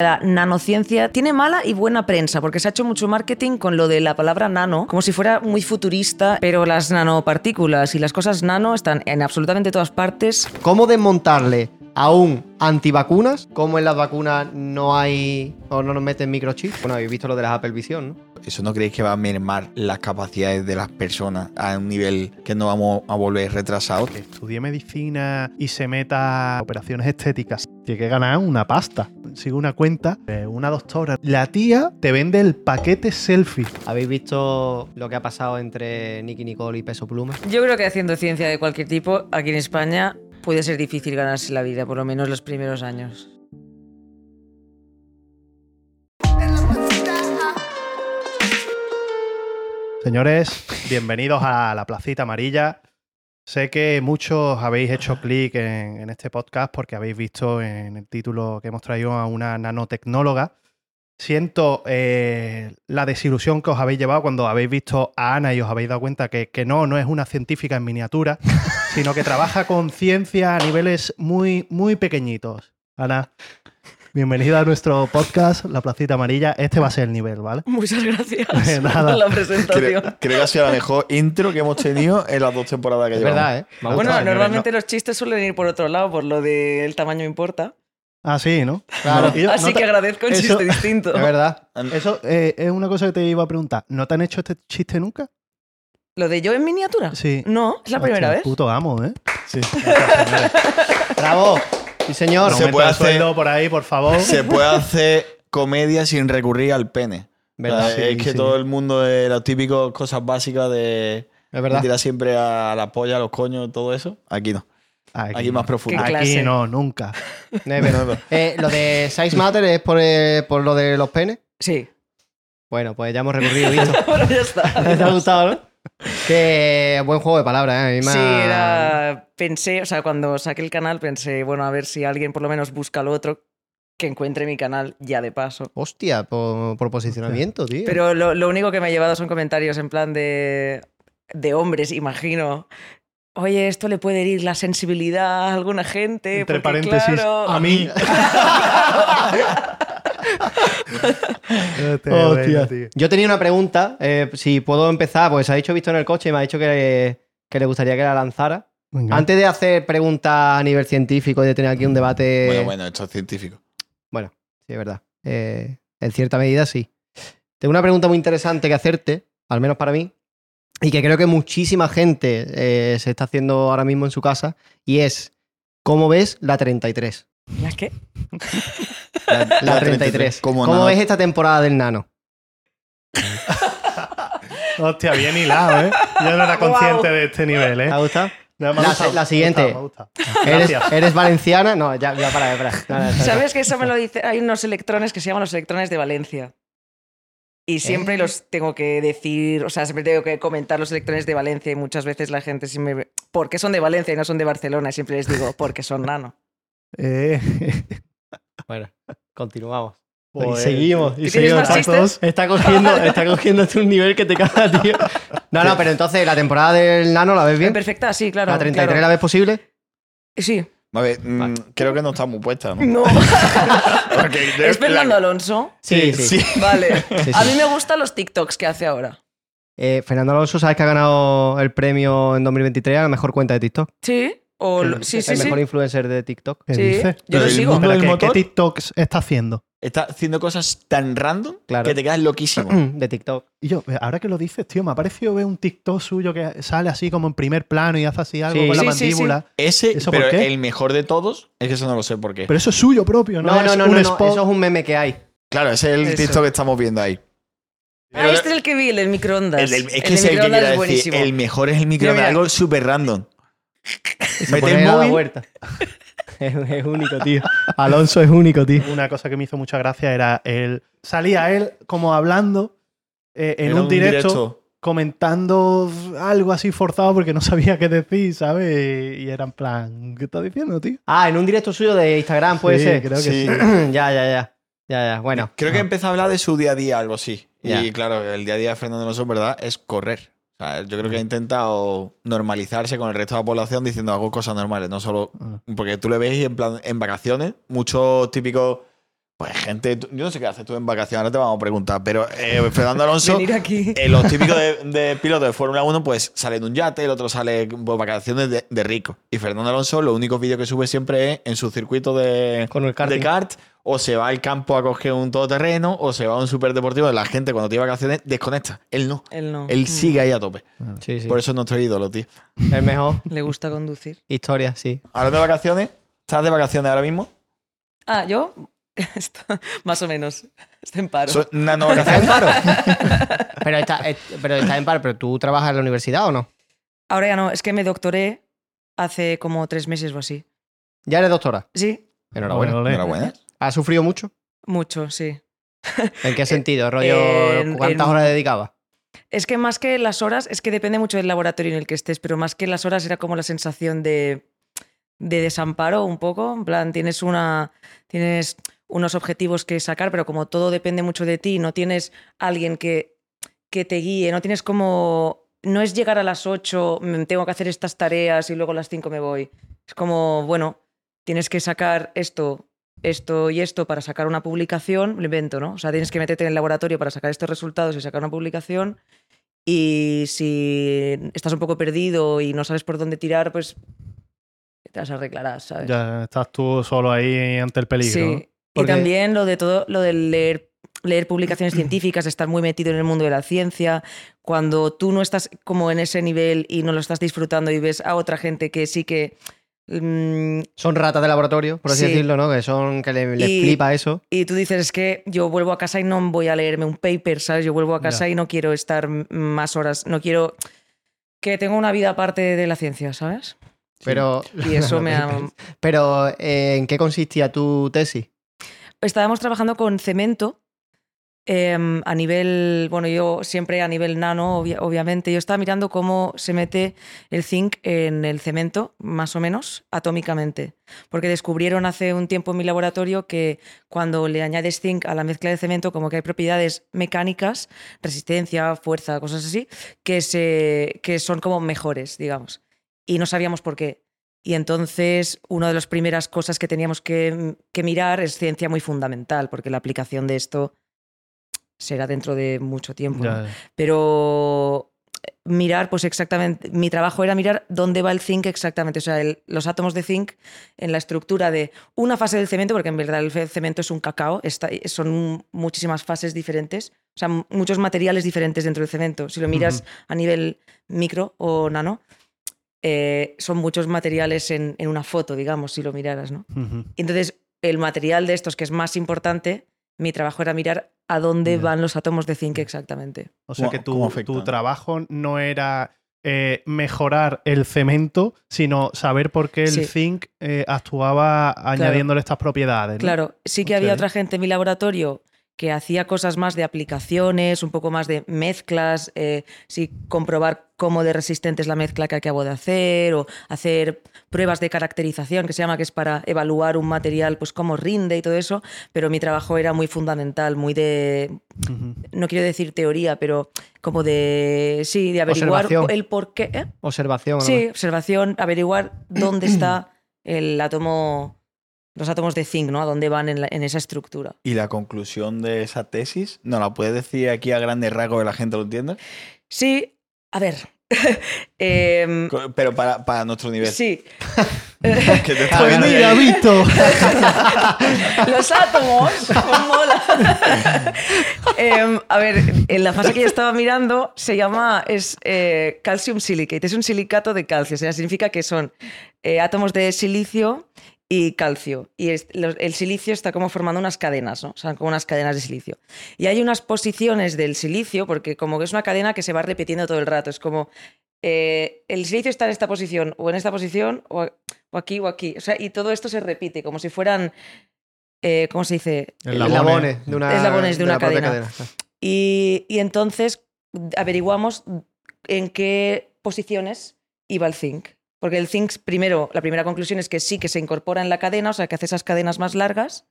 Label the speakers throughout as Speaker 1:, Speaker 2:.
Speaker 1: La nanociencia tiene mala y buena prensa porque se ha hecho mucho marketing con lo de la palabra nano, como si fuera muy futurista, pero las nanopartículas y las cosas nano están en absolutamente todas partes.
Speaker 2: ¿Cómo desmontarle aún antivacunas? ¿Cómo en las vacunas no hay o no nos meten microchips? Bueno, habéis visto lo de las Apple Vision, ¿no?
Speaker 3: ¿Eso no creéis que va a mermar las capacidades de las personas a un nivel que no vamos a volver retrasados?
Speaker 4: que estudie medicina y se meta a operaciones estéticas. Tiene que ganar una pasta. Sigue una cuenta de una doctora. La tía te vende el paquete selfie.
Speaker 2: ¿Habéis visto lo que ha pasado entre Nicky Nicole y Peso Pluma?
Speaker 1: Yo creo que haciendo ciencia de cualquier tipo, aquí en España, puede ser difícil ganarse la vida, por lo menos los primeros años.
Speaker 4: Señores, bienvenidos a la Placita Amarilla. Sé que muchos habéis hecho clic en, en este podcast porque habéis visto en el título que hemos traído a una nanotecnóloga. Siento eh, la desilusión que os habéis llevado cuando habéis visto a Ana y os habéis dado cuenta que, que no, no es una científica en miniatura, sino que trabaja con ciencia a niveles muy, muy pequeñitos. Ana, bienvenida a nuestro podcast, La Placita Amarilla. Este va a ser el nivel, ¿vale?
Speaker 1: Muchas gracias
Speaker 4: Nada.
Speaker 1: por la presentación.
Speaker 3: Creo, creo que ha sido la mejor intro que hemos tenido en las dos temporadas que
Speaker 2: Es
Speaker 3: llevamos.
Speaker 2: verdad, ¿eh? Me ha
Speaker 1: Bueno,
Speaker 2: gustado.
Speaker 1: normalmente los chistes suelen ir por otro lado, por lo del tamaño importa.
Speaker 4: Ah, sí, ¿no?
Speaker 2: Claro.
Speaker 4: Y yo-
Speaker 1: Así
Speaker 4: no
Speaker 1: que
Speaker 4: te-
Speaker 1: agradezco un
Speaker 4: eso-
Speaker 1: chiste distinto.
Speaker 2: Es verdad.
Speaker 4: Eso eh, es una cosa que te iba a preguntar. ¿No te han hecho este chiste nunca?
Speaker 1: ¿Lo de yo en miniatura?
Speaker 4: Sí.
Speaker 1: No, es la primera
Speaker 4: Hostia,
Speaker 1: vez.
Speaker 4: Puto amo, ¿eh?
Speaker 3: Sí.
Speaker 2: ¡Bravo! Sí, señor.
Speaker 4: Un
Speaker 3: Se
Speaker 4: aumento
Speaker 3: puede
Speaker 4: de
Speaker 3: hacer-
Speaker 4: sueldo por ahí, por favor.
Speaker 3: Se puede hacer comedia sin recurrir al pene.
Speaker 2: ¿Verdad?
Speaker 3: O sea, es
Speaker 4: Sí,
Speaker 3: que
Speaker 4: sí.
Speaker 3: todo el mundo de las típicas cosas básicas de,
Speaker 2: Es
Speaker 3: de
Speaker 2: verdad.
Speaker 3: tirar siempre a la polla, a los coños, todo eso. Aquí no. Aquí más profundo.
Speaker 1: Qué
Speaker 4: Aquí
Speaker 1: clase.
Speaker 4: no, nunca.
Speaker 2: Never.
Speaker 3: No, no.
Speaker 2: Eh, lo de Size Matter es por, eh, por lo de los penes.
Speaker 1: Sí.
Speaker 2: Bueno, pues ya hemos recurrido, visto.
Speaker 1: bueno, ya está.
Speaker 2: ¿Te ha gustado, no? Que buen juego de palabras, ¿eh? A mí me ha-
Speaker 1: Sí, era- pensé, o sea, cuando saqué el canal pensé, bueno, a ver si alguien por lo menos busca lo otro que encuentre mi canal ya de paso.
Speaker 2: Hostia, por, por posicionamiento, tío.
Speaker 1: Pero lo, lo único que me ha llevado son comentarios en plan de, de hombres, imagino. Oye, esto le puede herir la sensibilidad a alguna gente.
Speaker 4: Entre
Speaker 1: porque,
Speaker 4: paréntesis,
Speaker 1: claro,
Speaker 4: a mí. Este,
Speaker 2: Hostia.
Speaker 4: bueno, tío.
Speaker 2: Yo tenía una pregunta, eh, si puedo empezar, pues se ha dicho visto en el coche y me ha dicho que, que le gustaría que la lanzara.
Speaker 4: Venga.
Speaker 2: Antes de hacer preguntas a nivel científico y de tener aquí un debate...
Speaker 3: Bueno, bueno, esto es científico.
Speaker 2: Bueno, sí, es verdad. Eh, en cierta medida, sí. Tengo una pregunta muy interesante que hacerte, al menos para mí, y que creo que muchísima gente eh, se está haciendo ahora mismo en su casa, y es, ¿cómo ves la 33?
Speaker 1: ¿La qué?
Speaker 3: La,
Speaker 2: La, 33.
Speaker 3: Como
Speaker 2: ¿Cómo
Speaker 3: nano-
Speaker 2: ves esta temporada del nano?
Speaker 4: Hostia, bien hilado, ¿eh? Yo no era consciente de este nivel, ¿eh?
Speaker 2: ¿Te ha gustado?
Speaker 4: No, me ha
Speaker 2: La-
Speaker 4: gustado,
Speaker 2: la
Speaker 4: me ha
Speaker 2: siguiente.
Speaker 4: gustado, me ha gustado.
Speaker 2: ¿Eres,
Speaker 4: Gracias.
Speaker 2: eres valenciana? No, ya, ya para, para. No, no, no, no.
Speaker 1: ¿Sabes que eso me lo dice? Hay unos electrones que se llaman los electrones de Valencia. Y siempre los tengo que decir, o sea, siempre tengo que comentar los electrones de Valencia y muchas veces la gente siempre me... ¿Por qué son de Valencia y no son de Barcelona? Y siempre les digo, porque son nano.
Speaker 4: Eh,
Speaker 2: Bueno, continuamos. Y
Speaker 4: joder.
Speaker 2: seguimos, y
Speaker 1: ¿Tú tienes más
Speaker 2: seguimos. Está,
Speaker 1: chistes?
Speaker 4: Tantos.
Speaker 2: está cogiendo, está cogiendo hasta un nivel que te caga, tío. No, no, pero entonces, ¿la temporada del nano la ves bien?
Speaker 1: Perfecta, sí, claro.
Speaker 2: ¿La 33
Speaker 1: claro.
Speaker 2: la ves posible?
Speaker 1: Sí.
Speaker 3: A ver, mm, creo que no está muy puesta,
Speaker 1: No.
Speaker 3: ¿no? Porque yo-
Speaker 1: ¿Es Fernando
Speaker 3: la-
Speaker 1: Alonso?
Speaker 3: Sí, sí.
Speaker 1: Vale.
Speaker 2: sí.
Speaker 1: A mí me gustan los TikToks que hace ahora.
Speaker 2: Eh, Fernando Alonso, ¿sabes que ha ganado el premio en 2023 a la mejor cuenta de TikTok?
Speaker 1: Sí. O Pues lo- sí, sí,
Speaker 2: el
Speaker 1: sí.
Speaker 2: mejor influencer de TikTok.
Speaker 4: ¿Qué
Speaker 1: Sí,
Speaker 4: dices?
Speaker 1: yo
Speaker 3: lo
Speaker 4: Pero-
Speaker 3: sigo.
Speaker 4: pero
Speaker 3: ¿El
Speaker 4: ¿qué-
Speaker 3: motor?
Speaker 4: ¿Qué TikToks está haciendo?
Speaker 3: Está haciendo cosas tan random
Speaker 2: Claro.
Speaker 3: que te quedas loquísimo.
Speaker 2: De TikTok.
Speaker 4: Y yo, eh, ahora que lo dices, tío, me ha parecido ver un TikTok suyo que sale así como en primer plano y hace así algo
Speaker 2: Sí.
Speaker 4: con la
Speaker 1: Sí, sí, sí.
Speaker 4: mandíbula.
Speaker 3: Ese,
Speaker 4: ¿Eso por
Speaker 3: pero
Speaker 4: qué?
Speaker 3: el mejor de todos, es que eso no lo sé por qué.
Speaker 4: Pero eso es suyo propio, ¿no?
Speaker 2: No,
Speaker 4: es
Speaker 2: no, no,
Speaker 4: un
Speaker 2: no, no,
Speaker 4: spot.
Speaker 2: eso es un meme que hay.
Speaker 3: Claro, ese es el
Speaker 1: Eso.
Speaker 3: TikTok que estamos viendo ahí.
Speaker 1: Ah, este es el que vi, el del microondas.
Speaker 3: El del- es
Speaker 1: El
Speaker 3: que
Speaker 1: del
Speaker 3: es el que
Speaker 1: microondas
Speaker 3: quería
Speaker 1: es
Speaker 3: decir.
Speaker 1: buenísimo.
Speaker 3: El mejor es el micro
Speaker 1: Mira, mira.
Speaker 3: algo súper random.
Speaker 2: Se
Speaker 3: Mete
Speaker 2: pone
Speaker 3: el
Speaker 2: a la
Speaker 3: móvil,
Speaker 2: vuelta. Es, es único, tío. Alonso es único, tío.
Speaker 4: Una cosa que me hizo mucha gracia era él. Salía él como hablando eh, en
Speaker 3: Era
Speaker 4: un, directo, comentando algo así forzado porque no sabía qué decir, ¿sabes? Y era en plan, ¿qué estás diciendo, tío?
Speaker 2: Ah, en un directo suyo de Instagram puede
Speaker 4: Sí,
Speaker 2: ser.
Speaker 4: creo que
Speaker 3: sí.
Speaker 2: ya, ya, ya. Ya, ya. Bueno.
Speaker 3: Creo que empezó a hablar de su día a día, algo así.
Speaker 2: Ya.
Speaker 3: Y claro, el día a día de Fernando Alonso, en verdad, es correr. O sea, yo creo que ha intentado normalizarse con el resto de la población diciendo hago cosas normales, no solo
Speaker 4: Ah.
Speaker 3: porque tú le ves y en plan en vacaciones, muchos típicos pues gente, tú- yo no sé qué haces tú en vacaciones, ahora te vamos a preguntar, pero eh, Fernando Alonso
Speaker 1: Venir aquí.
Speaker 3: eh, los típicos de, de pilotos de Fórmula 1, pues sale de un yate, el otro sale por vacaciones de, de rico. Y Fernando Alonso, los únicos vídeos que sube siempre es en su circuito de,
Speaker 2: Con el karting.
Speaker 3: de kart, o se va al campo a coger un todoterreno, o se va a un superdeportivo. La gente cuando tiene vacaciones desconecta. Él no.
Speaker 1: Él no.
Speaker 3: Él sigue ahí a tope.
Speaker 2: Mm. Sí, sí.
Speaker 3: Por eso es nuestro ídolo, tío.
Speaker 2: Es mejor.
Speaker 1: Le gusta conducir.
Speaker 2: Historia, sí.
Speaker 3: Hablando de vacaciones, ¿estás de vacaciones ahora mismo?
Speaker 1: Ah, yo. Esto- más o menos. Estoy en paro.
Speaker 3: So- una no
Speaker 2: ¿Estás en
Speaker 3: vacaciones.
Speaker 2: paro? pero, está, eh, pero está en paro. ¿Pero tú trabajas en la universidad o no?
Speaker 1: Ahora ya no. Es que me doctoré hace como tres meses o así.
Speaker 2: Ya eres doctora.
Speaker 1: Sí,
Speaker 2: Enhorabuena.
Speaker 4: Ole, ole.
Speaker 3: Enhorabuena.
Speaker 2: ¿Has sufrido mucho?
Speaker 1: mucho, sí.
Speaker 2: ¿En qué sentido? ¿Rollo
Speaker 1: en-
Speaker 2: cuántas
Speaker 1: en-
Speaker 2: horas dedicabas?
Speaker 1: Es que más que las horas, es que depende mucho del laboratorio en el que estés, pero más que las horas era como la sensación de, de desamparo un poco. En plan, tienes una. Tienes unos objetivos que sacar, pero como todo depende mucho de ti, no tienes alguien que, que te guíe, no tienes como. No es llegar a las 8, mm, tengo que hacer estas tareas y luego a las 5 me voy. Es como, bueno, tienes que sacar esto, esto y esto para sacar una publicación, lo invento, ¿no? O sea, tienes que meterte en el laboratorio para sacar estos resultados y sacar una publicación y si estás un poco perdido y no sabes por dónde tirar, pues te las arreglarás, ¿sabes?
Speaker 4: Ya estás tú solo ahí ante el peligro. ¿no?
Speaker 1: Sí.
Speaker 4: Porque-
Speaker 1: Y también lo de todo, lo de leer, leer publicaciones científicas, estar muy metido en el mundo de la ciencia. Cuando tú no estás como en ese nivel y no lo estás disfrutando y ves a otra gente que sí que. mm,
Speaker 2: Son ratas de laboratorio, por así
Speaker 1: Sí.
Speaker 2: decirlo, ¿no? Que son que le- les
Speaker 1: Y-
Speaker 2: flipa eso.
Speaker 1: y tú dices, es que yo vuelvo a casa y no voy a leerme un paper, ¿sabes? Yo vuelvo a casa
Speaker 4: Ya.
Speaker 1: y no quiero estar m- más horas, no quiero. Que tengo una vida aparte de la ciencia, ¿sabes?
Speaker 2: Pero,
Speaker 1: Y eso me ha,
Speaker 2: pero eh, ¿en qué consistía tu tesis?
Speaker 1: estábamos trabajando con cemento em, a nivel, bueno, yo siempre a nivel nano, obvia- obviamente. Yo estaba mirando cómo se mete el zinc en el cemento, más o menos, atómicamente. Porque descubrieron hace un tiempo en mi laboratorio que cuando le añades zinc a la mezcla de cemento, como que hay propiedades mecánicas, resistencia, fuerza, cosas así, que, se, que son como mejores, digamos. Y no sabíamos por qué. Y entonces, una de las primeras cosas que teníamos que, que mirar es ciencia muy fundamental, porque la aplicación de esto será dentro de mucho tiempo. ¿no?
Speaker 4: Ya, ya.
Speaker 1: Pero eh, mirar, pues exactamente, mi trabajo era mirar dónde va el zinc exactamente, o sea, el- los átomos de zinc en la estructura de una fase del cemento, porque en verdad el fe- cemento es un cacao, está- eh, son muchísimas fases diferentes, o sea, m- muchos materiales diferentes dentro del cemento. Si lo miras a nivel micro o nano, eh, son muchos materiales en, en una foto, digamos, si lo miraras, ¿no?
Speaker 4: Ujú.
Speaker 1: Y Entonces, el material de estos que es más importante, mi trabajo era mirar a dónde
Speaker 4: Ya.
Speaker 1: van los átomos de zinc exactamente.
Speaker 4: O sea
Speaker 3: ¿Cómo-
Speaker 4: que
Speaker 3: cómo
Speaker 4: tu,
Speaker 3: afecta,
Speaker 4: tu
Speaker 3: no?
Speaker 4: trabajo no era eh, mejorar el cemento, sino saber por qué el
Speaker 1: Sí.
Speaker 4: zinc eh, actuaba añadiéndole estas propiedades. ¿no?
Speaker 1: Claro, sí que había
Speaker 4: Ok.
Speaker 1: otra gente en mi laboratorio que hacía cosas más de aplicaciones, un poco más de mezclas, eh, sí, comprobar cómo de resistente es la mezcla que acabo de hacer, o hacer pruebas de caracterización, que se llama que es para evaluar un material, pues cómo rinde y todo eso, pero mi trabajo era muy fundamental, muy de,
Speaker 4: Ujú.
Speaker 1: no quiero decir teoría, pero como de, sí, de averiguar
Speaker 2: Observación.
Speaker 1: el por qué. ¿eh?
Speaker 2: Observación. ¿no?
Speaker 1: Sí, observación, averiguar dónde está el átomo, los átomos de zinc, ¿no? A dónde van en, la- en esa estructura.
Speaker 3: Y la conclusión de esa tesis, ¿no la puedes decir aquí a grandes rasgos que la gente lo entienda?
Speaker 1: Sí, a ver. em,
Speaker 3: Co- Pero para, para nuestro nivel.
Speaker 1: sí,
Speaker 3: Que te está
Speaker 2: Pues
Speaker 3: viendo
Speaker 2: mira,
Speaker 3: ahí.
Speaker 2: visto.
Speaker 1: los átomos, pues mola. Em, a ver, en la fase que yo estaba mirando se llama es eh, calcium silicate, es un silicato de calcio, o sea, significa que son eh, átomos de silicio y calcio. Y es- los- el silicio está como formando unas cadenas, ¿no? O sea, como unas cadenas de silicio. Y hay unas posiciones del silicio, porque como que es una cadena que se va repitiendo todo el rato, es como eh, el silicio está en esta posición, o en esta posición, o, a- o aquí, o aquí. O sea, y todo esto se repite, como si fueran, eh, ¿cómo se dice?
Speaker 2: Eslabones de una,
Speaker 1: Eslabones de una
Speaker 2: la propia
Speaker 1: cadena. Y, y entonces averiguamos en qué posiciones iba el zinc. Porque el zinc, primero, la primera conclusión es que sí que se incorpora en la cadena, o sea, que hace esas cadenas más largas.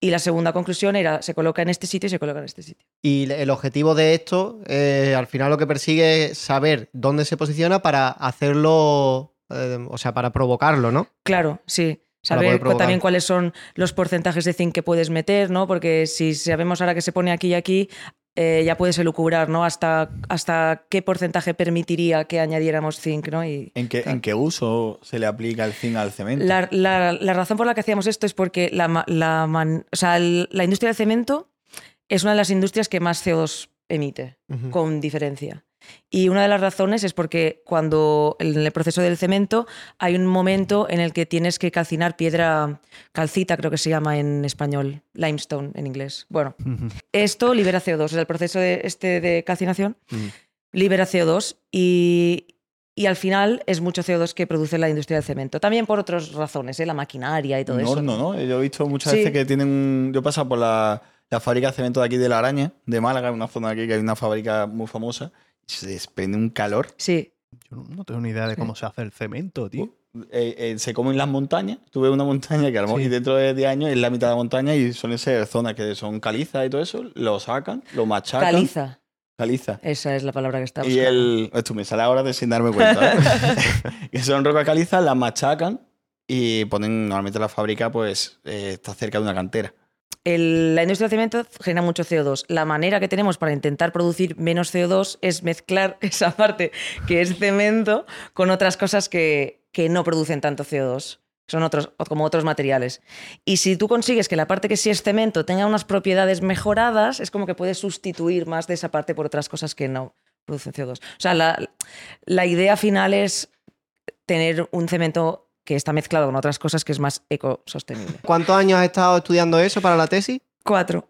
Speaker 1: Y la segunda conclusión era, se coloca en este sitio y se coloca en este sitio.
Speaker 2: Y el objetivo de esto, eh, al final lo que persigue es saber dónde se posiciona para hacerlo, eh, o sea, para provocarlo, ¿no?
Speaker 1: Claro, sí.
Speaker 2: Para poder
Speaker 1: Saber cu-
Speaker 2: provocar.
Speaker 1: también cuáles son los porcentajes de zinc que puedes meter, ¿no? Porque si sabemos ahora que se pone aquí y aquí, eh, ya puedes elucubrar, ¿no? Hasta, hasta qué porcentaje permitiría que añadiéramos zinc, ¿no? Y,
Speaker 3: ¿En qué, ¿En qué uso se le aplica el zinc al cemento?
Speaker 1: La, la- la razón por la que hacíamos esto es porque la, ma- la man- o sea, el- la industria del cemento es una de las industrias que más CO2 emite,
Speaker 2: Ujú.
Speaker 1: con diferencia. Y una de las razones es porque cuando en el proceso del cemento hay un momento en el que tienes que calcinar piedra calcita, creo que se llama en español, limestone en inglés. Bueno,
Speaker 4: Ujú.
Speaker 1: esto libera CO2, o sea, el proceso de, este de calcinación
Speaker 3: Mm.
Speaker 1: libera CO2 y, y al final es mucho CO2 que produce la industria del cemento. También por otras razones, ¿eh? la maquinaria y todo
Speaker 3: un
Speaker 1: eso.
Speaker 3: horno, ¿no? Yo he visto muchas
Speaker 1: Sí.
Speaker 3: veces que tienen un... Yo he pasado por la, la fábrica de cemento de aquí de La Araña, de Málaga, una zona aquí que hay una fábrica muy famosa. y Se desprende un calor.
Speaker 1: Sí,
Speaker 4: Yo no- no tengo ni idea de cómo se hace el cemento, tío.
Speaker 1: Uh.
Speaker 3: Eh, eh, se comen las montañas. Tuve una montaña que a lo mejor
Speaker 4: Sí.
Speaker 3: y dentro de 10 años es la mitad de la montaña y son esas zonas que son calizas y todo eso. Lo sacan, lo machacan.
Speaker 1: caliza.
Speaker 3: Caliza.
Speaker 1: Esa es la palabra que está
Speaker 3: Y
Speaker 1: buscando.
Speaker 3: el. Esto me sale ahora de sin darme cuenta. ¿eh? que son rocas calizas, las machacan y ponen. Normalmente la fábrica, pues, eh, está cerca de una cantera.
Speaker 1: El- la industria del cemento genera mucho CO2. La manera que tenemos para intentar producir menos CO2 es mezclar esa parte que es cemento con otras cosas que, que no producen tanto CO2. Son otros, como otros materiales. Y si tú consigues que la parte que sí es cemento tenga unas propiedades mejoradas, es como que puedes sustituir más de esa parte por otras cosas que no producen CO2. O sea, la, la idea final es tener un cemento que está mezclado con otras cosas que es más ecosostenible.
Speaker 2: ¿Cuántos años has estado estudiando eso para la tesis?
Speaker 1: Cuatro.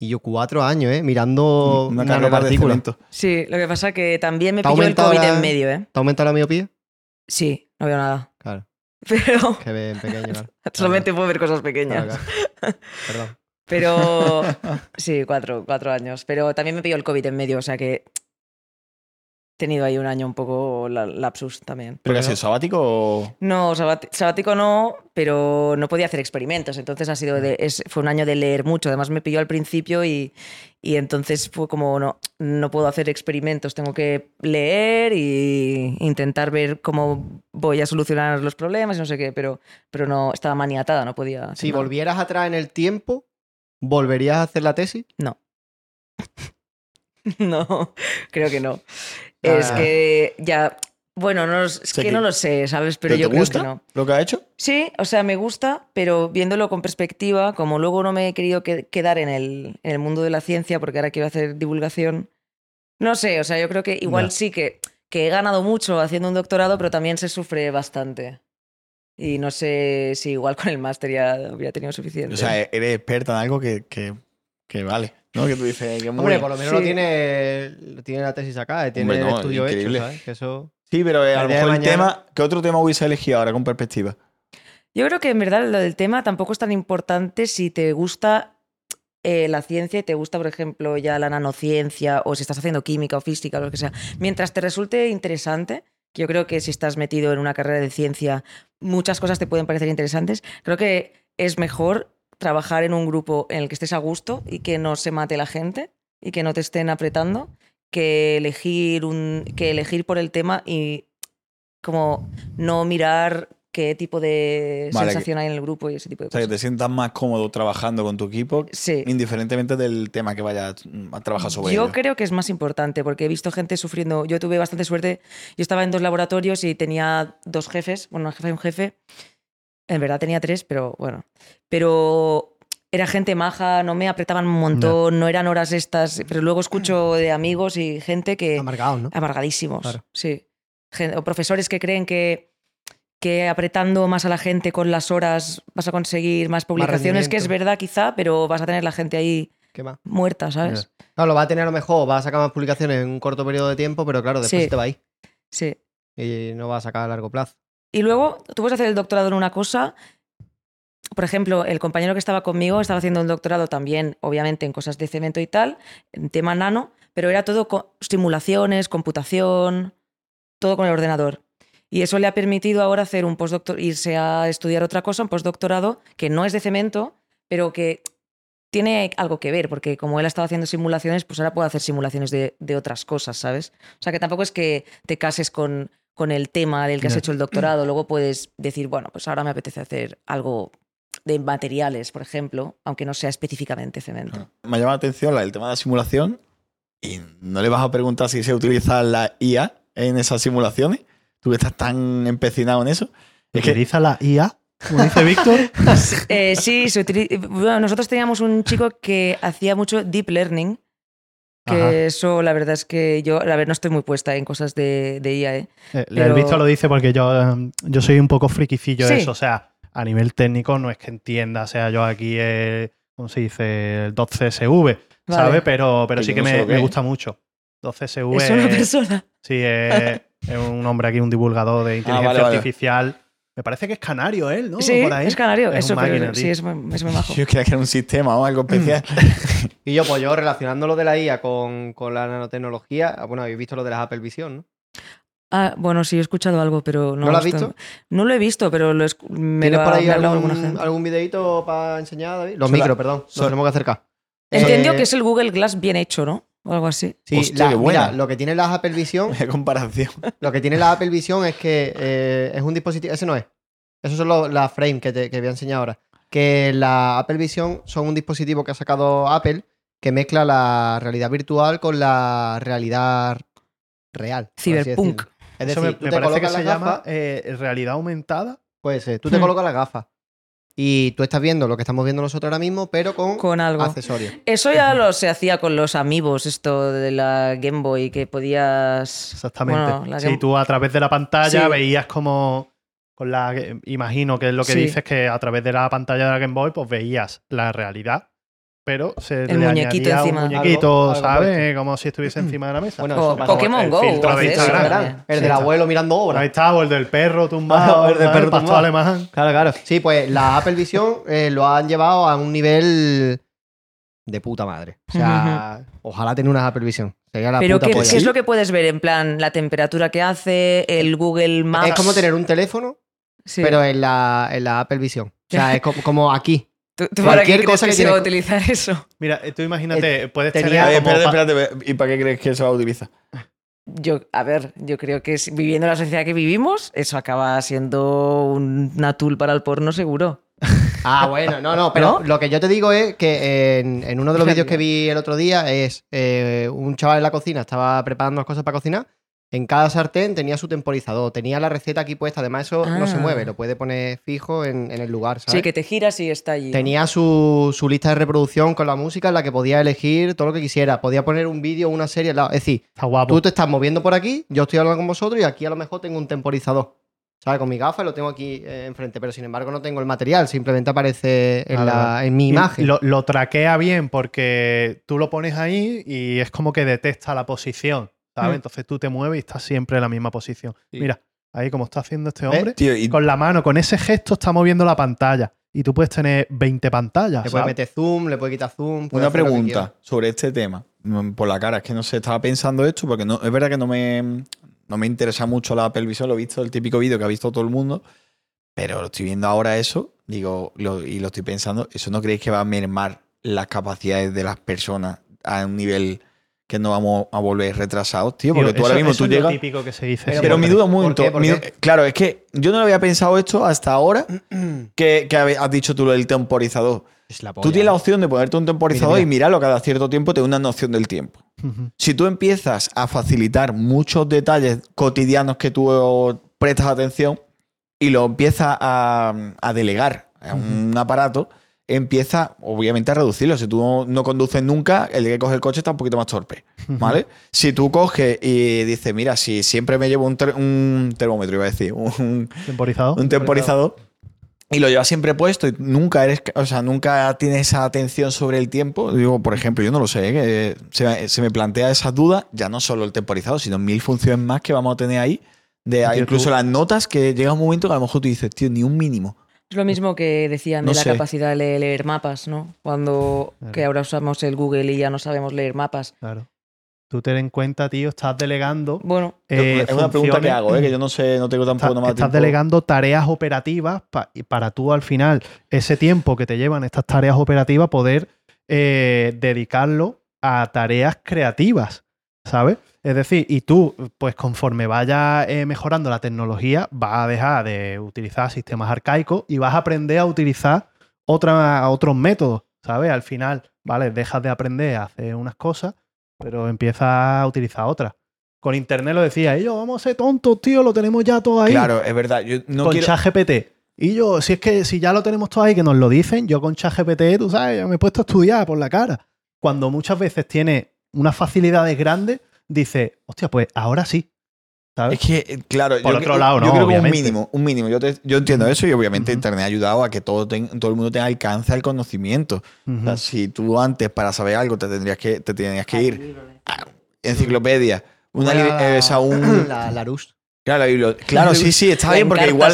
Speaker 2: Y yo cuatro años, ¿eh? Mirando
Speaker 3: Una carrera de
Speaker 2: nanopartículas.
Speaker 3: cemento.
Speaker 1: Sí, lo que pasa que también me
Speaker 2: ¿Te ha
Speaker 1: pilló el
Speaker 2: aumentado
Speaker 1: COVID
Speaker 2: la-
Speaker 1: en medio, ¿eh?
Speaker 2: ¿Te aumenta la miopía?
Speaker 1: Sí, no veo nada.
Speaker 2: Claro,
Speaker 1: Pero
Speaker 2: que ve en pequeño. claro.
Speaker 1: solamente puedo ver cosas
Speaker 2: Claro,
Speaker 1: pequeñas.
Speaker 2: claro. Perdón.
Speaker 1: Pero sí, cuatro, cuatro años. Pero también me pilló el COVID en medio, o sea que he tenido ahí un año un poco la- lapsus también.
Speaker 3: ¿Pero qué ha sido sabático o.?
Speaker 1: No, sabat- sabático no, pero no podía hacer experimentos. Entonces ha sido de- es- fue un año de leer mucho. Además me pilló al principio y, y entonces fue como no, no puedo hacer experimentos. Tengo que leer y intentar ver cómo voy a solucionar los problemas y no sé qué. Pero, pero no estaba maniatada, no podía. hacer
Speaker 2: Si
Speaker 1: nada.
Speaker 2: volvieras atrás en el tiempo, ¿volverías a hacer la tesis?
Speaker 1: No, creo que no.
Speaker 2: Ah.
Speaker 1: Es que ya. Bueno, no, los- es
Speaker 3: Sé
Speaker 1: que
Speaker 3: que-
Speaker 1: no lo sé, ¿sabes? Pero,
Speaker 3: ¿Pero
Speaker 1: yo
Speaker 3: te
Speaker 1: creo
Speaker 3: gusta
Speaker 1: que no.
Speaker 3: lo que ha hecho?
Speaker 1: Sí, o sea, me gusta, pero viéndolo con perspectiva, como luego no me he querido que- quedar en el, en el mundo de la ciencia porque ahora quiero hacer divulgación, no sé, o sea, yo creo que igual
Speaker 4: Ya.
Speaker 1: sí que, que he ganado mucho haciendo un doctorado, pero también se sufre bastante. Y no sé si igual con el máster ya hubiera tenido suficiente.
Speaker 3: O sea, eh eres experta en algo que, que, que vale. ¿No? Que tú dices. Que muy
Speaker 2: Hombre,
Speaker 3: bien.
Speaker 2: por lo menos
Speaker 1: sí.
Speaker 2: lo tiene, lo tiene la tesis acá, eh, tiene
Speaker 3: Hombre,
Speaker 2: el
Speaker 3: no,
Speaker 2: estudio
Speaker 3: increíble.
Speaker 2: hecho, ¿sabes? Que eso...
Speaker 3: Sí, pero eh,
Speaker 2: El
Speaker 3: a lo
Speaker 2: día de
Speaker 3: mejor el
Speaker 2: mañana-
Speaker 3: tema. ¿Qué otro tema hubiese elegido ahora con perspectiva?
Speaker 1: Yo creo que en verdad lo del tema tampoco es tan importante si te gusta eh, la ciencia y te gusta, por ejemplo, ya la nanociencia o si estás haciendo química o física o lo que sea. Mientras te resulte interesante, que yo creo que si estás metido en una carrera de ciencia, muchas cosas te pueden parecer interesantes. Creo que es mejor trabajar en un grupo en el que estés a gusto y que no se mate la gente y que no te estén apretando que elegir un que elegir por el tema y como no mirar qué tipo de
Speaker 3: Vale,
Speaker 1: sensación hay en el grupo y ese tipo de
Speaker 3: O sea, que
Speaker 1: cosas.
Speaker 3: te sientas más cómodo trabajando con tu equipo,
Speaker 1: Sí.
Speaker 3: indiferentemente del tema que vayas mm, a trabajar sobre
Speaker 1: Yo
Speaker 3: ello.
Speaker 1: creo que es más importante porque he visto gente sufriendo. Yo tuve bastante suerte. Yo estaba en dos laboratorios y tenía dos jefes, bueno, una jefa y un jefe. En verdad tenía tres, pero bueno. Pero era gente maja, no me apretaban un montón, no, eran horas estas. Pero luego escucho de amigos y gente que.
Speaker 2: Amargado, ¿no?
Speaker 1: Amargadísimos.
Speaker 2: Claro.
Speaker 1: Sí. Gen- O profesores que creen que, que apretando más a la gente con las horas vas a conseguir más publicaciones, que es
Speaker 2: rendimiento.
Speaker 1: verdad quizá, pero vas a tener la gente ahí
Speaker 2: ¿Qué más?
Speaker 1: muerta, ¿sabes?
Speaker 2: Claro, lo va a tener a lo mejor, va a sacar más publicaciones en un corto periodo de tiempo, pero claro, después
Speaker 1: Sí.
Speaker 2: se te va ahí.
Speaker 1: Sí.
Speaker 2: y no va a sacar a largo plazo.
Speaker 1: Y luego tú puedes hacer el doctorado en una cosa. Por ejemplo, el compañero que estaba conmigo estaba haciendo un doctorado también, obviamente, en cosas de cemento y tal, en tema nano, pero era todo co- simulaciones, computación, todo con el ordenador. Y eso le ha permitido ahora hacer un postdoctor, irse a estudiar otra cosa, un postdoctorado, que no es de cemento, pero que tiene algo que ver, porque como él ha estado haciendo simulaciones, pues ahora puede hacer simulaciones de, de otras cosas, ¿sabes? O sea, que tampoco es que te cases con, con el tema del que has
Speaker 2: Ya.
Speaker 1: hecho el doctorado, luego puedes decir, bueno, pues ahora me apetece hacer algo de materiales, por ejemplo, aunque no sea específicamente cemento.
Speaker 3: Me ha llamado la atención la- el tema de la simulación y no le vas a preguntar si se utiliza la IA en esas simulaciones. Tú que estás tan empecinado en eso. Es que
Speaker 4: ¿Utiliza la IA? Como dice Víctor.
Speaker 1: Eh, sí, se utili- bueno, nosotros teníamos un chico que hacía mucho deep learning, que
Speaker 4: Ajá.
Speaker 1: eso la verdad es que yo, a ver, no estoy muy puesta en cosas de, de IA, ¿eh?
Speaker 4: Eh, El
Speaker 1: Pero-
Speaker 4: Víctor lo dice porque yo, em, yo soy un poco friquicillo de
Speaker 1: Sí.
Speaker 4: eso. O sea, a nivel técnico no es que entienda, o sea, yo aquí, eh, ¿cómo se dice? El 2CSV,
Speaker 1: Vale.
Speaker 4: ¿sabes? Pero, pero
Speaker 3: Que
Speaker 4: sí
Speaker 3: yo
Speaker 4: que
Speaker 3: no sé
Speaker 4: me,
Speaker 3: lo que
Speaker 4: me
Speaker 3: es.
Speaker 4: gusta mucho. 2CSV.
Speaker 1: Es una persona.
Speaker 4: Sí, es, es un hombre aquí, un divulgador de inteligencia
Speaker 3: vale, vale.
Speaker 4: artificial. Me parece que es canario él, ¿no?
Speaker 1: sí,
Speaker 4: Por ahí.
Speaker 1: es canario.
Speaker 4: Es
Speaker 1: eso,
Speaker 4: un
Speaker 1: pero
Speaker 4: máquina,
Speaker 1: sí,
Speaker 4: tío.
Speaker 1: es muy, es muy majo.
Speaker 3: yo creía que era un sistema o algo especial.
Speaker 2: Y yo, pues yo relacionando lo de la IA con, con la nanotecnología, ah, bueno, habéis visto lo de las Apple Vision, ¿no?
Speaker 1: Ah, bueno, sí, he escuchado algo, pero no.
Speaker 2: ¿No lo has
Speaker 1: esto-
Speaker 2: visto?
Speaker 1: No lo he visto, pero lo escu- me
Speaker 2: ¿Tienes
Speaker 1: lo ha-
Speaker 2: por ahí
Speaker 1: me ha hablado
Speaker 2: algún,
Speaker 1: alguna gente.
Speaker 2: algún videito para enseñar, David? Los
Speaker 3: Sola-
Speaker 2: micros, perdón. Los
Speaker 3: sola-
Speaker 2: tenemos que acercar.
Speaker 1: Entendió
Speaker 2: Eh,
Speaker 1: que es el Google Glass bien hecho, ¿no? O algo así.
Speaker 2: Sí,
Speaker 3: Hostia,
Speaker 2: la-
Speaker 3: qué buena.
Speaker 2: mira, lo que tiene las Apple Vision,
Speaker 3: Qué comparación.
Speaker 2: lo que tiene la Apple Vision es que eh, es un dispositivo. Ese no es. Esos son los- las frames que te que voy a enseñar ahora. Que la Apple Vision son un dispositivo que ha sacado Apple que mezcla la realidad virtual con la realidad real. por así
Speaker 1: Cyberpunk.
Speaker 2: decirlo. Es
Speaker 4: Eso
Speaker 2: decir,
Speaker 4: me-
Speaker 2: tú
Speaker 4: me,
Speaker 2: te
Speaker 4: parece que
Speaker 2: colocas
Speaker 4: se
Speaker 2: las
Speaker 4: llama
Speaker 2: gafas-
Speaker 4: eh, realidad aumentada.
Speaker 2: Puede ser. Tú te
Speaker 1: Hmm.
Speaker 2: colocas las gafas y tú estás viendo lo que estamos viendo nosotros ahora mismo, pero con,
Speaker 1: Con algo.
Speaker 2: accesorios.
Speaker 1: Eso ya lo se hacía con los amigos, esto de la Game Boy, que podías.
Speaker 4: Exactamente.
Speaker 1: Bueno, la
Speaker 4: si
Speaker 1: Game-
Speaker 4: tú a través de la pantalla
Speaker 1: Sí.
Speaker 4: veías como con la imagino que es lo que
Speaker 1: Sí.
Speaker 4: dices que a través de la pantalla de la Game Boy pues veías la realidad, pero se
Speaker 1: El
Speaker 4: le
Speaker 1: muñequito
Speaker 4: añadía
Speaker 1: encima.
Speaker 4: un muñequito,
Speaker 2: Algo- algo
Speaker 4: ¿sabes?
Speaker 2: puesto.
Speaker 4: Eh, Como si estuviese encima de la mesa.
Speaker 2: Bueno,
Speaker 1: O
Speaker 2: eso pasa.
Speaker 1: Pokémon
Speaker 4: el
Speaker 1: Go.
Speaker 4: filtro
Speaker 1: o
Speaker 4: de
Speaker 1: hace eso
Speaker 4: Instagram.
Speaker 1: también.
Speaker 2: El
Speaker 1: Sí.
Speaker 2: del abuelo mirando obras.
Speaker 4: Ahí está, o el del perro
Speaker 2: Ah,
Speaker 4: tumbado,
Speaker 2: o el del
Speaker 4: ¿sabes?
Speaker 2: perro
Speaker 4: pastor
Speaker 2: tumbado.
Speaker 4: alemán.
Speaker 2: Claro, claro. Sí, pues la Apple Vision eh, lo han llevado a un nivel de puta madre. O sea, ojalá tener unas Apple Vision. Sería la
Speaker 1: Pero
Speaker 2: puta
Speaker 1: ¿qué,
Speaker 2: polla.
Speaker 1: qué es lo que puedes ver? En plan, la temperatura que hace, el Google Maps.
Speaker 2: Es como tener un teléfono,
Speaker 1: Sí.
Speaker 2: pero en la, en la Apple Vision. O sea, es co- como, aquí.
Speaker 1: ¿Tú- tú para qué
Speaker 2: cualquier
Speaker 1: crees
Speaker 2: cosa
Speaker 1: que
Speaker 2: que
Speaker 1: se va a
Speaker 2: tiene-
Speaker 1: utilizar eso?
Speaker 4: Mira, eh, tú imagínate, puedes
Speaker 2: tenía-
Speaker 4: tener
Speaker 3: A ver,
Speaker 4: como
Speaker 3: espérate,
Speaker 4: pa-
Speaker 3: espérate. ¿Y para qué crees que se va a utilizar?
Speaker 1: Yo, a ver, yo creo que si- viviendo la sociedad que vivimos, eso acaba siendo un- una tool para el porno seguro.
Speaker 2: Ah, bueno, no, no, pero
Speaker 1: ¿No?
Speaker 2: lo que yo te digo es que en, en uno de los
Speaker 1: Ejemplo.
Speaker 2: vídeos que vi el otro día es eh, un chaval en la cocina, estaba preparando las cosas para cocinar. En cada sartén tenía su temporizador, tenía la receta aquí puesta. Además, eso no se
Speaker 1: Ah.
Speaker 2: mueve, lo puede poner fijo en, en el lugar. ¿sabes?
Speaker 1: Sí, que te giras y está allí.
Speaker 2: Tenía su, su lista de reproducción con la música en la que podía elegir todo lo que quisiera. Podía poner un vídeo, una serie. al lado. Es decir,
Speaker 3: Ah,
Speaker 4: Está guapo.
Speaker 3: pues.
Speaker 2: tú te estás moviendo por aquí, yo estoy hablando con vosotros y aquí a lo mejor tengo un temporizador. ¿Sabes? Con mi gafa lo tengo aquí eh, enfrente, pero sin embargo no tengo el material, simplemente aparece en,
Speaker 4: Vale,
Speaker 2: la-
Speaker 4: vale.
Speaker 2: en mi
Speaker 4: Y
Speaker 2: imagen.
Speaker 4: Lo, lo traquea bien porque tú lo pones ahí y es como que detecta la posición, ¿sabes?
Speaker 1: Mm.
Speaker 4: Entonces tú te mueves y estás siempre en la misma posición.
Speaker 3: Sí.
Speaker 4: Mira, ahí como está haciendo este hombre,
Speaker 3: Tío, y
Speaker 4: con la mano, con ese gesto está moviendo la pantalla. Y tú puedes tener 20 pantallas.
Speaker 2: Le puede
Speaker 4: ¿sabes?
Speaker 2: meter zoom, le puede quitar zoom. puede
Speaker 3: Una
Speaker 2: hacer lo que quiera.
Speaker 3: pregunta sobre este tema. Mm, Por la cara, es que no sé, estaba pensando esto porque no, es verdad que no me, no me interesa mucho la Apple Vision, lo he visto, el típico vídeo que ha visto todo el mundo, pero lo estoy viendo ahora eso, digo, lo- y lo estoy pensando, ¿eso no creéis que va a mermar las capacidades de las personas a un nivel que no vamos a volver retrasados, tío?
Speaker 4: Tío,
Speaker 3: Porque tú ahora
Speaker 4: eso-
Speaker 3: mismo
Speaker 4: eso
Speaker 3: tú
Speaker 4: es lo
Speaker 3: llegas...
Speaker 4: típico que se dice
Speaker 2: Pero
Speaker 4: siempre.
Speaker 3: Pero mi duda un
Speaker 2: ¿Por
Speaker 3: momento.
Speaker 2: qué? ¿Por
Speaker 3: mi-
Speaker 2: qué?
Speaker 3: Claro, es que yo no lo había pensado esto hasta ahora que, que habe- has dicho tú lo del temporizador.
Speaker 2: Es la
Speaker 3: Tú
Speaker 2: polla,
Speaker 3: tienes la
Speaker 2: ¿eh?
Speaker 3: opción de ponerte un temporizador
Speaker 2: Mira,
Speaker 3: y mirarlo cada cierto tiempo, te da una noción del tiempo.
Speaker 4: Ujú.
Speaker 3: Si tú empiezas a facilitar muchos detalles cotidianos que tú prestas atención y lo empiezas a, a delegar a un aparato, empieza obviamente a reducirlo. Si tú no, no conduces nunca, el que coge el coche está un poquito más torpe. ¿Vale? Si tú coges y dices, mira, si siempre me llevo un, ter- un termómetro, iba a decir, un,
Speaker 4: Temporizado.
Speaker 3: un temporizador. y lo llevas siempre puesto y nunca eres, o sea, nunca tienes esa atención sobre el tiempo. Digo, por ejemplo, yo no lo sé, ¿eh? que se, me- se me plantea esa duda, ya no solo el temporizado, sino mil funciones más que vamos a tener ahí, de
Speaker 4: YouTube.
Speaker 3: incluso las notas que llega un momento que a lo mejor tú dices, tío, ni un mínimo.
Speaker 1: Es lo mismo que decían
Speaker 3: No
Speaker 1: de la
Speaker 3: sé.
Speaker 1: capacidad de leer, leer mapas, ¿no? Cuando
Speaker 4: Claro.
Speaker 1: que ahora usamos el Google y ya no sabemos leer mapas.
Speaker 4: Claro. Tú ten en cuenta, tío, estás delegando.
Speaker 1: Bueno,
Speaker 4: eh,
Speaker 3: es una pregunta que
Speaker 4: funciones- mm.
Speaker 3: hago, ¿eh? que yo no sé, no tengo
Speaker 4: Está-
Speaker 3: tampoco nada más
Speaker 4: estás
Speaker 3: tiempo.
Speaker 4: delegando tareas operativas pa- y para tú al final, ese tiempo que te llevan estas tareas operativas, poder eh, dedicarlo a tareas creativas, ¿sabes? Es decir, y tú, pues conforme vaya eh, mejorando la tecnología, vas a dejar de utilizar sistemas arcaicos y vas a aprender a utilizar otra, otros métodos, ¿sabes? Al final, ¿vale? Dejas de aprender a hacer unas cosas, pero empiezas a utilizar otras. Con internet lo decía, ellos vamos a ser tontos, tío, lo tenemos ya todo ahí
Speaker 3: Claro, es verdad. Yo no
Speaker 4: con
Speaker 3: quiero-
Speaker 4: ChatGPT. Y yo, si es que si ya lo tenemos todo ahí, que nos lo dicen, yo con ChatGPT, tú sabes, me he puesto a estudiar por la cara. Cuando muchas veces tiene unas facilidades grandes, dice, hostia, pues ahora sí.
Speaker 3: Es
Speaker 4: ¿Sabes?
Speaker 3: que, eh, claro,
Speaker 4: Por
Speaker 3: yo
Speaker 4: otro
Speaker 3: creo-
Speaker 4: lado,
Speaker 3: yo
Speaker 4: no,
Speaker 3: creo que un
Speaker 4: obviamente.
Speaker 3: mínimo, un mínimo. Yo, te- yo entiendo eso y obviamente
Speaker 4: Ujú.
Speaker 3: Internet ha ayudado a que todo, ten- todo el mundo tenga alcance al conocimiento. O sea,
Speaker 4: Ujú.
Speaker 3: si tú antes para saber algo te tendrías que, te tenías que ir a enciclopedia, una,
Speaker 2: Bueno,
Speaker 3: li-
Speaker 2: la-
Speaker 3: eh, o sea, un,
Speaker 2: La, la Rus.
Speaker 3: claro, la bibli- claro, sí, sí, está bien porque igual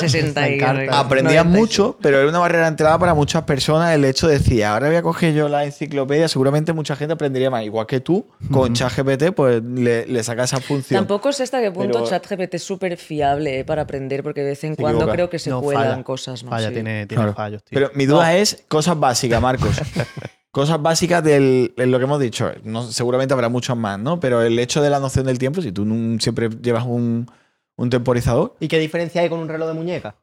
Speaker 3: aprendías mucho, pero era una barrera de entrada para muchas personas el hecho de decir, ahora voy a coger yo la enciclopedia, seguramente mucha gente aprendería más, igual que tú con
Speaker 4: Ujú.
Speaker 3: ChatGPT, pues le, le sacas esa función.
Speaker 1: Tampoco sé hasta qué punto
Speaker 3: Pero-
Speaker 1: ChatGPT es súper fiable eh, para aprender, porque de vez en
Speaker 3: Se
Speaker 1: cuando
Speaker 3: equivoca.
Speaker 1: creo que se
Speaker 4: No,
Speaker 1: cuelan
Speaker 4: falla.
Speaker 1: cosas más.
Speaker 4: Falla,
Speaker 1: sí.
Speaker 4: tiene, tiene
Speaker 3: Claro.
Speaker 4: fallos, tío.
Speaker 3: Pero mi duda es cosas básicas, Marcos. cosas básicas del, de lo que hemos dicho. No, seguramente habrá muchas más, ¿no? Pero el hecho de la noción del tiempo, si tú nun- siempre llevas un, un temporizador,
Speaker 2: ¿Y qué diferencia hay con un reloj de muñeca?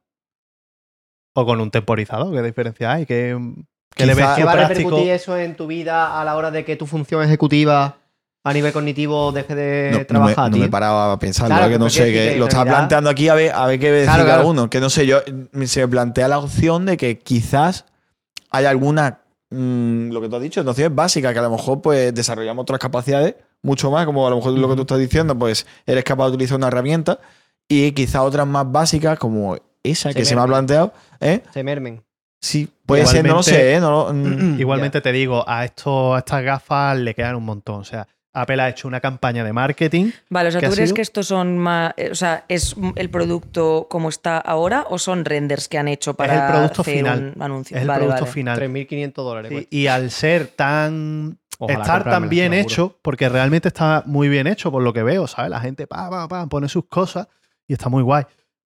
Speaker 4: O con un temporizador, ¿qué diferencia hay? ¿Qué, qué le
Speaker 3: Quizá-
Speaker 4: ves tú
Speaker 2: ¿Qué va a
Speaker 4: práctico?
Speaker 2: repercutir eso en tu vida a la hora de que tu función ejecutiva a nivel cognitivo deje de
Speaker 3: no, no me,
Speaker 2: trabajar,
Speaker 3: no me
Speaker 2: tío?
Speaker 3: paraba pensando, ¿eh?
Speaker 2: Claro,
Speaker 3: que
Speaker 2: pero
Speaker 3: no sé,
Speaker 2: quiero decir
Speaker 3: que
Speaker 2: que
Speaker 3: lo
Speaker 2: en
Speaker 3: estaba
Speaker 2: realidad-
Speaker 3: planteando aquí a ver, a ver qué decir
Speaker 2: Claro,
Speaker 3: cada
Speaker 2: claro.
Speaker 3: uno. Que no sé, yo mm, se me plantea la opción de que quizás hay alguna, mm, lo que tú has dicho, nociones básicas, que a lo mejor pues desarrollamos otras capacidades mucho más, como a lo mejor lo que tú estás diciendo, pues eres capaz de utilizar una herramienta y quizás otras más básicas como esa
Speaker 2: Sí,
Speaker 3: que se
Speaker 2: bien.
Speaker 3: me ha planteado, ¿eh?
Speaker 2: Se mermen.
Speaker 3: Sí, puede ser, no lo
Speaker 4: Igualmente-
Speaker 3: sé, ¿eh? No lo- mm.
Speaker 4: Igualmente te digo, a, esto, a estas gafas le quedan un montón. O sea, Apple ha hecho una campaña de marketing
Speaker 1: Vale, o sea,
Speaker 4: ¿Qué
Speaker 1: ¿tú
Speaker 4: ha
Speaker 1: crees
Speaker 4: sido?
Speaker 1: que estos son más. eh, O sea, ¿es m- el producto como está ahora o son renders que han hecho para
Speaker 4: el producto
Speaker 1: hacer
Speaker 4: final.
Speaker 1: un anuncio?
Speaker 4: es el
Speaker 1: Vale,
Speaker 4: producto
Speaker 1: vale.
Speaker 4: final.
Speaker 2: 3.500 dólares.
Speaker 4: Sí,
Speaker 2: cuesta.
Speaker 4: y al ser tan.
Speaker 5: pues. Ojalá
Speaker 4: estar tan
Speaker 5: comprármela,
Speaker 4: bien
Speaker 5: te lo juro.
Speaker 4: hecho, porque realmente está muy bien hecho, por lo que veo, ¿sabes? La gente pa, pa, pa, pone sus cosas y está muy guay.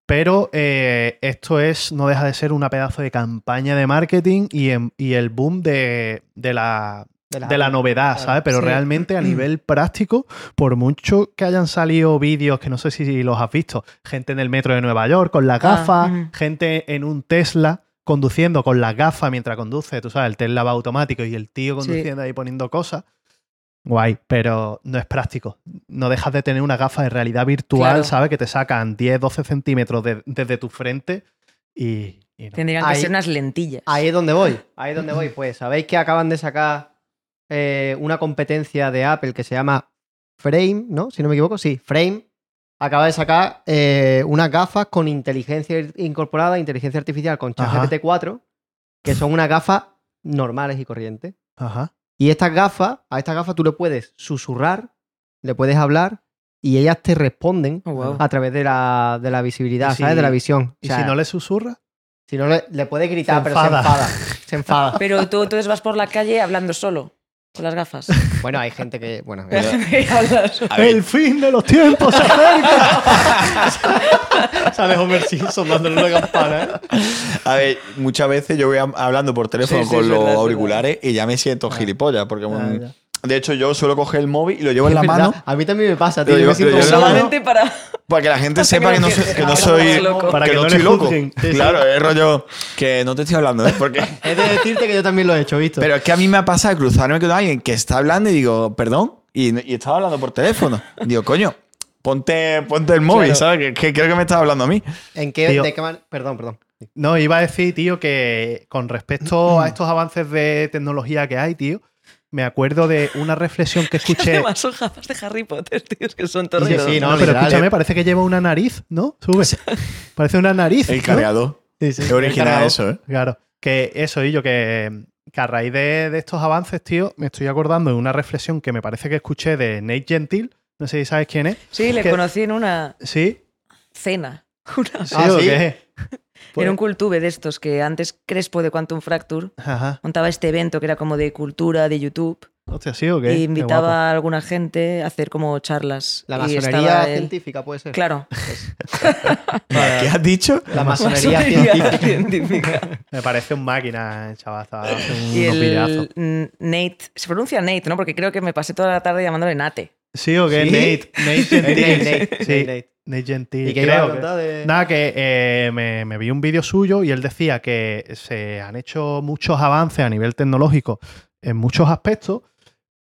Speaker 4: Pero eh, esto es, no deja de ser una pedazo de campaña de marketing y, en- y el boom de, de la, de la novedad,
Speaker 2: claro.
Speaker 4: ¿sabes? Pero
Speaker 1: Sí. Mm.
Speaker 4: realmente a nivel práctico, por mucho que hayan salido vídeos que no sé si los has visto, gente en el metro de Nueva York con las
Speaker 1: Ah,
Speaker 4: gafas,
Speaker 1: ujú.
Speaker 4: gente en un Tesla conduciendo con las gafas mientras conduce, tú sabes, el Tesla va automático y el tío
Speaker 1: Sí.
Speaker 4: conduciendo ahí poniendo cosas. Guay, pero no es práctico. No dejas de tener una gafa de realidad virtual,
Speaker 1: Claro.
Speaker 4: ¿sabes? Que te sacan 10, 12 centímetros de- desde tu frente y, y no.
Speaker 1: Tendrían que
Speaker 2: Ahí-
Speaker 1: ser unas lentillas.
Speaker 2: Ahí es donde voy.
Speaker 1: Ah.
Speaker 2: Ahí es donde voy. Pues sabéis que acaban de sacar eh, una competencia de Apple que se llama Frame, ¿no? Si no me equivoco, sí, Frame. Acaba de sacar eh, unas gafas con inteligencia ir- incorporada, inteligencia artificial con
Speaker 4: Ajá.
Speaker 2: ChatGPT 4, que son unas gafas normales y corrientes.
Speaker 4: Ajá.
Speaker 2: Y estas gafas, a estas gafas tú le puedes susurrar, le puedes hablar y ellas te responden
Speaker 1: Oh, wow.
Speaker 2: a través de la, de la visibilidad,
Speaker 4: Y si-
Speaker 2: ¿sabes? De la visión.
Speaker 4: Y
Speaker 2: O sea,
Speaker 4: si no le susurra,
Speaker 2: si no le, le puedes gritar,
Speaker 4: Se
Speaker 2: pero se
Speaker 4: enfada.
Speaker 2: enfada. Se enfada.
Speaker 1: Pero tú entonces vas por la calle hablando solo, con las gafas.
Speaker 2: Bueno, hay gente que. Bueno,
Speaker 1: La gente que habla solo.
Speaker 3: A ver,
Speaker 4: el fin de los tiempos se acerca. Sale Homer Simpson dándole una campana. ¿eh?
Speaker 3: A ver, muchas veces yo voy a- hablando por teléfono
Speaker 1: sí,
Speaker 3: con
Speaker 1: es
Speaker 3: los
Speaker 1: verdad, es
Speaker 3: auriculares y ya me siento gilipollas, porque mm, de hecho yo suelo coger el móvil y lo llevo en
Speaker 2: Es
Speaker 3: la
Speaker 2: verdad,
Speaker 3: mano
Speaker 2: A mí también me pasa, tío.
Speaker 3: Lo
Speaker 2: Yo me
Speaker 3: llevo-
Speaker 2: siento
Speaker 3: lo llevo en la
Speaker 2: solo.
Speaker 3: mano.
Speaker 1: Solamente para.
Speaker 3: Para que la
Speaker 1: Para
Speaker 3: gente
Speaker 1: que
Speaker 3: sepa
Speaker 1: no
Speaker 3: que no,
Speaker 1: pienses,
Speaker 3: soy- que no
Speaker 1: "Ah,
Speaker 3: soy.
Speaker 1: estás loco".
Speaker 4: Para
Speaker 3: que,
Speaker 4: que
Speaker 3: no
Speaker 4: no le
Speaker 3: estoy loco.
Speaker 4: juzguen. Sí, sí.
Speaker 3: Claro, es rollo. Que no te estoy hablando, ¿eh? Porque.
Speaker 2: He de decirte que yo también lo he hecho, ¿visto?
Speaker 3: Pero es que a mí me ha pasado cruzarme con alguien que está hablando y digo, perdón, y, y estaba hablando por teléfono. Digo, coño, ponte, ponte el móvil,
Speaker 2: Claro.
Speaker 3: ¿sabes? Que, que creo que me estás hablando a mí.
Speaker 2: ¿En qué,
Speaker 4: Tío.
Speaker 2: de qué man- Perdón, perdón.
Speaker 4: No, iba a decir, tío, que con respecto a estos avances de tecnología que hay, tío, me acuerdo de una reflexión que escuché.
Speaker 1: Además, son gafas de Harry Potter, tío, es que son
Speaker 2: Sí,
Speaker 1: torridos.
Speaker 2: sí,
Speaker 4: No,
Speaker 2: no,
Speaker 4: pero
Speaker 2: literal,
Speaker 4: escúchame,
Speaker 2: eh.
Speaker 4: parece que lleva una nariz, ¿no? Sube. Parece una nariz.
Speaker 3: El
Speaker 4: ¿no?
Speaker 3: cargador.
Speaker 2: Sí, sí.
Speaker 3: Qué original eso, ¿eh?
Speaker 4: Claro, que eso, y yo que, que a raíz de, de estos avances, tío, me estoy acordando de una reflexión que me parece que escuché de Nate Gentil. No sé si sabes quién es.
Speaker 1: Sí, le
Speaker 4: Que-
Speaker 1: conocí en una
Speaker 4: Sí,
Speaker 1: cena. Una-
Speaker 4: sí,
Speaker 3: Ah,
Speaker 4: o
Speaker 3: ¿sí?
Speaker 4: qué?
Speaker 1: Era un cultube de estos que antes Crespo de Quantum Fracture
Speaker 4: Ajá.
Speaker 1: montaba este evento que era como de cultura, de YouTube,
Speaker 4: Hostia, sí, o qué.
Speaker 1: e
Speaker 4: Qué
Speaker 1: invitaba
Speaker 4: guapo.
Speaker 1: a alguna gente a hacer como charlas.
Speaker 2: La
Speaker 1: Y
Speaker 2: masonería
Speaker 1: estaba él-
Speaker 2: científica puede ser.
Speaker 1: Claro.
Speaker 3: ¿Qué has dicho?
Speaker 2: La masonería
Speaker 1: Masonería
Speaker 2: científica.
Speaker 1: científica.
Speaker 4: Me parece un máquina, el chaval. estaba haciendo
Speaker 1: Y
Speaker 4: unos pillazos.
Speaker 1: el N- Nate, se pronuncia Nate, ¿no? Porque creo que me pasé toda la tarde llamándole Nate.
Speaker 4: Sí, o qué,
Speaker 2: ¿Sí?
Speaker 4: Nate. Nate Gentil.
Speaker 2: Nate, Nate,
Speaker 4: Sí,
Speaker 2: Nate, Nate.
Speaker 4: Nate Gentil.
Speaker 2: ¿Y qué iba a
Speaker 4: creo que-
Speaker 2: contar de-
Speaker 4: Nada, que eh, me, me vi un vídeo suyo y él decía que se han hecho muchos avances a nivel tecnológico en muchos aspectos,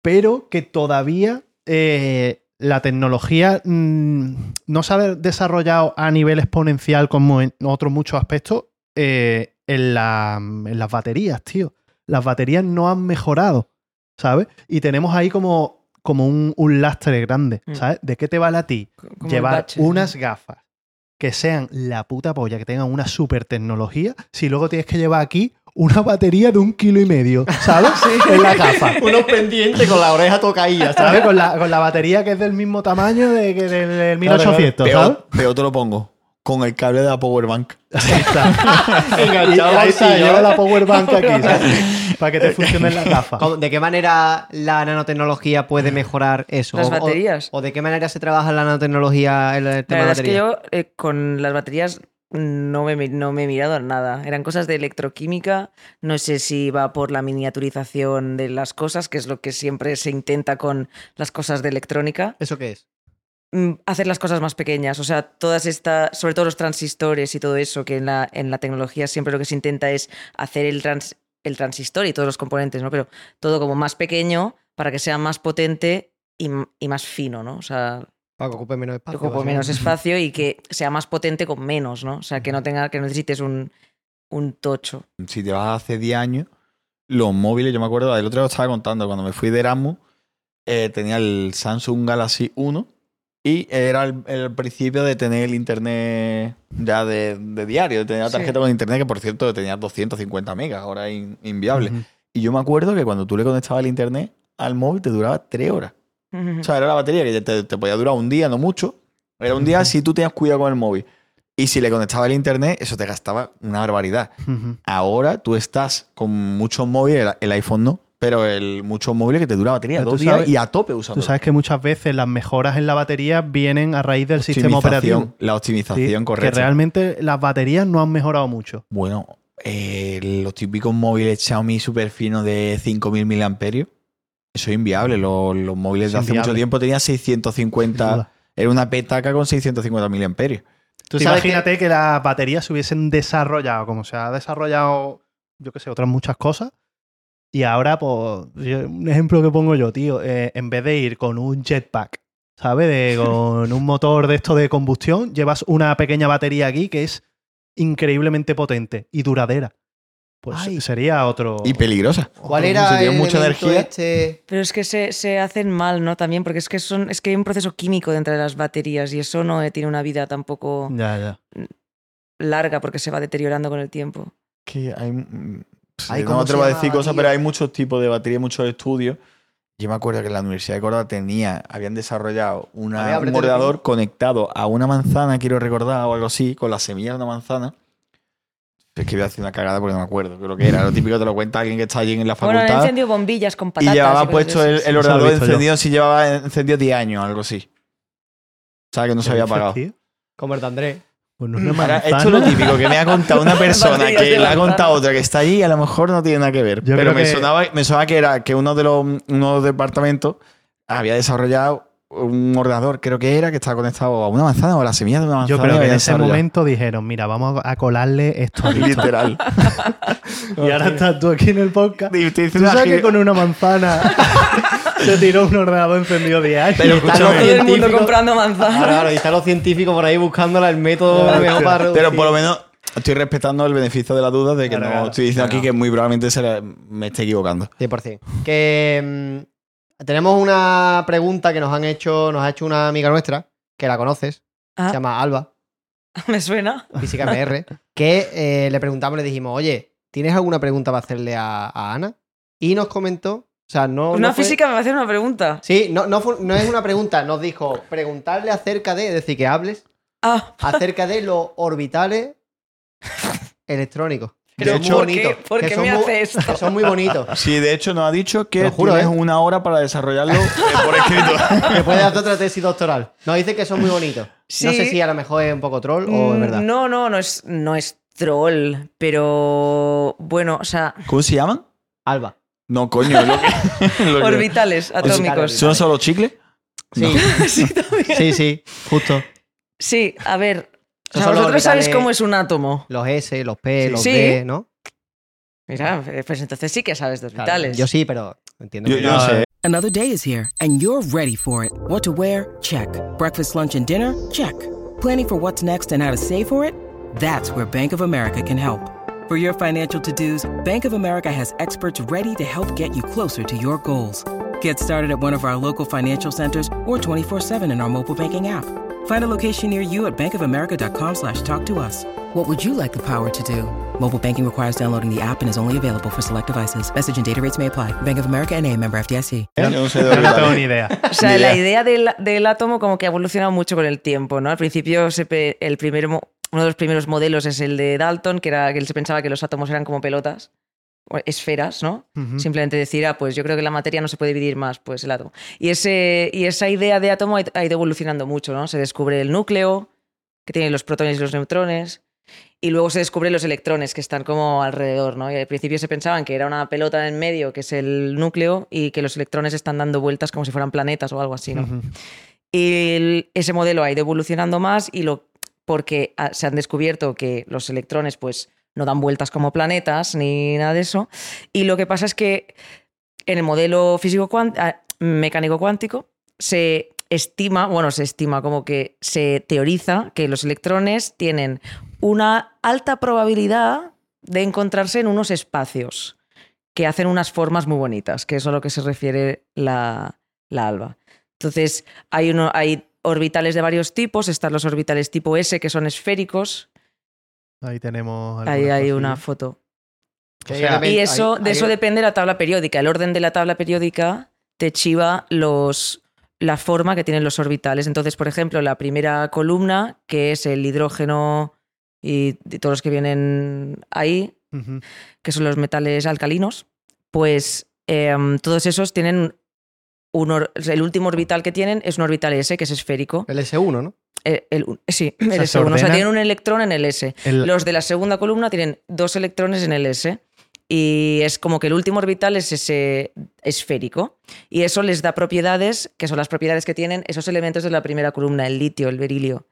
Speaker 4: pero que todavía eh, la tecnología mm, no se ha de- desarrollado a nivel exponencial como en otros muchos aspectos eh, en, la- en las baterías, tío. Las baterías no han mejorado, ¿sabes? Y tenemos ahí como, como un, un lastre grande,
Speaker 1: Mm.
Speaker 4: ¿sabes? ¿De qué te vale a ti?
Speaker 1: Como el
Speaker 4: llevar
Speaker 1: bache.
Speaker 4: unas gafas que sean la puta polla, que tengan una super tecnología, si luego tienes que llevar aquí una batería de un kilo y medio, ¿sabes? En la gafa.
Speaker 2: Unos pendientes con la oreja tocadilla,
Speaker 4: ¿Sabes? Con la, con la batería que es del mismo tamaño de, que del, del
Speaker 2: Claro, claro.
Speaker 4: 1800, ¿sabes?
Speaker 3: Peor, peor te lo pongo. Con el cable de la powerbank.
Speaker 4: Ahí está.
Speaker 2: Enganchado
Speaker 4: Y ahí está,
Speaker 2: al sillón.
Speaker 4: lleva la power bank aquí, ¿sabes? Para que te funcione en la gafa.
Speaker 2: ¿Cómo- ¿De qué manera la nanotecnología puede mejorar eso?
Speaker 1: Las
Speaker 2: O- o-
Speaker 1: baterías.
Speaker 2: O, de qué manera se trabaja la nanotecnología en el
Speaker 1: La
Speaker 2: tema de
Speaker 1: verdad es que
Speaker 2: batería?
Speaker 1: yo eh, con las baterías no me, mi- no me he mirado en nada. Eran cosas de electroquímica. No sé si va por la miniaturización de las cosas, que es lo que siempre se intenta con las cosas de electrónica.
Speaker 2: ¿Eso qué es?
Speaker 1: Mm, Hacer las cosas más pequeñas. O sea, todas estas, sobre todo los transistores y todo eso, que en la, en la tecnología siempre lo que se intenta es hacer el, trans- el transistor y todos los componentes, ¿no? Pero todo como más pequeño para que sea más potente y, m- y más fino, ¿no? O sea,
Speaker 2: Para que ocupe menos
Speaker 1: que
Speaker 2: espacio.
Speaker 1: ocupe menos espacio y que sea más potente con menos, ¿no? O sea, que no tenga, que no necesites un, un tocho.
Speaker 3: si te vas hace 10 años, los móviles, yo me acuerdo, el otro día lo estaba contando, cuando me fui de Erasmus, eh, tenía el Samsung Galaxy 1 y era el, el principio de tener el internet ya de, de diario, de tener la
Speaker 1: Sí.
Speaker 3: tarjeta con internet, que por cierto tenía 250 megas, ahora es in- inviable.
Speaker 4: Ujú.
Speaker 3: Y yo me acuerdo que cuando tú le conectabas el internet al móvil te duraba 3 horas. O sea, era la batería que te, te podía durar un día, no mucho. Era un día
Speaker 4: Ujú.
Speaker 3: si tú tenías cuidado con el móvil. Y si le conectabas el internet, eso te gastaba una barbaridad
Speaker 4: Ujú.
Speaker 3: ahora tú estás con muchos móviles, el- el iPhone no, pero el muchos móviles que te dura batería
Speaker 4: Pero tú
Speaker 3: dos días
Speaker 4: sabes-
Speaker 3: y a tope usando.
Speaker 4: Tú sabes que muchas veces las mejoras en la batería vienen a raíz del sistema operativo.
Speaker 3: La
Speaker 4: Sí,
Speaker 3: optimización correcta.
Speaker 4: Que realmente las baterías no han mejorado mucho.
Speaker 3: Bueno, eh, los típicos móviles Xiaomi super finos de 5000 mAh, eso es inviable. Los, los móviles
Speaker 4: Es
Speaker 3: de hace
Speaker 4: inviable.
Speaker 3: mucho tiempo tenían
Speaker 4: Sin
Speaker 3: 650,
Speaker 4: duda.
Speaker 3: era una petaca con 650 mAh.
Speaker 2: Tú
Speaker 4: Tú
Speaker 2: sabes que-
Speaker 4: Imagínate que... las baterías se hubiesen desarrollado, como se ha desarrollado, yo qué sé, otras muchas cosas. Y ahora, pues, yo- un ejemplo que pongo yo, tío, eh, en vez de ir con un jetpack, ¿sabes? De- con un motor de esto de combustión, llevas una pequeña batería aquí que es increíblemente potente y duradera. Pues
Speaker 2: Ay.
Speaker 4: sería otro.
Speaker 3: Y peligrosa.
Speaker 2: ¿Cuál
Speaker 3: Otro-
Speaker 2: era
Speaker 3: si
Speaker 2: el
Speaker 3: tiene mucha
Speaker 2: elemento
Speaker 3: energía.
Speaker 2: este?
Speaker 1: Pero es que se, se hacen mal, ¿no? También, porque es que son, es que hay un proceso químico dentro de las baterías y eso no eh, tiene una vida tampoco
Speaker 4: Ya, ya.
Speaker 1: larga porque se va deteriorando con el tiempo.
Speaker 3: que hay. mm, pf,
Speaker 2: Ay,
Speaker 3: no
Speaker 2: ¿cómo
Speaker 3: me
Speaker 2: se
Speaker 3: atrevo a
Speaker 2: llama
Speaker 3: decir
Speaker 2: la
Speaker 3: cosas,
Speaker 2: batería?
Speaker 3: pero hay muchos tipos de batería, muchos estudios. Yo me acuerdo que en la Universidad de Córdoba tenía, habían desarrollado una-
Speaker 2: A ver,
Speaker 3: un
Speaker 2: ábrete la
Speaker 3: ordenador conectado a una manzana, quiero recordar, o algo así, con la semilla de una manzana. Es que voy a hacer una cagada porque no me acuerdo. Creo que era lo típico, te lo cuenta alguien que está allí en la
Speaker 1: Bueno, han
Speaker 3: facultad.
Speaker 1: encendido bombillas con
Speaker 3: y
Speaker 1: patatas.
Speaker 3: llevaba
Speaker 1: cosas
Speaker 3: puesto
Speaker 1: de
Speaker 3: el,
Speaker 1: esas.
Speaker 3: el
Speaker 4: Eso lo he
Speaker 3: ordenador
Speaker 4: visto yo.
Speaker 3: encendido, si llevaba encendido 10 años, algo así. O sea, que no se había apagado.
Speaker 2: Como el de Andrés.
Speaker 4: Pues no es una
Speaker 3: Ahora,
Speaker 4: manzana.
Speaker 3: esto es lo típico que me ha contado una persona
Speaker 1: Baterías de
Speaker 3: que le ha
Speaker 1: manzana.
Speaker 3: contado otra que está allí y a lo mejor no tiene nada que ver.
Speaker 4: Yo
Speaker 3: pero
Speaker 4: creo
Speaker 3: me,
Speaker 4: que-
Speaker 3: sonaba, me sonaba que era que uno de los uno de los departamentos había desarrollado un ordenador, creo que era, que estaba conectado a una manzana o a la semilla de una manzana.
Speaker 4: Yo creo
Speaker 3: y
Speaker 4: que en
Speaker 3: había
Speaker 4: ese
Speaker 3: desarrollado.
Speaker 4: momento dijeron, mira, vamos a colarle esto. al bicho".
Speaker 3: Literal.
Speaker 4: y ahora estás tú aquí en el podcast.
Speaker 3: Y te dice
Speaker 4: ¿Tú
Speaker 3: una
Speaker 4: sabes
Speaker 3: gil-
Speaker 4: que con una manzana se tiró un ordenador encendido de aire?
Speaker 3: Pero
Speaker 2: Están los
Speaker 3: escúchame.
Speaker 1: Todo el mundo
Speaker 2: científicos-
Speaker 1: comprando manzanas.
Speaker 2: Ahora, ahora, y están los científicos por ahí buscándola el método
Speaker 4: Claro,
Speaker 2: mejor para
Speaker 3: Pero
Speaker 2: reducir.
Speaker 3: por lo menos estoy respetando el beneficio de la duda de que
Speaker 4: Claro,
Speaker 3: no
Speaker 4: claro.
Speaker 3: estoy diciendo
Speaker 4: Claro.
Speaker 3: aquí que muy probablemente se la- me esté equivocando.
Speaker 2: 100%. Que mm, tenemos una pregunta que nos han hecho, nos ha hecho una amiga nuestra, que la conoces,
Speaker 1: Ah,
Speaker 2: se llama Alba.
Speaker 1: Me suena.
Speaker 2: Física MR, que eh, le preguntamos, le dijimos, oye, ¿tienes alguna pregunta para hacerle a, a Ana? Y nos comentó, o sea, no...
Speaker 1: una
Speaker 2: no fue-
Speaker 1: física me va a hacer una pregunta.
Speaker 2: Sí, no, no, fue- no es una pregunta, nos dijo preguntarle acerca de, es decir, que hables,
Speaker 1: Ah,
Speaker 2: acerca de los orbitales electrónicos.
Speaker 1: pero
Speaker 2: que son
Speaker 1: ¿por
Speaker 2: muy
Speaker 1: qué,
Speaker 2: bonitos,
Speaker 1: por
Speaker 2: que
Speaker 1: qué
Speaker 2: son
Speaker 1: me
Speaker 2: muy-
Speaker 1: hace esto?
Speaker 2: que son muy bonitos.
Speaker 3: Sí, de hecho nos ha dicho
Speaker 2: Te
Speaker 3: que
Speaker 2: lo juro,
Speaker 3: tienes
Speaker 2: ¿eh?
Speaker 3: una hora para desarrollarlo eh, por escrito.
Speaker 2: Que puede hacer otra tesis doctoral. Nos dice que son muy bonitos. No
Speaker 1: Sí.
Speaker 2: sé si a lo mejor es un poco troll o Oh, es
Speaker 1: Mm,
Speaker 2: verdad.
Speaker 1: No, no, no es, no es troll, pero bueno, o sea,
Speaker 3: ¿Cómo se llaman?
Speaker 2: Alba.
Speaker 3: No, coño. es Lo que, lo que-
Speaker 1: orbitales atómicos.
Speaker 3: ¿Son solo chicles?
Speaker 2: Sí,
Speaker 1: Sí, también.
Speaker 2: sí, sí, justo.
Speaker 1: Sí, a ver. o
Speaker 2: Son
Speaker 1: sea,
Speaker 2: solo
Speaker 1: vosotros sabéis
Speaker 2: orbitales.
Speaker 1: cómo es un átomo.
Speaker 2: Los S, los P,
Speaker 3: Sí.
Speaker 2: los
Speaker 1: Sí.
Speaker 2: D, ¿no?
Speaker 1: Mira, eh, pues entonces sí que sabes de
Speaker 2: Claro,
Speaker 1: orbitales.
Speaker 2: Yo sí, pero entiendo
Speaker 3: Yo,
Speaker 2: que
Speaker 3: yo
Speaker 2: no.
Speaker 3: no eh. sé.
Speaker 5: Another day is here, and you're ready for it. What to wear? Check. Breakfast, lunch, and dinner? Check. Planning for what's next and how to save for it? That's where Bank of America can help. For your financial to dos, Bank of America has experts ready to help get you closer to your goals. Get started at one of our local financial centers or 24-7 in our mobile banking app. Find a location near you at bankofamerica.com slash talk to us. What would you like the power to do? Mobile banking requires downloading the app and is only available for select devices. Message and data rates may apply. Bank of America and a member FDIC.
Speaker 3: Yo no sé de
Speaker 4: Yo no tengo
Speaker 1: eh.
Speaker 3: orbitales.
Speaker 4: ni idea.
Speaker 1: O sea,
Speaker 3: Ni
Speaker 1: la idea
Speaker 3: idea.
Speaker 1: del, del átomo como que ha evolucionado mucho con el tiempo, ¿no? Al principio se pe- el primer, mo- uno de los primeros modelos es el de Dalton, que era que él se pensaba que los átomos eran como pelotas, o esferas, ¿no?
Speaker 4: Ujú.
Speaker 1: Simplemente decir, ah, pues yo creo que la materia no se puede dividir más, pues el átomo. Y, ese, y esa idea de átomo ha ha ido evolucionando mucho, ¿no? Se descubre el núcleo, que tiene los protones y los neutrones, y luego se descubren los electrones, que están como alrededor, ¿no? Y al principio se pensaban que era una pelota en medio, que es el núcleo, y que los electrones están dando vueltas como si fueran planetas o algo así, ¿no?
Speaker 4: Ujú.
Speaker 1: Y el- ese modelo ha ido evolucionando más y lo, porque ah, se han descubierto que los electrones pues, no dan vueltas como planetas ni nada de eso. Y lo que pasa es que en el modelo físico cuán- ah, mecánico cuántico se estima, bueno, se estima como que se teoriza que los electrones tienen una alta probabilidad de encontrarse en unos espacios que hacen unas formas muy bonitas, que eso es a lo que se refiere la, la alba. Entonces, hay, uno, hay orbitales de varios tipos. Están los orbitales tipo S, que son esféricos.
Speaker 4: Ahí tenemos.
Speaker 1: Ahí
Speaker 4: algunas
Speaker 1: hay una
Speaker 4: cosillas.
Speaker 1: foto.
Speaker 2: Que
Speaker 4: O sea,
Speaker 2: hay-
Speaker 1: Y eso,
Speaker 2: hay-
Speaker 1: de
Speaker 2: hay-
Speaker 1: eso depende la tabla periódica. El orden de la tabla periódica te chiva los, la forma que tienen los orbitales. Entonces, por ejemplo, la primera columna, que es el hidrógeno y de todos los que vienen ahí,
Speaker 4: Ujú.
Speaker 1: que son los metales alcalinos, pues em, todos esos tienen... Un or- el último orbital que tienen es un orbital S, que es esférico.
Speaker 2: El S1, ¿no?
Speaker 1: El- el un- sí, el
Speaker 4: sea, se
Speaker 1: S1. O sea,
Speaker 4: ordena-
Speaker 1: tienen un electrón en el S.
Speaker 4: El-
Speaker 1: Los de la segunda columna tienen dos electrones en el S. Y es como que el último orbital es ese esférico. Y eso les da propiedades, que son las propiedades que tienen esos elementos de la primera columna, el litio, el berilio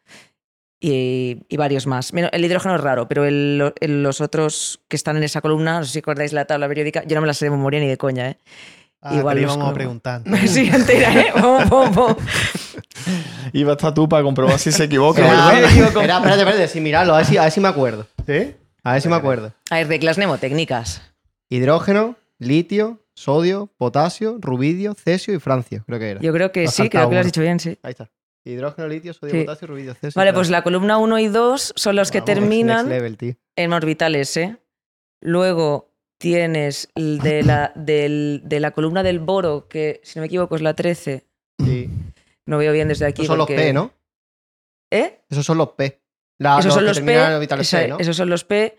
Speaker 1: y, y varios más. Menos- El hidrógeno es raro, pero el- el- los otros que están en esa columna, no sé si acordáis la tabla periódica, yo no me la sé de memoria ni de coña, ¿eh?
Speaker 4: Ah,
Speaker 1: igual
Speaker 4: te
Speaker 1: los
Speaker 4: íbamos a
Speaker 1: colores.
Speaker 4: preguntar.
Speaker 1: Sí, entera, ¿eh? Pum, pum, pum.
Speaker 3: Iba a estar tú para comprobar si se equivoca.
Speaker 2: Era,
Speaker 3: ¿verdad?
Speaker 2: era- espérate, espérate, sin mirarlo, a ver si, a ver si me acuerdo.
Speaker 4: ¿Sí?
Speaker 2: A ver si me acuerdo.
Speaker 1: A ver, reglas mnemotécnicas.
Speaker 2: Hidrógeno, litio, sodio, potasio, rubidio, cesio y francio, creo que era.
Speaker 1: Yo creo que
Speaker 4: Ha
Speaker 1: sí, creo
Speaker 4: faltado
Speaker 1: que lo has
Speaker 4: uno.
Speaker 1: dicho bien, sí.
Speaker 2: Ahí está. Hidrógeno, litio, sodio,
Speaker 1: Sí.
Speaker 2: potasio, rubidio, cesio. y
Speaker 1: Vale,
Speaker 2: francio.
Speaker 1: pues la columna 1 y 2 son los que
Speaker 2: Vamos, next-
Speaker 1: terminan
Speaker 2: next level, tío.
Speaker 1: en orbital S. Luego tienes el de la, del- de la columna del boro, que si no me equivoco es la 13.
Speaker 2: Sí.
Speaker 1: No veo bien desde aquí.
Speaker 2: Esos son los
Speaker 1: porque-
Speaker 2: P, ¿no?
Speaker 1: ¿Eh?
Speaker 2: Esos son los P. La-
Speaker 1: esos, son
Speaker 2: que
Speaker 1: los P,
Speaker 2: terminan en orbitales
Speaker 1: esa-
Speaker 2: P, ¿no?
Speaker 1: esos son los P.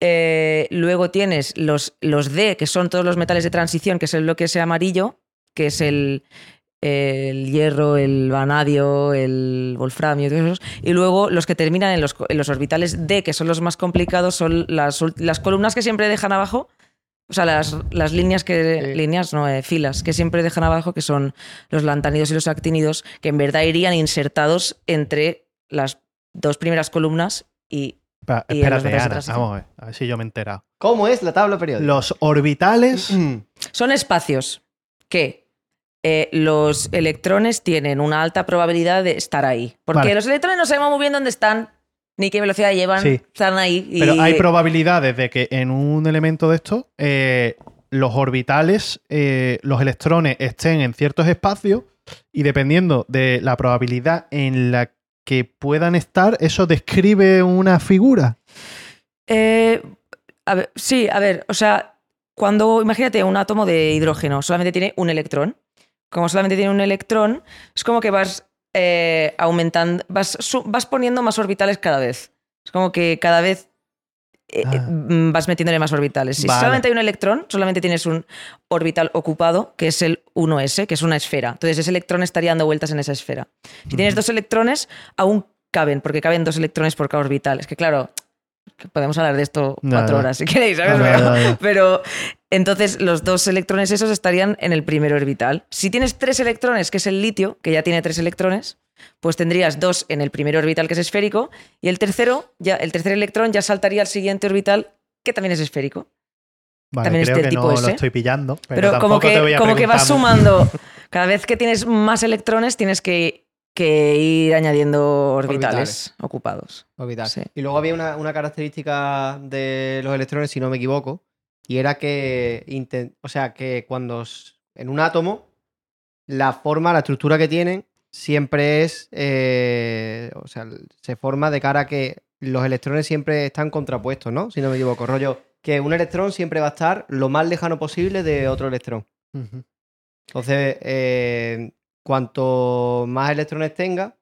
Speaker 1: Eh, luego tienes los, los D, que son todos los metales de transición, que es el bloque ese amarillo, que es el, el hierro, el vanadio, el wolframio, todos esos. Y luego los que terminan en los, co- en los orbitales D, que son los más complicados, son las, ul- las columnas que siempre dejan abajo. O sea, las, las líneas que.
Speaker 2: Sí.
Speaker 1: Líneas, no, eh, filas, que siempre dejan abajo, que son los lantanidos y los actinidos, que en verdad irían insertados entre las dos primeras columnas y
Speaker 4: Pa-
Speaker 1: Y en los
Speaker 4: espérate,
Speaker 1: otros
Speaker 4: Ana,
Speaker 1: atrás, sí.
Speaker 4: vamos a ver, a ver si yo me he enterado.
Speaker 2: ¿Cómo es la tabla periódica?
Speaker 4: Los
Speaker 1: Mm.
Speaker 4: orbitales.
Speaker 1: son espacios que eh, los electrones tienen una alta probabilidad de estar ahí. Porque
Speaker 4: Vale.
Speaker 1: los electrones no sabemos muy bien dónde están, ni qué velocidad llevan,
Speaker 4: Sí.
Speaker 1: están ahí. Y,
Speaker 4: Pero hay probabilidades de que en un elemento de estos eh, los orbitales, eh, los electrones estén en ciertos espacios y dependiendo de la probabilidad en la que puedan estar, eso describe una figura.
Speaker 1: Eh, a ver, sí, a ver, o sea, cuando imagínate un átomo de hidrógeno solamente tiene un electrón, como solamente tiene un electrón, es como que vas eh, aumentando, vas, su- vas poniendo más orbitales cada vez. Es como que cada vez eh, eh,
Speaker 4: Ah.
Speaker 1: mm, vas metiéndole más orbitales. Si
Speaker 4: Vale.
Speaker 1: solamente hay un electrón, solamente tienes un orbital ocupado, que es el 1s, que es una esfera. Entonces ese electrón estaría dando vueltas en esa esfera. Si tienes
Speaker 4: Ujú.
Speaker 1: dos electrones, aún caben, porque caben dos electrones por cada orbital. Es que claro, que podemos hablar de esto
Speaker 4: Ya,
Speaker 1: cuatro
Speaker 4: ya.
Speaker 1: horas si queréis, ¿sabes?
Speaker 4: Ya, ya, ya.
Speaker 1: Pero entonces los dos electrones esos estarían en el primer orbital. Si tienes tres electrones, que es el litio, que ya tiene tres electrones, pues tendrías dos en el primer orbital que es esférico y el tercero, ya el tercer electrón ya saltaría al siguiente orbital que también es esférico.
Speaker 4: Vale,
Speaker 1: También
Speaker 4: creo
Speaker 1: este
Speaker 4: que
Speaker 1: tipo
Speaker 4: no lo
Speaker 1: ese.
Speaker 4: estoy pillando. Pero,
Speaker 1: Pero, como
Speaker 4: tampoco te voy
Speaker 1: que
Speaker 4: a
Speaker 1: como que vas
Speaker 4: preguntar mucho.
Speaker 1: sumando cada vez que tienes más electrones tienes que, que ir añadiendo orbitales, ocupados.
Speaker 2: orbital.
Speaker 1: Sí.
Speaker 2: Y luego había una, una característica de los electrones, si no me equivoco, y era que, inten- o sea, que cuando s- en un átomo, la forma, la estructura que tienen siempre es, eh, o sea, se forma de cara a que los electrones siempre están contrapuestos, ¿no? Si no me equivoco, rollo, que un electrón siempre va a estar lo más lejano posible de otro electrón.
Speaker 4: Ujú.
Speaker 2: Entonces, eh, cuanto más electrones tenga,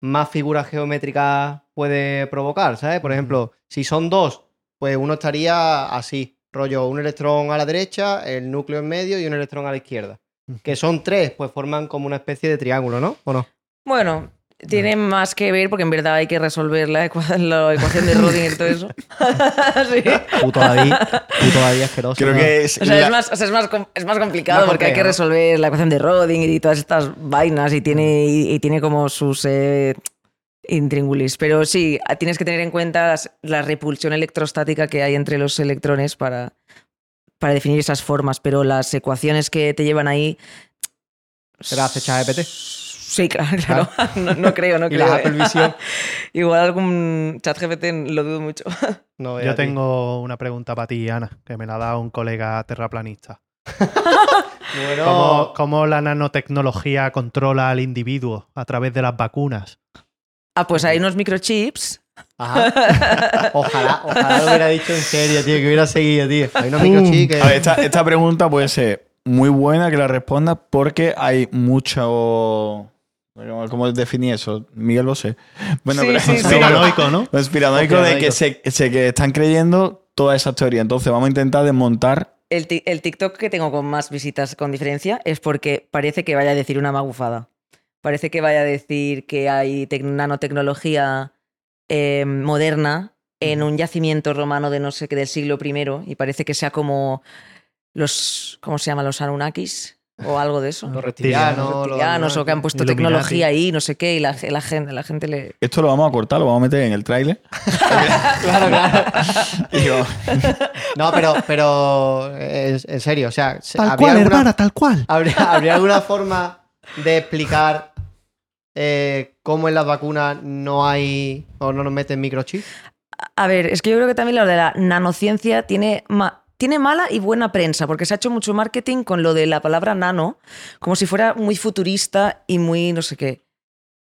Speaker 2: más figuras geométricas puede provocar, ¿sabes? Por ejemplo, si son dos, pues uno estaría así, rollo, un electrón a la derecha, el núcleo en medio y un electrón a la izquierda. Que son tres, pues forman como una especie de triángulo, ¿no? ¿O no?
Speaker 1: Bueno, tiene más que ver porque en verdad hay que resolver la, ecua- la ecuación de Rödinger y todo eso. Sí.
Speaker 2: Puto David, puto David asqueroso.
Speaker 3: Creo
Speaker 2: ¿no?
Speaker 3: que es.
Speaker 1: O sea,
Speaker 3: la-
Speaker 1: es, más, o sea, es, más, com- es más complicado
Speaker 2: Más
Speaker 1: porque hay que
Speaker 2: complejo, ¿no?
Speaker 1: resolver la ecuación de Rödinger y todas estas vainas y tiene, y, y tiene como sus eh, intríngulis. Pero sí, a- tienes que tener en cuenta las- la repulsión electrostática que hay entre los electrones para, para definir esas formas. Pero las ecuaciones que te llevan ahí...
Speaker 2: Será ChatGPT.
Speaker 1: Sí, claro, claro. No, no creo, no
Speaker 2: Y
Speaker 1: creo.
Speaker 2: las
Speaker 1: eh.
Speaker 2: Apple Vision.
Speaker 1: Igual algún chat GPT lo dudo mucho.
Speaker 2: No,
Speaker 4: Yo
Speaker 2: era ti.
Speaker 4: tengo una pregunta para ti, Ana, que me la ha dado un colega terraplanista.
Speaker 2: Bueno,
Speaker 4: ¿Cómo, cómo la nanotecnología controla al individuo a través de las vacunas?
Speaker 1: Ah, pues hay unos microchips.
Speaker 2: ajá. Ojalá, ojalá lo hubiera dicho en serio, tío, que hubiera seguido, tío. Hay unos microchips que-
Speaker 3: A ver, esta, esta pregunta puede ser muy buena que la responda porque hay mucho. bueno, ¿Cómo definí eso? Miguel Bosé. Bueno,
Speaker 1: Sí,
Speaker 3: pero
Speaker 1: sí, sí.
Speaker 4: Paranoico, ¿no?
Speaker 3: Conspiranoico de que se, se que están creyendo todas esas teorías. Entonces vamos a intentar desmontar.
Speaker 1: El, ti- el TikTok que tengo con más visitas con diferencia es porque parece que vaya a decir una magufada. Parece que vaya a decir que hay tec- nanotecnología eh, moderna en un yacimiento romano de no sé qué del siglo I y parece que sea como los ¿cómo se llaman? los Anunnakis o algo de eso.
Speaker 2: Los
Speaker 1: Los
Speaker 2: reptilianos. los
Speaker 1: reptilianos o que han puesto
Speaker 4: Illuminati.
Speaker 1: tecnología ahí, no sé qué, y la, ge- la gente la gente le
Speaker 3: Esto lo vamos a cortar, lo vamos a meter en el tráiler.
Speaker 2: Claro, claro.
Speaker 3: Digo,
Speaker 2: No, pero, pero eh, en, en serio, o sea, se-
Speaker 4: Tal
Speaker 2: ¿habría
Speaker 4: cual,
Speaker 2: alguna-
Speaker 4: hermana, tal cual.
Speaker 2: ¿habría, habría alguna forma de explicar eh, cómo en las vacunas no hay o no nos meten microchip?
Speaker 1: A ver, es que yo creo que también lo de la nanociencia tiene, ma- tiene mala y buena prensa, porque se ha hecho mucho marketing con lo de la palabra nano, como si fuera muy futurista y muy no sé qué.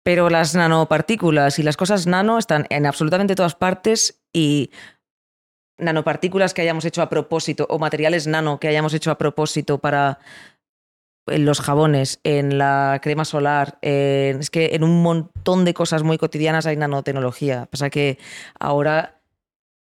Speaker 1: Pero las nanopartículas y las cosas nano están en absolutamente todas partes y nanopartículas que hayamos hecho a propósito o materiales nano que hayamos hecho a propósito para en los jabones, en la crema solar, en- es que en un montón de cosas muy cotidianas hay nanotecnología. Pasa que ahora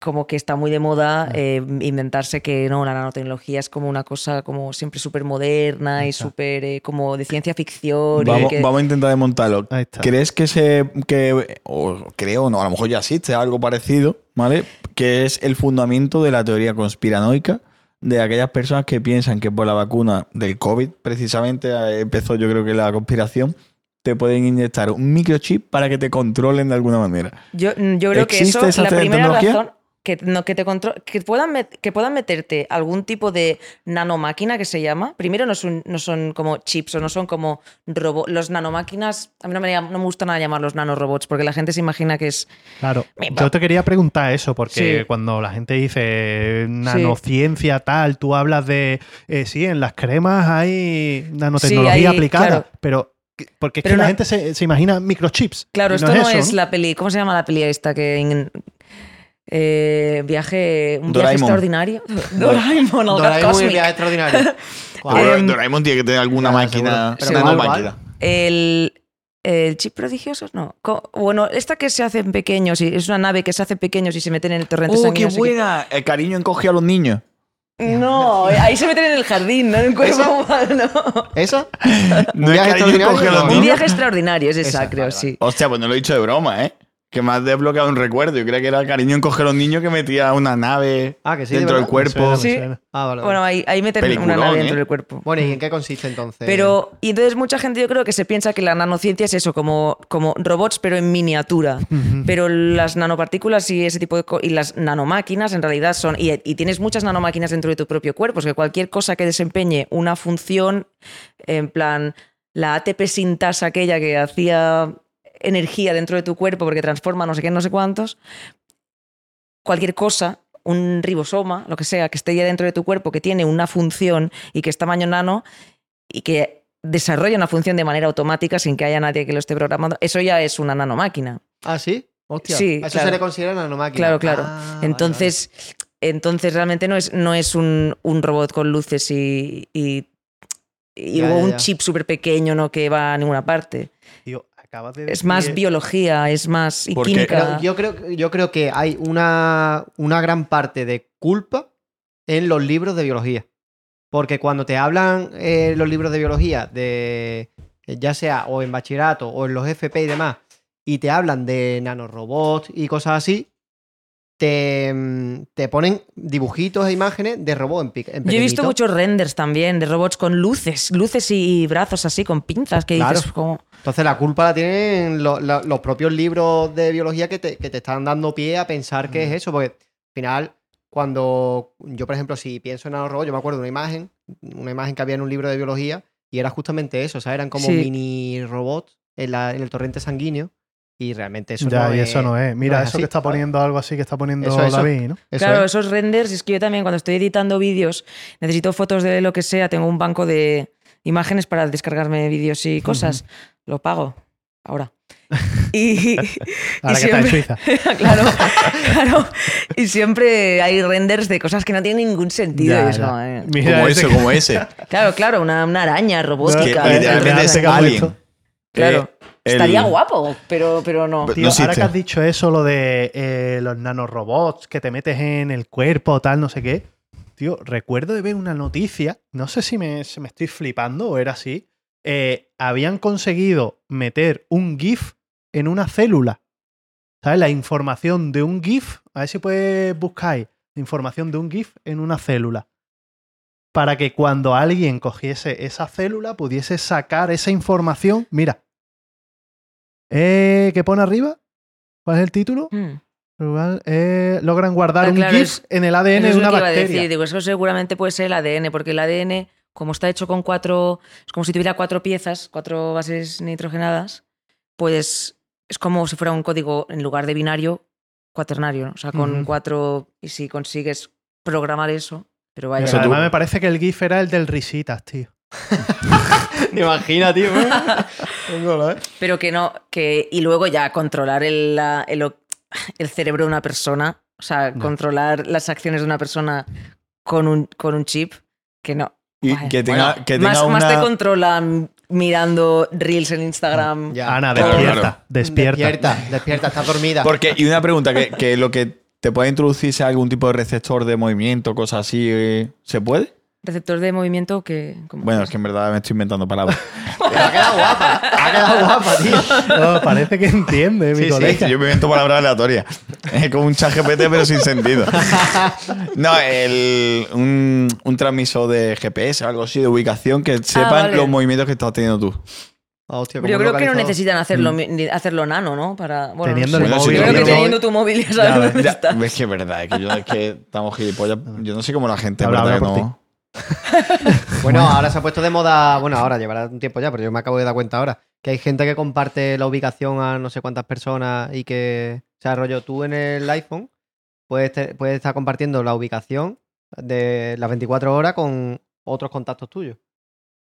Speaker 1: como que está muy de moda eh, inventarse que no, la nanotecnología es como una cosa como siempre súper moderna y
Speaker 4: Exacto.
Speaker 1: súper eh, como de ciencia ficción. y
Speaker 3: vamos,
Speaker 1: que-
Speaker 3: vamos a intentar desmontarlo.
Speaker 4: Ahí está.
Speaker 3: ¿Crees que se. Que, o creo, no, a lo mejor ya existe algo parecido, ¿vale? Que es el fundamento de la teoría conspiranoica de aquellas personas que piensan que por la vacuna del COVID, precisamente, eh, empezó yo creo que la conspiración, te pueden inyectar un microchip para que te controlen de alguna manera.
Speaker 1: Yo, mm, yo creo que
Speaker 3: ¿Existe
Speaker 1: eso,
Speaker 3: esa
Speaker 1: la
Speaker 3: te-
Speaker 1: primera
Speaker 3: tecnología?
Speaker 1: razón que, no, que, te contro- que, puedan met- que puedan meterte algún tipo de nanomáquina que se llama. Primero no son, no son como chips o no son como robots. Los nanomáquinas, a mí no me, llam- no me gusta nada llamarlos nanorobots porque la gente se imagina que es...
Speaker 4: Claro,
Speaker 1: Mi
Speaker 4: yo te quería preguntar eso, porque
Speaker 1: Sí.
Speaker 4: cuando la gente dice nanociencia tal, tú hablas de, eh, sí, en las cremas hay nanotecnología
Speaker 1: Sí, hay-
Speaker 4: aplicada,
Speaker 1: claro.
Speaker 4: pero que- Porque es
Speaker 1: Pero
Speaker 4: que la
Speaker 1: no-
Speaker 4: gente se, se imagina microchips.
Speaker 1: Claro,
Speaker 4: Y
Speaker 1: esto no es,
Speaker 4: eso,
Speaker 1: la peli. ¿Cómo se llama la peli esta que en- eh, viaje, un viaje
Speaker 3: Doraemon.
Speaker 1: extraordinario? Doraemon, el gat
Speaker 2: Doraemon y el
Speaker 1: cósmico.
Speaker 2: viaje extraordinario.
Speaker 3: Dora-
Speaker 1: Em,
Speaker 3: Doraemon tiene que tener alguna
Speaker 2: claro,
Speaker 3: máquina.
Speaker 2: seguro.
Speaker 3: una
Speaker 2: Pero igual,
Speaker 3: máquina.
Speaker 1: El, el chip prodigioso, no. Co- Bueno, esta que se hace en pequeños, y es una nave que se hace en pequeños y se meten en el torrente
Speaker 3: ¡Oh, qué
Speaker 1: sanguíneo, así que-
Speaker 3: buena! El cariño encogió a los niños.
Speaker 1: No, ahí se meten en el jardín, no en el cuerpo humano.
Speaker 2: ¿Esa?
Speaker 3: No
Speaker 2: viaje
Speaker 3: es cariño encogió a los
Speaker 2: extraordinario,
Speaker 1: Un
Speaker 3: niños.
Speaker 1: viaje extraordinario es esa,
Speaker 2: Esa,
Speaker 1: creo,
Speaker 2: vale,
Speaker 1: sí.
Speaker 3: Hostia, pues no lo he dicho de broma, ¿eh? Que me has desbloqueado un recuerdo. Yo creía que era el cariño encogió a los niños que metía una nave
Speaker 2: Ah, que sí. de
Speaker 3: dentro del
Speaker 2: verdad.
Speaker 3: cuerpo.
Speaker 4: ¿no?
Speaker 1: Sí.
Speaker 2: Ah, vale. vale.
Speaker 1: Bueno, ahí, ahí meten una
Speaker 3: Peliculón,
Speaker 1: nave
Speaker 3: ¿eh?
Speaker 1: dentro del cuerpo.
Speaker 2: Bueno, ¿y en qué consiste entonces?
Speaker 1: Pero, y entonces mucha gente yo creo que se piensa que la nanociencia es eso, como, como robots pero en miniatura. Pero las nanopartículas y ese tipo de co- y las nanomáquinas en realidad son, y, y tienes muchas nanomáquinas dentro de tu propio cuerpo, es que cualquier cosa que desempeñe una función, en plan, la ATP sintasa aquella que hacía energía dentro de tu cuerpo porque transforma no sé qué, no sé cuántos, cualquier cosa, un ribosoma, lo que sea, que esté ya dentro de tu cuerpo, que tiene una función y que es tamaño nano y que desarrolla una función de manera automática sin que haya nadie que lo esté programando, eso ya es una nanomáquina.
Speaker 2: Ah, sí. Hostia.
Speaker 1: Sí,
Speaker 2: A eso
Speaker 1: claro.
Speaker 2: se le considera nanomáquina.
Speaker 1: Claro, claro.
Speaker 2: Ah, vale,
Speaker 1: entonces, entonces realmente no es, no es un, un robot con luces y, y, y
Speaker 2: Ya,
Speaker 1: o
Speaker 2: ya,
Speaker 1: un
Speaker 2: ya.
Speaker 1: chip súper pequeño no que va a ninguna parte.
Speaker 4: Tío, acabas de
Speaker 1: Es
Speaker 4: decir-
Speaker 2: eh,
Speaker 1: más biología, es más y
Speaker 3: Porque-
Speaker 1: química.
Speaker 2: Pero yo creo, yo creo que hay una, una gran parte de culpa en los libros de biología. Porque cuando te hablan eh, los libros de biología, de eh, ya sea o en bachillerato o en los FP y demás, y te hablan de nanorobots y cosas así, te, mm, te ponen dibujitos e imágenes de robots en, pic- en
Speaker 1: Yo he visto
Speaker 2: pequeñito.
Speaker 1: muchos renders también de robots con luces, luces y brazos así, con pinzas, que dices
Speaker 2: Claro.
Speaker 1: como...
Speaker 2: Entonces la culpa la tienen lo- la- los propios libros de biología que te, que te están dando pie a pensar que es eso, porque al final, cuando yo, por ejemplo, si pienso en nanorobots, yo me acuerdo de una imagen, una imagen que había en un libro de biología, y era justamente eso, o sea, eran como
Speaker 1: Sí.
Speaker 2: mini robots en, la- en el torrente sanguíneo, y realmente eso
Speaker 4: ya,
Speaker 2: no
Speaker 4: y
Speaker 2: es...
Speaker 4: eso no es. Mira,
Speaker 2: no es
Speaker 4: eso
Speaker 2: así,
Speaker 4: que está
Speaker 2: ¿sabes?
Speaker 4: poniendo algo así que está poniendo
Speaker 2: Eso, eso.
Speaker 4: David, ¿no?
Speaker 2: eso
Speaker 1: claro,
Speaker 2: es.
Speaker 1: esos renders, es que yo también cuando estoy editando vídeos, necesito fotos de lo que sea, tengo un banco de imágenes para descargarme vídeos y cosas. Lo pago ahora. Y,
Speaker 4: Ahora que está en
Speaker 1: siempre-
Speaker 4: Suiza.
Speaker 1: claro, claro. Y siempre hay renders de cosas que no tienen ningún sentido.
Speaker 4: Ya,
Speaker 1: y es
Speaker 4: ya.
Speaker 1: como, eh,
Speaker 4: Mira
Speaker 3: Como
Speaker 4: ese
Speaker 3: ese,
Speaker 4: que-
Speaker 3: como ese.
Speaker 1: Claro, claro, una, una araña
Speaker 3: Que
Speaker 1: robótica.
Speaker 4: Claro,
Speaker 3: literalmente
Speaker 4: claro,
Speaker 3: es
Speaker 4: claro.
Speaker 3: Alien.
Speaker 1: Claro.
Speaker 3: Eh, el-
Speaker 1: Estaría guapo, pero, pero no.
Speaker 3: Pero-
Speaker 4: Tío,
Speaker 3: No
Speaker 4: ahora
Speaker 3: existe.
Speaker 4: que has dicho eso, lo de eh, los nanorobots que te metes en el cuerpo, tal, no sé qué. Tío, recuerdo de ver una noticia, no sé si me, si me estoy flipando o era así. eh, habían conseguido meter un GIF en una célula. ¿Sabes? La información de un GIF, a ver si pues buscáis, información de un GIF en una célula. Para que cuando alguien cogiese esa célula pudiese sacar esa información. Mira, eh, ¿Qué pone arriba? ¿Cuál es el título?
Speaker 1: Mm.
Speaker 4: Igual, eh, logran guardar
Speaker 1: Ah,
Speaker 4: un
Speaker 1: claro,
Speaker 4: GIF
Speaker 1: es-
Speaker 4: en el ADN
Speaker 1: Eso es
Speaker 4: de una
Speaker 1: lo que iba a decir,
Speaker 4: bacteria.
Speaker 1: Digo, eso seguramente puede ser el ADN, porque el ADN, como está hecho con cuatro, es como si tuviera cuatro piezas, cuatro bases nitrogenadas, pues es como si fuera un código en lugar de binario, cuaternario, ¿no? o sea, con
Speaker 4: Ujú.
Speaker 1: cuatro, y si consigues programar eso, pero
Speaker 4: Pero
Speaker 1: vaya.
Speaker 3: Eso tú-
Speaker 4: además me parece que el GIF era el del Risitas, tío.
Speaker 2: Te imaginas, tío.
Speaker 1: Pero que no, que, y luego ya controlar el, la- el o- el cerebro de una persona, o sea,
Speaker 4: No.
Speaker 1: controlar las acciones de una persona con un, con un chip, que no.
Speaker 3: y
Speaker 4: eh.
Speaker 1: Vaya.
Speaker 3: que tenga,
Speaker 1: Bueno,
Speaker 3: que tenga
Speaker 1: más,
Speaker 3: una...
Speaker 1: más te controlan mirando reels en Instagram.
Speaker 2: Ya.
Speaker 4: Ana,
Speaker 3: Claro,
Speaker 4: despierta,
Speaker 3: claro.
Speaker 4: despierta.
Speaker 2: Despierta, despierta, estás dormida.
Speaker 3: Porque, y una pregunta, que, que lo que te puede introducir sea algún tipo de receptor de movimiento, cosas así, eh, ¿se puede?
Speaker 1: Receptor de movimiento que. como-
Speaker 3: Bueno, es que en verdad me estoy inventando palabras.
Speaker 2: Ha quedado guapa, ha quedado guapa, tío.
Speaker 4: No, parece que entiende, mi
Speaker 2: Sí, sí.
Speaker 4: colega.
Speaker 3: Yo me invento palabras aleatorias. Es como un chat GPT, pero sin sentido. No, el, un, un transmisor de GPS, algo así, de ubicación,
Speaker 4: Ah,
Speaker 3: que sepan
Speaker 1: vale.
Speaker 3: los movimientos que estás teniendo tú.
Speaker 2: Ah, hostia, como
Speaker 1: Yo creo que no
Speaker 2: localizado.
Speaker 1: necesitan hacerlo, ni hacerlo nano, ¿no? Para, bueno, no
Speaker 4: Teniendo
Speaker 1: sé.
Speaker 4: el
Speaker 3: Bueno, Mm. sí,
Speaker 4: móvil.
Speaker 1: Yo creo que
Speaker 3: móvil.
Speaker 1: teniendo tu móvil ya sabes
Speaker 3: Ya,
Speaker 1: dónde
Speaker 3: ya,
Speaker 1: está.
Speaker 3: Es que es verdad, es que, yo, es que estamos gilipollas. Yo no sé cómo la gente, es
Speaker 4: Habla,
Speaker 3: verdad,
Speaker 4: habla
Speaker 3: que
Speaker 4: por
Speaker 3: no.
Speaker 2: Bueno, ahora se ha puesto de moda, bueno, ahora llevará un tiempo ya, pero yo me acabo de dar cuenta ahora, que hay gente que comparte la ubicación a no sé cuántas personas y que, o sea, rollo, tú en el iPhone puedes, te- puedes estar compartiendo la ubicación de las 24 horas con otros contactos tuyos.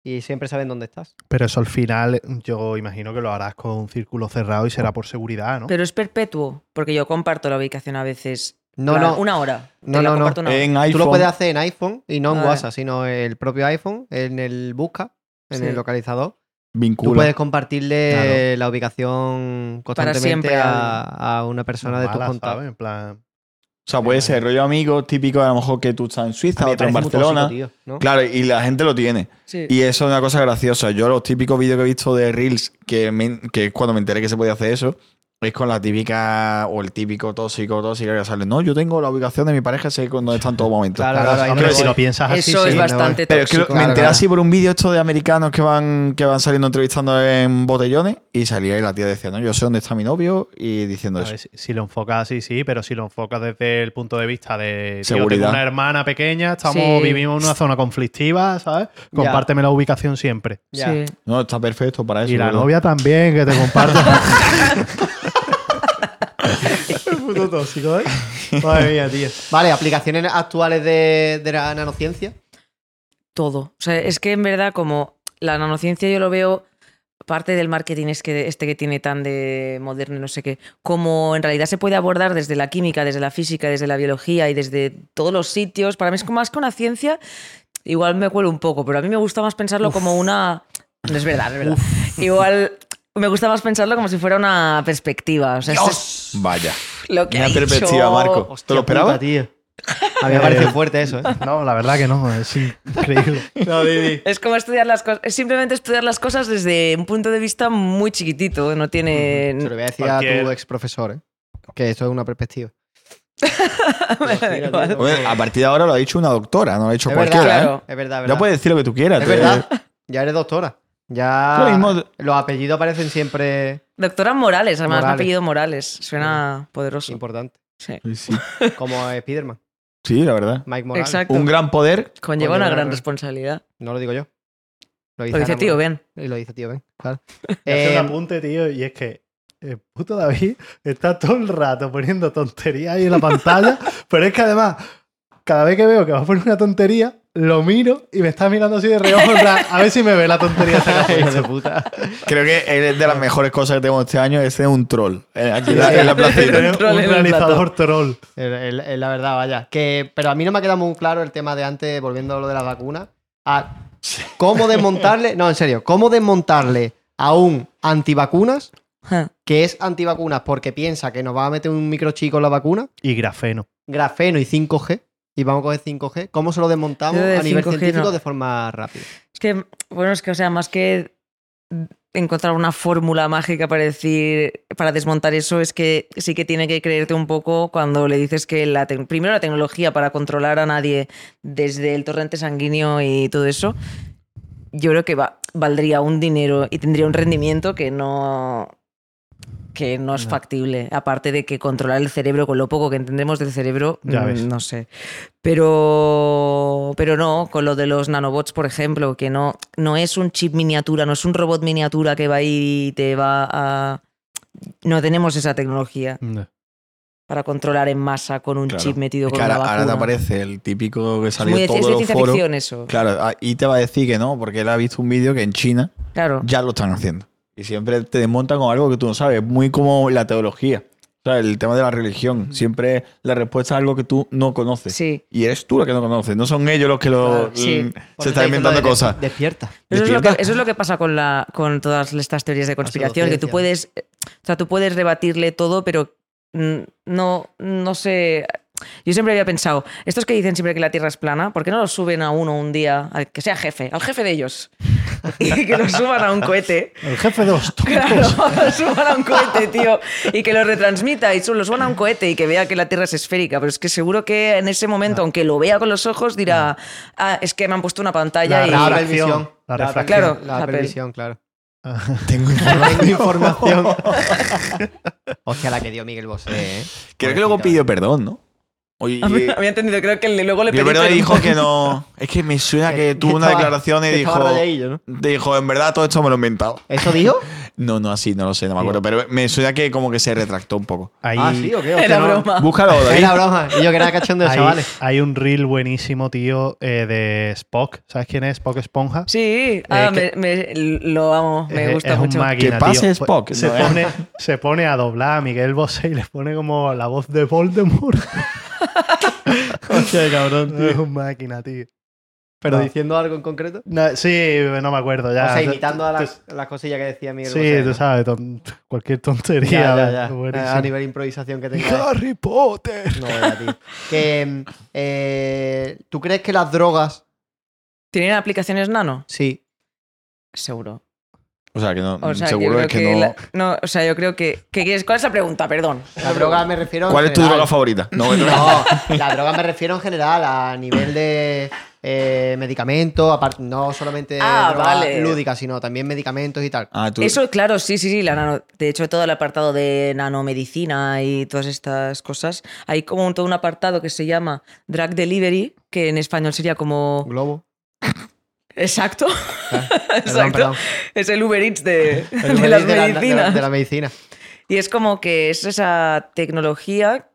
Speaker 2: y siempre saben dónde estás.
Speaker 4: Pero eso al final, yo imagino que lo harás con un círculo cerrado y será por seguridad, ¿no?
Speaker 1: Pero es perpetuo, porque yo comparto la ubicación a veces.
Speaker 2: No,
Speaker 1: Plan,
Speaker 2: no.
Speaker 1: Una hora.
Speaker 2: No,
Speaker 1: Te la
Speaker 2: no, no.
Speaker 1: comparto una hora.
Speaker 3: En iPhone.
Speaker 2: Tú lo puedes hacer en iPhone y no en
Speaker 1: Vale.
Speaker 2: WhatsApp, sino el propio iPhone, en el busca, en
Speaker 1: Sí.
Speaker 2: el localizador. Tú
Speaker 3: Vincula.
Speaker 2: puedes compartirle
Speaker 4: Claro.
Speaker 2: la ubicación constantemente
Speaker 1: siempre
Speaker 2: a, a una persona de tus
Speaker 4: Mala,
Speaker 2: contactos.
Speaker 4: ¿sabes? En plan,
Speaker 3: O sea,
Speaker 2: eh,
Speaker 3: puede ser rollo amigo típico, a lo mejor que tú estás en Suiza, otro en Barcelona. Claro, y la gente lo tiene.
Speaker 1: Sí.
Speaker 3: Y eso es una cosa graciosa. Yo los típicos vídeos que he visto de Reels, que, me- que es cuando me enteré que se podía hacer eso, es con la típica o el típico tóxico tóxica que sale. No, yo tengo la ubicación de mi pareja, sé dónde está en todo momento.
Speaker 2: Claro,
Speaker 4: Claro,
Speaker 2: claro, ahí
Speaker 4: hombre,
Speaker 2: no
Speaker 4: si
Speaker 2: voy.
Speaker 4: lo piensas así,
Speaker 1: Eso
Speaker 4: sí.
Speaker 1: es bastante
Speaker 3: Pero es que
Speaker 1: tóxico.
Speaker 3: lo- me enteré
Speaker 2: claro.
Speaker 3: así por un vídeo esto de americanos que van, que van saliendo entrevistando en botellones y salía y la tía decía, no, yo sé dónde está mi novio y diciendo
Speaker 4: A
Speaker 3: eso.
Speaker 4: ver, si, si lo enfocas así, sí, pero si lo enfocas desde el punto de vista de tío,
Speaker 3: Seguridad.
Speaker 4: tengo una hermana pequeña, estamos,
Speaker 1: Sí.
Speaker 4: vivimos en una zona conflictiva, ¿sabes? Compárteme la ubicación siempre.
Speaker 2: Ya.
Speaker 1: Sí.
Speaker 3: No, está perfecto para eso.
Speaker 4: Y la
Speaker 3: ¿verdad?
Speaker 4: novia también, que te comparto. Puto tóxico, ¿eh? Madre mía, tío.
Speaker 2: Vale, aplicaciones actuales de, de la nanociencia.
Speaker 1: Todo. O sea, es que en verdad, como la nanociencia yo lo veo parte del marketing es que este que tiene tan de moderno y no sé qué, como en realidad se puede abordar desde la química, desde la física, desde la biología y desde todos los sitios, para mí es como más que una ciencia, igual me cuelo un poco, pero a mí me gusta más pensarlo como una... No es verdad, no es verdad. Igual me gusta más pensarlo como si fuera una perspectiva. O sea, es-
Speaker 3: ¡Dios! Vaya.
Speaker 1: es lo que
Speaker 3: Una
Speaker 1: ha dicho.
Speaker 3: perspectiva, Marco. ¿Te lo esperabas?
Speaker 2: Puta, tío. A mí me parece fuerte eso, ¿eh?
Speaker 4: No, la verdad que no, es increíble. No, Didi.
Speaker 1: Es como estudiar las cosas, es simplemente estudiar las cosas desde un punto de vista muy chiquitito, no
Speaker 3: Mm.
Speaker 1: tiene...
Speaker 2: Se lo voy a decir a tu
Speaker 4: Cualquier-
Speaker 2: ex profesor, ¿eh? Que esto es una perspectiva.
Speaker 3: Oye, a partir de ahora lo ha dicho una doctora, no lo ha dicho
Speaker 2: Es
Speaker 3: cualquiera.
Speaker 2: verdad,
Speaker 3: ¿eh?
Speaker 1: claro.
Speaker 2: Es verdad, es
Speaker 3: Ya
Speaker 2: verdad.
Speaker 3: puedes decir lo que tú quieras.
Speaker 2: Es
Speaker 3: te-
Speaker 2: verdad. Ya eres doctora. Ya.
Speaker 3: Lo
Speaker 1: Ah.
Speaker 3: mismo-
Speaker 2: Los apellidos aparecen siempre
Speaker 1: Doctora Morales, además,
Speaker 2: Morales.
Speaker 1: apellido Morales. Suena poderoso.
Speaker 2: importantes.
Speaker 1: Sí.
Speaker 3: Sí,
Speaker 2: Como Spiderman,
Speaker 3: sí, la verdad.
Speaker 2: Mike Morales.
Speaker 1: Exacto.
Speaker 3: Un gran poder.
Speaker 1: Conlleva
Speaker 2: Conlleva
Speaker 1: una
Speaker 2: gran-
Speaker 1: gran responsabilidad.
Speaker 2: No lo digo yo.
Speaker 1: Lo dice
Speaker 2: Ana
Speaker 1: tío,
Speaker 2: Morales.
Speaker 1: ven.
Speaker 2: Y lo dice tío Ben, claro.
Speaker 4: Hacer
Speaker 2: Eh,
Speaker 4: un apunte, tío, y es que el puto David está todo el rato poniendo tonterías ahí en la pantalla, pero es que además, cada vez que veo que va a poner una tontería, lo miro y me está mirando así de reojo, en plan, a ver si me ve la tontería esta que ha puesto.
Speaker 3: Creo que es de las mejores cosas que tenemos este año es ser un troll. Eh, Aquí en la, en la placita.
Speaker 4: Tener
Speaker 1: Troll en
Speaker 4: un
Speaker 1: el
Speaker 4: realizador troll.
Speaker 2: Es- es- es la verdad, vaya. Que, pero a mí no me ha quedado muy claro el tema de antes, volviendo a lo de las vacunas. A ¿Cómo desmontarle? No, en serio. ¿Cómo desmontarle a un antivacunas
Speaker 1: Ja.
Speaker 2: que es antivacunas porque piensa que nos va a meter un microchip con la vacuna?
Speaker 4: Y grafeno.
Speaker 2: grafeno y 5G, y vamos a coger 5G, ¿cómo se lo desmontamos
Speaker 1: Yo de
Speaker 2: a nivel
Speaker 1: 5G
Speaker 2: científico
Speaker 1: no.
Speaker 2: de forma rápida?
Speaker 1: Es que, bueno, es que, o sea, más que encontrar una fórmula mágica para decir, para desmontar eso, es que sí que tiene que creerte un poco cuando le dices que la tec- primero la tecnología para controlar a nadie desde el torrente sanguíneo y todo eso, yo creo que va, valdría un dinero y tendría un rendimiento que no que no es
Speaker 4: No.
Speaker 1: factible, aparte de que controlar el cerebro con lo poco que entendemos del cerebro,
Speaker 4: Ya
Speaker 1: mm,
Speaker 4: ves.
Speaker 1: no sé. Pero, pero no, con lo de los nanobots, por ejemplo, que no, no es un chip miniatura, no es un robot miniatura que va a ir y te va a... No tenemos esa tecnología para controlar en masa con un
Speaker 3: Claro.
Speaker 1: chip metido
Speaker 3: Es que
Speaker 1: con una
Speaker 3: ahora, ahora te
Speaker 1: vacuna.
Speaker 3: aparece el típico que
Speaker 1: es muy
Speaker 3: salió
Speaker 1: de, es
Speaker 3: todos
Speaker 1: de
Speaker 3: los
Speaker 1: ciencia
Speaker 3: foros.
Speaker 1: ficción eso. Claro.
Speaker 3: Claro, ah, y te va a decir que no, porque él ha visto un vídeo que en China
Speaker 1: Ah.
Speaker 3: ya lo están haciendo. Y siempre te desmontan con algo que tú no sabes, muy como la teología. O sea, el tema de la religión. Siempre la respuesta es algo que tú no conoces.
Speaker 1: Sí.
Speaker 3: Y eres tú la que no conoces, no son ellos los que lo,
Speaker 1: Claro, sí.
Speaker 3: mm,
Speaker 2: Por
Speaker 3: se
Speaker 2: eso
Speaker 3: están
Speaker 2: te dicen lo
Speaker 3: inventando
Speaker 2: de
Speaker 3: cosas.
Speaker 2: des- Despierta.
Speaker 1: Eso es, lo que,
Speaker 3: Despierta.
Speaker 1: eso es lo que pasa con, la, con todas estas teorías de conspiración, que tú puedes,
Speaker 2: pseudociencia.
Speaker 1: o sea, tú puedes rebatirle todo, pero mm, no, no sé. Yo siempre había pensado, estos que dicen siempre que la Tierra es plana, ¿por qué no lo suben a uno un día, al que sea jefe, al jefe de ellos? Y que lo suban a un cohete.
Speaker 4: El jefe de los tontos.
Speaker 1: Claro, lo suban a un cohete, tío. Y que lo retransmita y su- lo suban a un cohete y que vea que la Tierra es esférica. Pero es que seguro que en ese
Speaker 4: Ah.
Speaker 1: momento, aunque lo vea con los ojos, dirá, ah, es que me han puesto una pantalla
Speaker 4: La
Speaker 1: y...
Speaker 2: La
Speaker 4: refracción,
Speaker 2: pervisión.
Speaker 4: la
Speaker 2: pervisión,
Speaker 1: Claro,
Speaker 2: La
Speaker 1: la pel-
Speaker 2: pervisión, claro.
Speaker 3: Tengo
Speaker 2: Tengo información. Hostia, la que dio Miguel Bosé, ¿eh?
Speaker 3: Creo que luego pidió perdón, ¿no? Oye, y-
Speaker 1: Había entendido, creo que le- luego le
Speaker 3: pidió
Speaker 1: pedí
Speaker 3: perdón y
Speaker 1: perdón.
Speaker 3: dijo que no. Es que me suena que tuvo una
Speaker 2: estaba-
Speaker 3: declaración y
Speaker 2: que estaba
Speaker 3: dijo.
Speaker 2: rayadillo, ¿no?
Speaker 3: Dijo, en verdad todo esto me lo he inventado.
Speaker 2: ¿Eso dijo?
Speaker 3: No, no, así, no lo sé, no me acuerdo. Pero me suena que como que se retractó un poco.
Speaker 4: Ahí,
Speaker 2: Ah, sí, o qué, o qué
Speaker 1: Era
Speaker 2: no.
Speaker 1: broma.
Speaker 3: Búscalo, David.
Speaker 2: Era broma. Y yo que era cachando de
Speaker 4: hay-
Speaker 2: chavales.
Speaker 4: hay un reel buenísimo, tío, eh, de Spock. ¿Sabes quién es Spock Esponja?
Speaker 1: Sí, ah,
Speaker 4: que-
Speaker 1: me- me- lo amo, me
Speaker 4: Es-
Speaker 1: gusta
Speaker 4: es un
Speaker 1: mucho.
Speaker 4: máquina,
Speaker 3: Que pase
Speaker 4: tío. Pues
Speaker 3: Spock,
Speaker 4: Se,
Speaker 3: ¿no?
Speaker 4: pone, se pone a doblar a Miguel Bosé y le pone como la voz de Voldemort.
Speaker 3: Hostia, cabrón,
Speaker 4: es un máquina, tío.
Speaker 2: Pero
Speaker 4: Ah.
Speaker 2: diciendo algo en concreto.
Speaker 4: No, sí, no me acuerdo ya.
Speaker 2: o sea,
Speaker 4: Tú-
Speaker 2: imitando a
Speaker 4: tú-
Speaker 2: las, las cosillas que decía Miguel.
Speaker 4: Sí,
Speaker 2: Bosé,
Speaker 4: tú
Speaker 2: ¿no?
Speaker 4: sabes, ton- cualquier tontería.
Speaker 2: Ya, ya,
Speaker 4: ¿verdad?
Speaker 2: ya.
Speaker 4: Buenísimo.
Speaker 2: A nivel de improvisación que tenga.
Speaker 4: Harry Potter.
Speaker 2: No, vea, tío. Que, eh, ¿Tú crees que las drogas.
Speaker 1: ¿Tienen aplicaciones nano?
Speaker 2: Sí.
Speaker 1: Seguro.
Speaker 3: O sea, que no,
Speaker 1: O sea, yo
Speaker 3: Mm, seguro
Speaker 1: creo
Speaker 3: es
Speaker 1: que,
Speaker 3: que, no.
Speaker 1: la- no, o sea, yo creo que, que- que es- ¿Cuál es la pregunta? Perdón.
Speaker 2: Las drogas me refiero. en
Speaker 3: ¿Cuál es tu
Speaker 2: general.
Speaker 3: droga favorita? No, que no-
Speaker 2: No, las drogas me refiero en general a nivel de eh, medicamentos, apart- no solamente
Speaker 1: Ah,
Speaker 2: drogas
Speaker 1: vale.
Speaker 2: lúdicas, sino también medicamentos y tal.
Speaker 3: Ah, tú.
Speaker 1: Eso, claro, sí, sí, sí. La nano- de hecho, todo el apartado de nanomedicina y todas estas cosas, hay como un, todo un apartado que se llama drug delivery, que en español sería como...
Speaker 2: Globo.
Speaker 1: Exacto.
Speaker 2: Perdón,
Speaker 1: Exacto.
Speaker 2: perdón.
Speaker 1: Es el Uber Eats de,
Speaker 2: El
Speaker 1: de
Speaker 2: Uber
Speaker 1: las
Speaker 2: Eats de la- de la-
Speaker 1: medicinas.
Speaker 2: de la medicina.
Speaker 1: Y es como que es esa tecnología,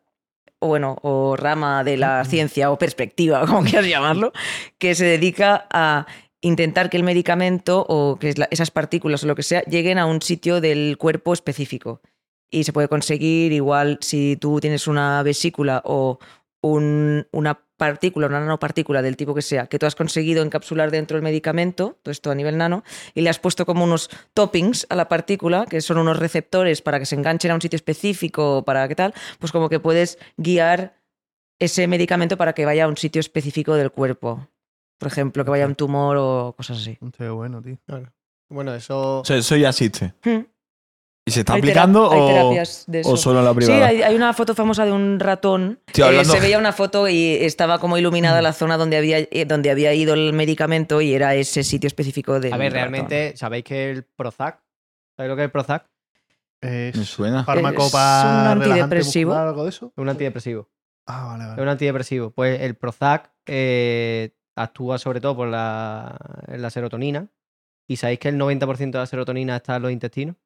Speaker 1: o bueno, o rama de la ciencia o perspectiva, como quieras llamarlo, que se dedica a intentar que el medicamento o que es la- esas partículas o lo que sea lleguen a un sitio del cuerpo específico. Y se puede conseguir igual si tú tienes una vesícula o un- una partícula, una nanopartícula del tipo que sea, que tú has conseguido encapsular dentro del medicamento, todo esto a nivel nano, y le has puesto como unos toppings a la partícula, que son unos receptores para que se enganchen a un sitio específico, para qué tal, pues como que puedes guiar ese medicamento para que vaya a un sitio específico del cuerpo. Por ejemplo, que vaya a un tumor o cosas así.
Speaker 4: Qué bueno, tío.
Speaker 2: Bueno, eso.
Speaker 3: O sea, eso ya existe.
Speaker 1: Hmm.
Speaker 3: ¿Y se está
Speaker 1: Hay tera-
Speaker 3: aplicando
Speaker 1: hay
Speaker 3: o,
Speaker 1: terapias de
Speaker 3: o
Speaker 1: eso.
Speaker 3: solo en la
Speaker 1: Sí,
Speaker 3: privada?
Speaker 1: hay, hay una foto famosa de un ratón.
Speaker 3: Tío,
Speaker 1: Eh,
Speaker 3: hablando- Mm.
Speaker 1: se veía una foto y estaba como iluminada la zona donde había, eh, donde había ido el medicamento y era ese sitio específico de.
Speaker 2: A ver, realmente, ¿sabéis que el Prozac? ¿Sabéis lo que es el Prozac?
Speaker 3: Me
Speaker 4: Es
Speaker 3: suena.
Speaker 4: fármaco
Speaker 1: Es
Speaker 4: para
Speaker 1: un
Speaker 4: relajante
Speaker 1: antidepresivo.
Speaker 4: muscular, algo de eso.
Speaker 2: Es un antidepresivo.
Speaker 4: Ah, vale,
Speaker 2: Es
Speaker 4: vale.
Speaker 2: un antidepresivo. Pues el Prozac eh, actúa sobre todo por la, en la serotonina. ¿Y sabéis que el 90% de la serotonina está en los intestinos?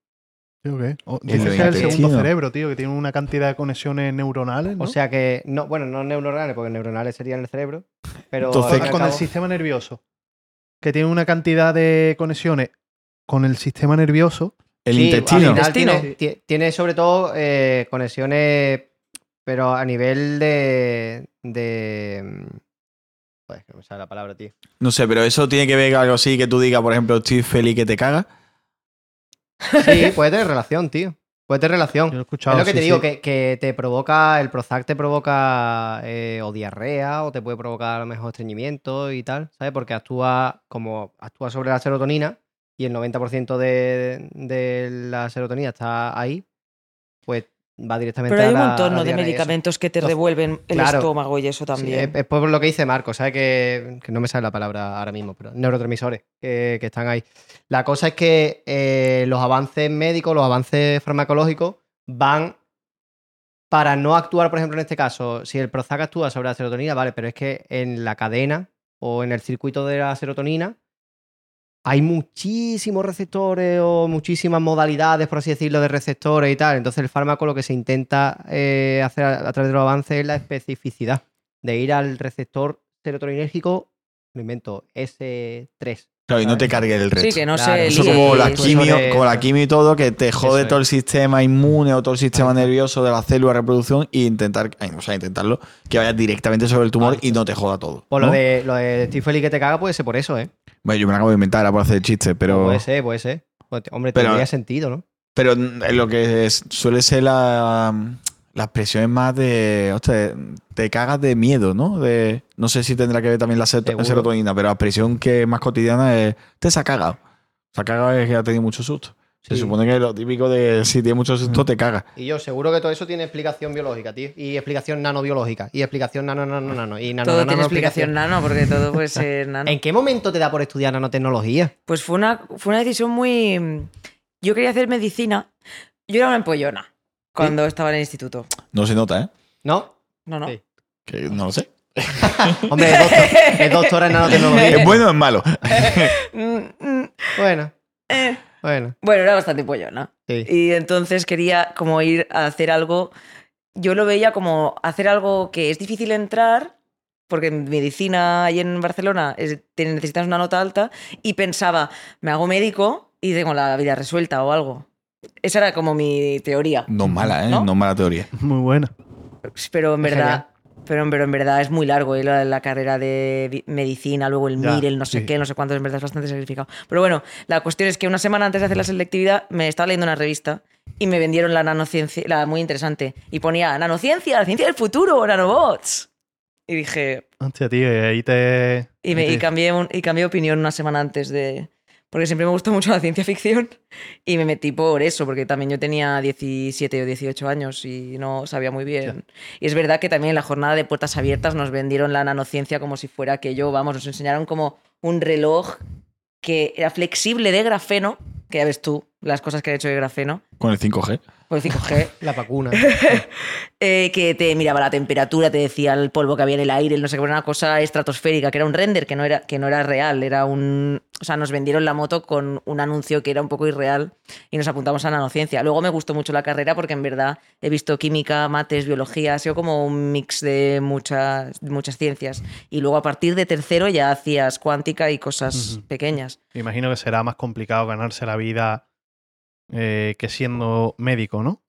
Speaker 4: Tío, ¿qué? O-
Speaker 3: lo
Speaker 4: dices que es el segundo
Speaker 3: intestino.
Speaker 4: cerebro, tío, que tiene una cantidad de conexiones neuronales, Ah, ¿no?
Speaker 2: O sea que, no, bueno, no neuronales, porque neuronales serían el cerebro. Pero al
Speaker 3: Entonces,
Speaker 2: fin y
Speaker 4: Ah,
Speaker 2: al
Speaker 4: con el
Speaker 2: cabo-
Speaker 4: sistema nervioso. Que tiene una cantidad de conexiones con el sistema nervioso.
Speaker 3: El
Speaker 2: Sí, al
Speaker 3: intestino.
Speaker 2: final
Speaker 1: Intestino.
Speaker 2: Tiene, ti- tiene sobre todo eh, conexiones, pero a nivel de. de mm, joder, que no me sale la palabra, tío.
Speaker 3: No sé, pero eso tiene que ver con algo así que tú digas, por ejemplo, estoy feliz que te caga.
Speaker 2: Sí, puede tener relación, tío. Puede tener
Speaker 4: Yo lo
Speaker 2: relación.
Speaker 4: he escuchado.
Speaker 2: Es lo que
Speaker 4: sí,
Speaker 2: te digo,
Speaker 4: sí.
Speaker 2: que, que te provoca, el Prozac te provoca eh, o diarrea o te puede provocar a lo mejor estreñimiento y tal, ¿sabes? Porque actúa como actúa sobre la serotonina y el 90% de, de la serotonina está ahí, pues va directamente
Speaker 1: Pero hay
Speaker 2: a
Speaker 1: un
Speaker 2: la-
Speaker 1: montón
Speaker 2: a
Speaker 1: ¿no?
Speaker 2: la
Speaker 1: de
Speaker 2: diarrea y eso.
Speaker 1: medicamentos que te
Speaker 2: Entonces,
Speaker 1: revuelven el
Speaker 2: claro.
Speaker 1: estómago y eso
Speaker 2: Sí,
Speaker 1: también.
Speaker 2: es, es por lo que dice Marco, ¿sabes? Que, que no me sale la palabra ahora mismo, pero neurotransmisores que, que están ahí. La cosa es que eh, los avances médicos, los avances farmacológicos van para no actuar, por ejemplo, en este caso, si el Prozac actúa sobre la serotonina, vale, pero es que en la cadena o en el circuito de la serotonina hay muchísimos receptores o muchísimas modalidades, por así decirlo, de receptores y tal. Entonces el fármaco lo que se intenta eh, hacer a, a través de los avances es la especificidad, de ir al receptor serotoninérgico, lo invento, S3.
Speaker 3: Claro, y no te cargues el resto.
Speaker 1: Sí, que no
Speaker 2: Claro.
Speaker 1: se
Speaker 3: Eso
Speaker 1: líe
Speaker 3: como la
Speaker 1: y-
Speaker 2: eso
Speaker 3: quimio,
Speaker 2: es.
Speaker 3: como la quimio y todo, que te jode
Speaker 2: Eso es.
Speaker 3: todo el sistema inmune o todo el sistema nervioso de la célula de reproducción y intentar, ay, o sea, intentarlo que vaya directamente sobre el tumor y no te joda todo.
Speaker 2: Pues Ah,
Speaker 3: ¿no?
Speaker 2: lo, de, lo de Steve Feli que te caga puede ser por eso, ¿eh?
Speaker 3: Bueno, yo me lo acabo de inventar, era por hacer chistes,
Speaker 2: O
Speaker 3: pero,
Speaker 2: Puede ser, puede ser. Pues, Hombre,
Speaker 3: Pero-
Speaker 2: tendría sentido, ¿no?
Speaker 3: pero en lo que es- suele ser la, las presiones más de, hostia, te cagas de miedo, ¿no? De, no sé si tendrá que ver también la seroto-
Speaker 2: Seguro.
Speaker 3: serotonina, pero la presión que es más cotidiana es, te se ha cagado. Se ha cagado es que ha tenido mucho susto. Se
Speaker 2: Sí.
Speaker 3: supone que lo típico de si tienes mucho susto te cagas.
Speaker 2: Y yo seguro que todo eso tiene explicación biológica, tío. Y explicación nanobiológica. Y explicación nano, nano, nano. Y nano,
Speaker 1: Todo
Speaker 2: nano,
Speaker 1: tiene
Speaker 2: nano,
Speaker 1: explicación nano, porque todo puede ser nano.
Speaker 2: ¿En qué momento te da por estudiar nanotecnología?
Speaker 1: Pues fue una, fue una decisión muy. Yo quería hacer medicina. Yo era una empollona cuando estaba en el instituto.
Speaker 3: No se nota, ¿eh?
Speaker 2: ¿No?
Speaker 1: No, no.
Speaker 2: Sí.
Speaker 3: Que no lo sé.
Speaker 2: Hombre, es,
Speaker 1: Eh,
Speaker 3: Eh,
Speaker 2: doctor- es doctora en nanotecnología.
Speaker 3: ¿Es bueno o es malo?
Speaker 1: Mm, mm,
Speaker 2: Bueno,
Speaker 1: eh,
Speaker 2: Bueno,
Speaker 1: Bueno, era bastante pollona.
Speaker 2: sí.
Speaker 1: Y entonces quería como ir a hacer algo. Yo lo veía como hacer algo que es difícil entrar, porque en medicina ahí en Barcelona es- te necesitas una nota alta, y pensaba, me hago médico y tengo la vida resuelta o algo. Esa era como mi teoría.
Speaker 3: No mala, ¿eh?
Speaker 1: Mm, ¿No?
Speaker 3: ¿No? mala teoría.
Speaker 4: Muy buena.
Speaker 1: Pues Pero en
Speaker 2: Es
Speaker 1: verdad. Pero, pero en verdad es muy largo ¿eh? la, la carrera de vi- medicina, luego el
Speaker 4: Ya,
Speaker 1: MIR, el no sé
Speaker 4: sí.
Speaker 1: qué, el no sé cuánto, en verdad es bastante sacrificado. Pero bueno, la cuestión es que una semana antes de hacer la selectividad me estaba leyendo una revista y me vendieron la nanociencia, la muy interesante, y ponía nanociencia, la ciencia del futuro, nanobots. Y dije,
Speaker 4: Hostia, tío, y ahí te.
Speaker 1: y, me,
Speaker 4: te-
Speaker 1: y cambié un- y cambié de opinión una semana antes de... Porque siempre me gustó mucho la ciencia ficción y me metí por eso, porque también yo tenía 17 o 18 años y no sabía muy bien. Y es verdad que también en la jornada de puertas abiertas nos vendieron la nanociencia como si fuera que yo, vamos, nos enseñaron como un reloj que era flexible de grafeno, que ya ves tú las cosas que ha hecho de grafeno, pues
Speaker 3: Con el 5G.
Speaker 1: o de 5G,
Speaker 2: La vacuna.
Speaker 1: eh, que te miraba la temperatura, te decía el polvo que había en el aire, el no sé qué, una cosa estratosférica, que era un render, que no era, que no era real, era un... O sea, nos vendieron la moto con un anuncio que era un poco irreal y nos apuntamos a nanociencia. Luego me gustó mucho la carrera porque en verdad he visto química, mates, biología, ha sido como un mix de muchas, muchas ciencias. Y luego a partir de tercero ya hacías cuántica y cosas
Speaker 4: Ujú.
Speaker 1: pequeñas.
Speaker 4: Me imagino que será más complicado ganarse la vida eh, que siendo médico, ¿no?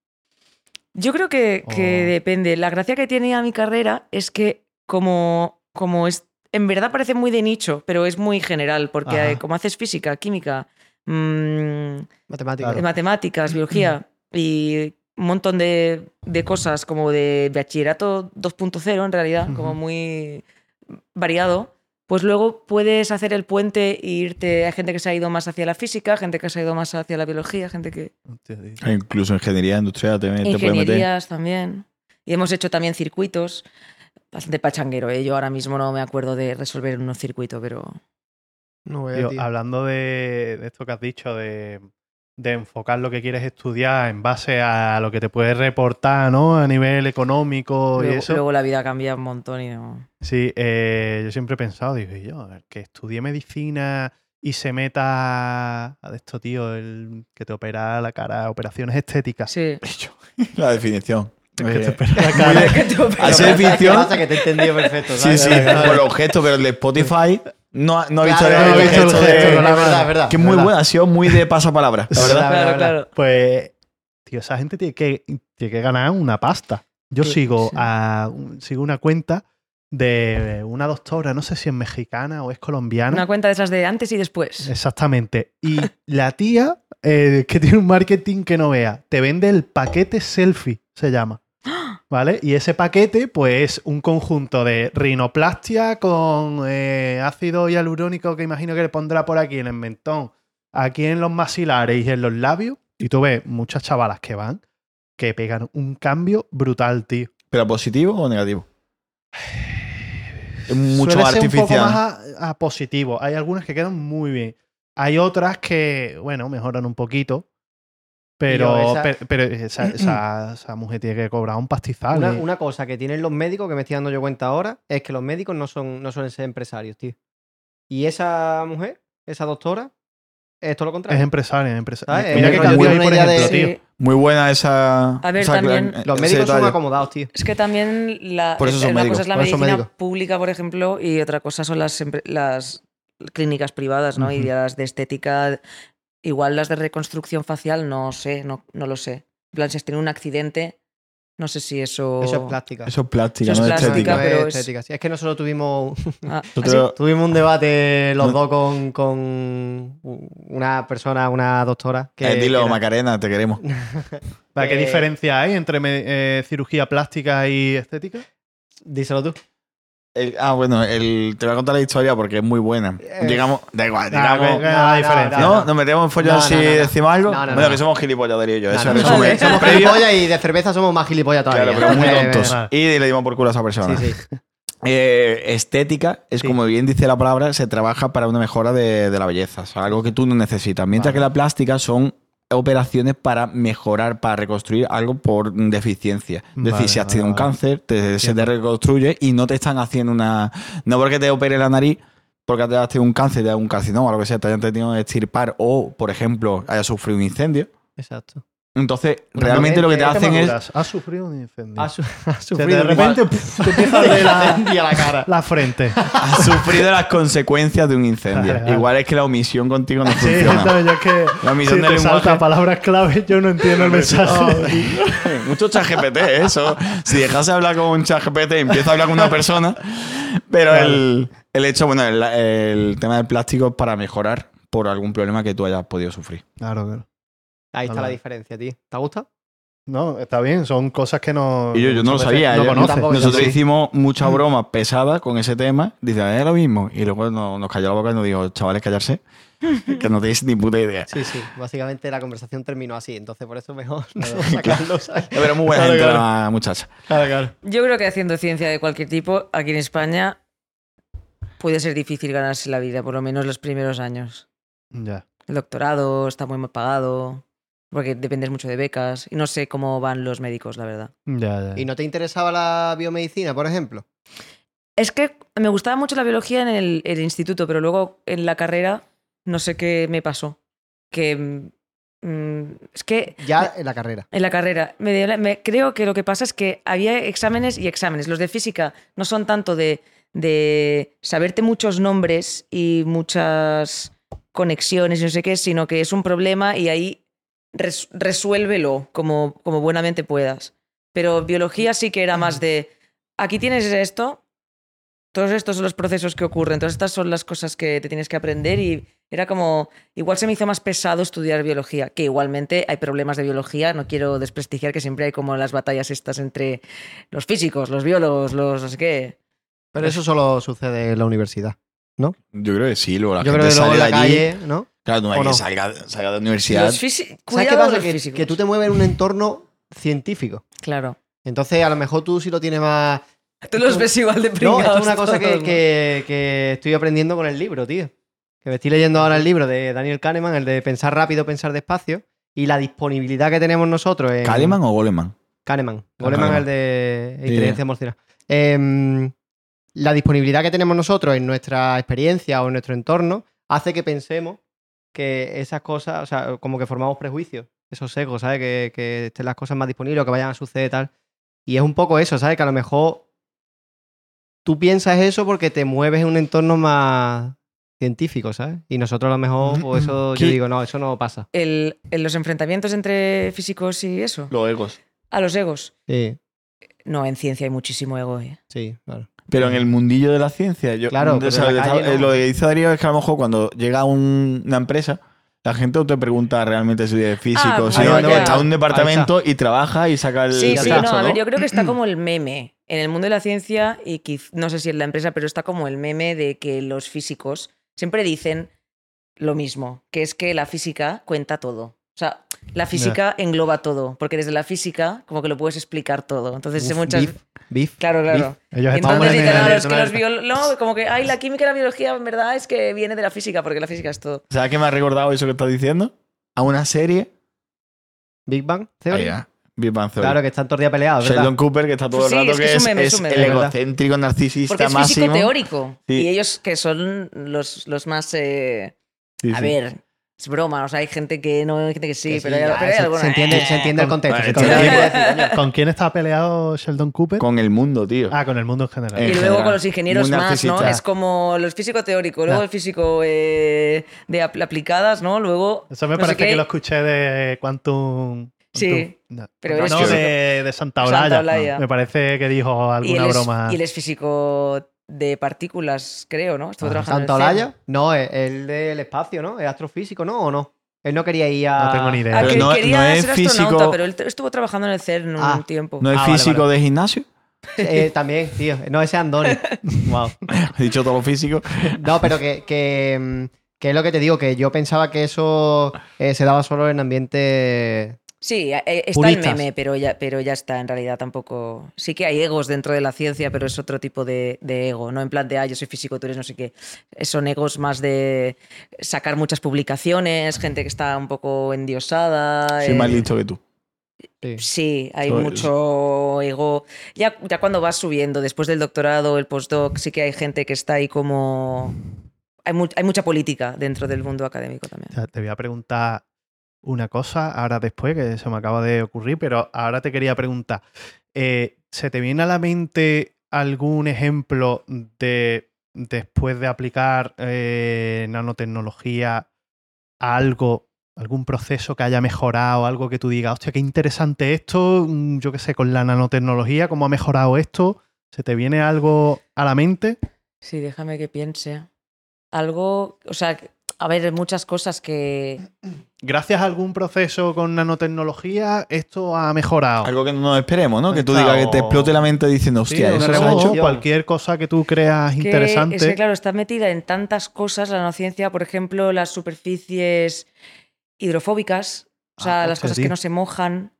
Speaker 1: Yo creo que, que
Speaker 4: O-
Speaker 1: depende. La gracia que tiene a mi carrera es que como, como es, en verdad parece muy de nicho, pero es muy general, porque
Speaker 4: Ajá.
Speaker 1: eh, como haces física, química, mm,
Speaker 2: Matemática.
Speaker 4: Claro. Mm.
Speaker 1: matemáticas, biología y un montón de, de cosas como de bachillerato 2.0 en realidad, como
Speaker 4: Ujú.
Speaker 1: muy variado, pues luego puedes hacer el puente e irte a gente que se ha ido más hacia la física, gente que se ha ido más hacia la biología, gente que...
Speaker 4: Hostia, tío.
Speaker 3: E Incluso ingeniería industrial te, te puede meter.
Speaker 1: Ingenierías también. Y hemos hecho también circuitos. Bastante pachanguero, ¿eh? Yo ahora mismo no me acuerdo de resolver un circuito, pero...
Speaker 2: No
Speaker 4: Tío,
Speaker 2: veo, tío.
Speaker 4: hablando de, de esto que has dicho, de, de enfocar lo que quieres estudiar en base a lo que te puedes reportar, ¿no? A nivel económico y
Speaker 1: Luego,
Speaker 4: eso.
Speaker 1: luego la vida cambia un montón y no...
Speaker 4: Sí, eh, yo siempre he pensado, digo, "Y yo, el que estudie medicina y se meta a de esto, tío, el que te opera la cara, operaciones estéticas.
Speaker 1: Sí.
Speaker 3: La definición.
Speaker 4: El que te
Speaker 3: Eh,
Speaker 4: opera la cara.
Speaker 3: Hacer
Speaker 2: ¿Qué
Speaker 3: ficción.
Speaker 2: pasa? Que te he entendido perfecto.
Speaker 3: Sí,
Speaker 2: ¿sabes?
Speaker 3: sí,
Speaker 2: Claro,
Speaker 3: por los gestos, pero el de Spotify no ha, no ha visto,
Speaker 2: claro,
Speaker 3: el,
Speaker 4: no he visto el
Speaker 3: gesto
Speaker 4: gesto,
Speaker 3: de-
Speaker 4: no
Speaker 2: es verdad, es verdad.
Speaker 3: Que es muy
Speaker 4: ¿Verdad?
Speaker 3: buena, ha sido muy de pasapalabra, la verdad.
Speaker 2: La verdad,
Speaker 1: Claro,
Speaker 2: la verdad.
Speaker 1: claro.
Speaker 4: Pues, tío, esa gente tiene que, tiene que ganar una pasta. Yo
Speaker 1: Sí,
Speaker 4: sigo,
Speaker 1: sí.
Speaker 4: a, un- sigo una cuenta de una doctora, no sé si es mexicana o es colombiana.
Speaker 1: Una cuenta de esas de antes y después.
Speaker 4: Exactamente. Y la tía, eh, que tiene un marketing que no vea, te vende el paquete selfie, se llama. ¿Vale? Y ese paquete, pues, es un conjunto de rinoplastia con eh, ácido hialurónico que imagino que le pondrá por aquí en el mentón, aquí en los maxilares y en los labios. Y tú ves muchas chavalas que van que pegan un cambio brutal, tío.
Speaker 3: ¿Pero positivo o negativo? Es mucho
Speaker 4: Suele ser
Speaker 3: artificial.
Speaker 4: un poco más a, a positivo. Hay algunas que quedan muy bien. Hay otras que, bueno, mejoran un poquito. Pero,
Speaker 2: Tío, esa-
Speaker 4: per- pero, esa, esa- esa mujer tiene que cobrar un pastizal.
Speaker 2: Una,
Speaker 4: eh.
Speaker 2: una cosa que tienen los médicos, que me estoy dando yo cuenta ahora, es que los médicos no, son, no suelen ser empresarios, tío. Y esa mujer, esa doctora, es todo lo
Speaker 4: Es
Speaker 2: contrario.
Speaker 4: empresaria, es empresaria.
Speaker 2: ¿Sabes? Eh,
Speaker 4: Mira
Speaker 3: Es
Speaker 4: que
Speaker 3: rollo,
Speaker 4: cambio
Speaker 3: tiene
Speaker 4: ahí, por
Speaker 2: una idea de-
Speaker 4: ejemplo,
Speaker 1: Sí.
Speaker 4: tío.
Speaker 3: Muy buena esa.
Speaker 1: A ver,
Speaker 3: esa-
Speaker 1: también-
Speaker 3: eh,
Speaker 2: los
Speaker 3: ese
Speaker 2: médicos son
Speaker 3: detalle.
Speaker 2: acomodados, tío.
Speaker 1: Es que también la, eh,
Speaker 3: Por eso son
Speaker 1: una
Speaker 3: médicos,
Speaker 1: cosa es la
Speaker 2: por eso son
Speaker 1: medicina
Speaker 2: médicos.
Speaker 1: pública, por ejemplo, y otra cosa son las, empre- las clínicas privadas, ¿no? Y
Speaker 4: Ujú.
Speaker 1: las de estética, igual las de reconstrucción facial, no sé, no, no lo sé. En plan, si has tenido un accidente, no sé si eso...
Speaker 2: Eso es plástica.
Speaker 3: Eso es plástica,
Speaker 1: Eso
Speaker 3: no
Speaker 1: Oh. es
Speaker 3: es
Speaker 2: No, no
Speaker 1: plástica,
Speaker 3: estética.
Speaker 2: es
Speaker 1: pero es-
Speaker 2: estética, sí. Es que nosotros tuvimos,
Speaker 1: Ah,
Speaker 3: Yo
Speaker 1: ¿ah,
Speaker 3: te-
Speaker 1: sí?
Speaker 2: tuvimos un debate los
Speaker 3: No.
Speaker 2: dos con, con una persona, una doctora. Que,
Speaker 3: Eh, dilo,
Speaker 2: que era-
Speaker 3: Macarena, te queremos.
Speaker 4: Va, ¿Qué
Speaker 2: Eh,
Speaker 4: diferencia hay entre me- eh, cirugía plástica y estética?
Speaker 2: Díselo tú.
Speaker 3: El- ah, bueno, el, te voy a contar la historia porque es muy buena.
Speaker 2: Eh,
Speaker 3: Llegamos, da igual,
Speaker 4: Nah,
Speaker 3: llegamos.
Speaker 4: venga, la diferencia.
Speaker 3: no, nos metemos en follas
Speaker 2: No, no,
Speaker 3: así
Speaker 2: no, no.
Speaker 3: decimos algo.
Speaker 2: No, no, no,
Speaker 3: bueno,
Speaker 2: no.
Speaker 3: que somos gilipollas, diría yo. Eso
Speaker 2: Nah, no,
Speaker 3: es resumen.
Speaker 2: vale. Somos
Speaker 3: Previo-
Speaker 2: gilipollas y de cerveza somos más gilipollas todavía.
Speaker 3: Claro, pero muy
Speaker 2: Eh, eh,
Speaker 3: tontos.
Speaker 4: vale.
Speaker 3: Y le dimos por culo a esa persona.
Speaker 2: Sí, sí.
Speaker 3: Eh, estética es
Speaker 4: Sí.
Speaker 3: como bien dice la palabra, se trabaja para una mejora de, de la belleza, o sea, algo que tú no necesitas. Mientras
Speaker 4: Vale.
Speaker 3: que la plástica son operaciones para mejorar, para reconstruir algo por deficiencia. Es decir,
Speaker 4: Vale,
Speaker 3: si has
Speaker 4: vale,
Speaker 3: tenido un
Speaker 4: vale.
Speaker 3: cáncer, te- se te
Speaker 4: Entiendo.
Speaker 3: reconstruye y no te están haciendo una... No porque te opere la nariz, porque te has tenido un cáncer, te has dado un carcinoma, o lo que sea, te hayan tenido que extirpar o, por ejemplo, hayas sufrido un incendio.
Speaker 2: Exacto.
Speaker 3: Entonces, realmente
Speaker 2: no,
Speaker 3: lo que te
Speaker 2: ¿qué
Speaker 3: hacen es.
Speaker 4: Has sufrido un incendio.
Speaker 2: Ha, su- ha
Speaker 4: O sea,
Speaker 2: sufrido
Speaker 4: de repente puf, te empieza a doler la,
Speaker 2: la cara.
Speaker 4: la frente.
Speaker 3: Has sufrido las consecuencias de un incendio.
Speaker 4: Vale, vale.
Speaker 3: Igual es que la omisión contigo no
Speaker 4: Sí,
Speaker 3: funciona.
Speaker 4: no, yo es que
Speaker 3: La
Speaker 4: si
Speaker 3: omisión
Speaker 4: te
Speaker 3: del lenguaje.
Speaker 4: salta palabras clave, yo no entiendo el mensaje.
Speaker 3: Mucho ChatGPT, ¿eh? eso. Si dejas de hablar con un ChatGPT, empieza a hablar con una persona. Pero el, el hecho, bueno, el, el tema del plástico es para mejorar por algún problema que tú hayas podido sufrir.
Speaker 4: Claro, claro.
Speaker 2: Ahí está la
Speaker 4: Hola.
Speaker 2: diferencia, tío. ¿Te gusta?
Speaker 4: No, está bien, son cosas que no.
Speaker 3: Y yo, yo no lo
Speaker 4: muchas
Speaker 3: sabía.
Speaker 4: veces No
Speaker 3: yo-
Speaker 4: conoces.
Speaker 2: tampoco, yo
Speaker 3: nosotros
Speaker 2: sí.
Speaker 3: hicimos mucha broma pesada con ese tema. Dice, "Ah, es lo mismo. Y luego no- nos cayó la boca y nos dijo, chavales, callarse. Que no tenéis ni puta idea.
Speaker 2: Sí, sí. Básicamente la conversación terminó así, entonces por eso mejor no sacarlo. ¿sabes?
Speaker 3: Pero muy buena
Speaker 2: Claro,
Speaker 3: gente
Speaker 2: claro.
Speaker 3: la muchacha.
Speaker 2: Claro, claro.
Speaker 1: Yo creo que haciendo ciencia de cualquier tipo, aquí en España, puede ser difícil ganarse la vida, por lo menos los primeros años.
Speaker 4: Ya.
Speaker 1: El doctorado está muy mal pagado, porque dependes mucho de becas, y no sé cómo van los médicos, la verdad.
Speaker 4: Ya, ya.
Speaker 2: ¿Y no te interesaba la biomedicina, por ejemplo?
Speaker 1: Es que me gustaba mucho la biología en el, el instituto, pero luego en la carrera no sé qué me pasó. Que mm, mm, es que
Speaker 2: Ya en la carrera.
Speaker 1: en la carrera me, dio la- me- creo que lo que pasa es que había exámenes y exámenes. Los de física no son tanto de, de saberte muchos nombres y muchas conexiones y no sé qué, sino que es un problema y ahí res- resuélvelo como, como buenamente puedas. Pero biología sí que era más de, aquí tienes esto, todos estos son los procesos que ocurren, todas estas son las cosas que te tienes que aprender y era como, igual se me hizo más pesado estudiar biología, que igualmente hay problemas de biología, no quiero desprestigiar que siempre hay como las batallas estas entre los físicos, los biólogos, los no sé qué.
Speaker 2: Pero eso solo sucede en la universidad.
Speaker 3: Yo creo que sí, luego la
Speaker 2: Yo creo
Speaker 3: gente
Speaker 2: que luego
Speaker 3: sale
Speaker 2: en
Speaker 3: de
Speaker 2: la
Speaker 3: allí.
Speaker 2: calle, ¿no?
Speaker 3: Claro, no hay
Speaker 2: ¿O
Speaker 3: que
Speaker 2: no?
Speaker 3: salga, salga de la universidad.
Speaker 1: Los físi-
Speaker 2: ¿Sabes
Speaker 1: cuidado
Speaker 2: qué pasa?
Speaker 1: los
Speaker 2: Que,
Speaker 1: físicos.
Speaker 2: que tú te mueves en un entorno científico.
Speaker 1: Claro.
Speaker 2: Entonces, a lo mejor tú sí lo tienes más.
Speaker 1: Tú los ves igual de
Speaker 2: No,
Speaker 1: pringados.
Speaker 2: esto es una cosa que,
Speaker 1: todos, ¿no?
Speaker 2: que- que estoy aprendiendo con el libro, tío. Que me estoy leyendo ahora el libro de Daniel Kahneman, el de Pensar rápido, pensar despacio. Y la disponibilidad que tenemos nosotros en.
Speaker 3: ¿Caleman o Goleman?
Speaker 2: Kahneman. Goleman
Speaker 3: Kahneman.
Speaker 2: el de
Speaker 3: Sí,
Speaker 2: inteligencia
Speaker 3: sí.
Speaker 2: emocional. Em, la disponibilidad que tenemos nosotros en nuestra experiencia o en nuestro entorno hace que pensemos que esas cosas, o sea, como que formamos prejuicios, esos sesgos, ¿sabes? Que, que estén las cosas más disponibles o que vayan a suceder tal. Y es un poco eso, ¿sabes? Que a lo mejor tú piensas eso porque te mueves en un entorno más científico, ¿sabes? Y nosotros a lo mejor, o eso yo
Speaker 3: ¿Qué?
Speaker 2: digo, no, eso no pasa.
Speaker 1: El- en los enfrentamientos entre físicos y eso.
Speaker 3: Los egos.
Speaker 1: A los egos.
Speaker 2: Sí,
Speaker 1: No, en ciencia hay muchísimo ego. ¿eh?
Speaker 2: sí, claro.
Speaker 3: Pero en el mundillo de la ciencia, yo,
Speaker 2: Claro, pero
Speaker 3: o sea,
Speaker 2: en la
Speaker 3: estaba-
Speaker 2: calle
Speaker 3: eh,
Speaker 2: no.
Speaker 3: lo que dice Darío es que a lo mejor cuando llega un- una empresa, la gente no te pregunta realmente si es físico,
Speaker 1: Ah,
Speaker 3: sino
Speaker 2: bueno,
Speaker 3: que
Speaker 2: ya.
Speaker 3: está en un departamento y trabaja y saca el
Speaker 1: Sí, sí,
Speaker 3: cacho,
Speaker 1: no, a ver,
Speaker 3: ¿no?
Speaker 1: yo creo que está como el meme en el mundo de la ciencia y quiz- no sé si en la empresa, pero está como el meme de que los físicos siempre dicen lo mismo, que es que la física cuenta todo. O sea, la física engloba todo, porque desde la física como que lo puedes explicar todo. Entonces,
Speaker 2: Uf,
Speaker 1: Pues muchas...
Speaker 2: beef, beef,
Speaker 1: Claro,
Speaker 2: beef.
Speaker 1: claro.
Speaker 4: Ellos
Speaker 1: Y
Speaker 4: estaban
Speaker 1: entonces
Speaker 4: en
Speaker 1: dicen,
Speaker 4: el-
Speaker 1: "Ah, es que
Speaker 4: en
Speaker 1: los
Speaker 4: el-
Speaker 1: biol- No, como que, ay, la química y la biología en verdad es que viene de la física, porque la física es todo.
Speaker 3: ¿Sabes qué me ha recordado eso que estás diciendo? A una serie.
Speaker 2: Big Bang Theory.
Speaker 3: Ahí va, Big Bang Theory.
Speaker 2: Claro, que están todos días peleados, ¿verdad?
Speaker 3: Sheldon Cooper, que está todo
Speaker 1: Sí,
Speaker 3: el rato
Speaker 1: es que
Speaker 3: que
Speaker 1: es
Speaker 3: es,
Speaker 1: un meme, es
Speaker 3: es
Speaker 1: un meme,
Speaker 3: el
Speaker 2: ¿verdad?
Speaker 3: egocéntrico narcisista
Speaker 1: Porque es físico
Speaker 3: máximo.
Speaker 1: teórico.
Speaker 3: Sí.
Speaker 1: Y ellos que son los, los más... eh,
Speaker 3: Sí,
Speaker 1: A
Speaker 3: sí.
Speaker 1: ver, es broma, o sea, hay gente que no, hay gente que sí,
Speaker 2: Que sí,
Speaker 1: pero, hay-
Speaker 2: ya,
Speaker 1: pero hay
Speaker 2: se,
Speaker 1: alguna- ¿eh?
Speaker 2: se entiende, se entiende el
Speaker 4: Con-
Speaker 2: contexto.
Speaker 3: vale,
Speaker 2: se
Speaker 4: ¿Con
Speaker 2: entiende
Speaker 1: Sí.
Speaker 2: lo que quiero
Speaker 4: quién-
Speaker 2: decir, coño.
Speaker 4: ¿Con quién está peleado Sheldon Cooper?
Speaker 3: Con el mundo, tío.
Speaker 4: Ah, con el mundo en general.
Speaker 3: Eh,
Speaker 1: Y
Speaker 3: en
Speaker 1: luego con
Speaker 3: general.
Speaker 1: los ingenieros
Speaker 3: Muy
Speaker 1: más, ¿no?
Speaker 3: narcisista.
Speaker 1: Es como los físico teórico, luego
Speaker 4: Ya.
Speaker 1: el físico eh, de apl- aplicadas, ¿no? Luego.
Speaker 4: Eso me
Speaker 1: no sé
Speaker 4: parece
Speaker 1: qué,
Speaker 4: que lo escuché de Quantum.
Speaker 1: Sí,
Speaker 4: Quantum- no,
Speaker 1: pero
Speaker 4: no,
Speaker 1: es
Speaker 4: no,
Speaker 1: que-
Speaker 4: de, de Santa Olalla.
Speaker 1: Santa Olalla.
Speaker 4: Me parece que dijo
Speaker 1: y
Speaker 4: alguna
Speaker 1: él es-
Speaker 4: broma.
Speaker 1: Y él es físico de partículas, creo, ¿no? Estuvo
Speaker 4: Ah,
Speaker 1: trabajando. en el
Speaker 2: ¿Santa
Speaker 1: CERN.
Speaker 2: Olaya? No, es el del espacio, ¿no? ¿Es astrofísico, no? ¿O no? Él no quería ir a.
Speaker 4: No tengo ni idea.
Speaker 1: Ah,
Speaker 3: Pero
Speaker 1: que
Speaker 3: no-
Speaker 1: quería
Speaker 3: no es
Speaker 1: ser astronauta,
Speaker 3: físico-
Speaker 1: pero él t- estuvo trabajando en el CERN un
Speaker 2: Ah,
Speaker 1: tiempo.
Speaker 3: ¿No es
Speaker 2: Ah, vale,
Speaker 3: físico
Speaker 2: vale.
Speaker 3: de gimnasio?
Speaker 2: Eh, también, tío. No, ese es Andoni. Wow.
Speaker 3: He dicho todo lo físico.
Speaker 2: No, pero que, que, mm, que es lo que te digo, que yo pensaba que eso eh, se daba solo en ambiente.
Speaker 1: Sí, eh, está
Speaker 2: Puristas.
Speaker 1: el meme, pero ya, pero ya está, en realidad tampoco. Sí que hay egos dentro de la ciencia, pero es otro tipo de, de ego, no en plan de, ah, yo soy físico, tú eres no sé qué. Eh, Son egos más de sacar muchas publicaciones, gente que está un poco endiosada.
Speaker 3: Soy
Speaker 1: eh,
Speaker 3: más listo que tú.
Speaker 2: Sí.
Speaker 1: Sí, hay
Speaker 3: Soy-
Speaker 1: mucho ego. Ya, ya cuando vas subiendo, después del doctorado, el postdoc, sí que hay gente que está ahí como hay, mu- hay mucha política dentro del mundo académico también.
Speaker 4: O sea, te voy a preguntar una cosa ahora después, que se me acaba de ocurrir, pero ahora te quería preguntar. eh, ¿Se te viene a la mente algún ejemplo de después de aplicar eh, nanotecnología a algo, algún proceso que haya mejorado, algo que tú digas, hostia, qué interesante esto, mm, yo qué sé, con la nanotecnología, cómo ha mejorado esto? ¿Se te viene algo a la mente?
Speaker 1: Sí, déjame que piense. Algo, o sea, a ver, muchas cosas que...
Speaker 4: Gracias a algún proceso con nanotecnología, esto ha mejorado.
Speaker 3: Algo que no nos esperemos, ¿no? Que tú
Speaker 4: Claro.
Speaker 3: digas que te explote la mente diciendo,
Speaker 4: Ah. Sí,
Speaker 3: hostia,
Speaker 4: un
Speaker 3: eso se ha
Speaker 4: rebozo,
Speaker 3: hecho.
Speaker 2: hecho.
Speaker 4: cualquier cosa que tú creas
Speaker 1: que-
Speaker 4: interesante.
Speaker 1: Es que, claro, está metida en tantas cosas la nanociencia, por ejemplo, las superficies hidrofóbicas, o sea,
Speaker 4: Ah,
Speaker 1: las
Speaker 4: hostia,
Speaker 1: cosas
Speaker 4: sí.
Speaker 1: que no se mojan,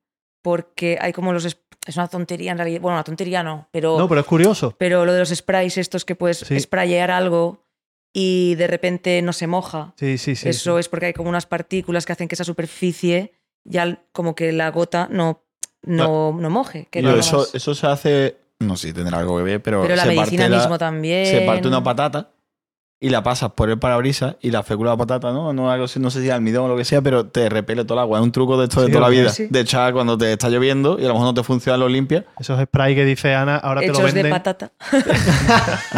Speaker 1: porque hay como los... es- Es una tontería en realidad. Bueno, una tontería no, pero...
Speaker 4: No, pero es curioso.
Speaker 1: Pero lo de los sprays estos que puedes
Speaker 4: Sí.
Speaker 1: sprayear algo y de repente no se moja.
Speaker 4: Sí, sí, sí.
Speaker 1: Eso es porque hay como unas partículas que hacen que esa superficie ya l- como que la gota no, no, no moje. Que
Speaker 3: Y
Speaker 1: no lo
Speaker 3: eso,
Speaker 1: hagas.
Speaker 3: eso se hace, no sé si tendrá algo que ver, pero,
Speaker 1: Pero la
Speaker 3: se,
Speaker 1: medicina
Speaker 3: parte la-
Speaker 1: mismo también.
Speaker 3: se parte una patata y la pasas por el parabrisas y la fécula de patata, ¿no? No, algo, así, no sé si almidón o lo que sea, pero te repele todo el agua. Es un truco de esto de
Speaker 4: Sí,
Speaker 3: toda la
Speaker 4: lo que
Speaker 3: vida.
Speaker 1: es, sí.
Speaker 3: De echar cuando te está lloviendo y a lo mejor no te funciona, lo limpia.
Speaker 4: Esos sprays que dice Ana, ahora te lo
Speaker 1: Hechos de
Speaker 4: venden.
Speaker 1: patata.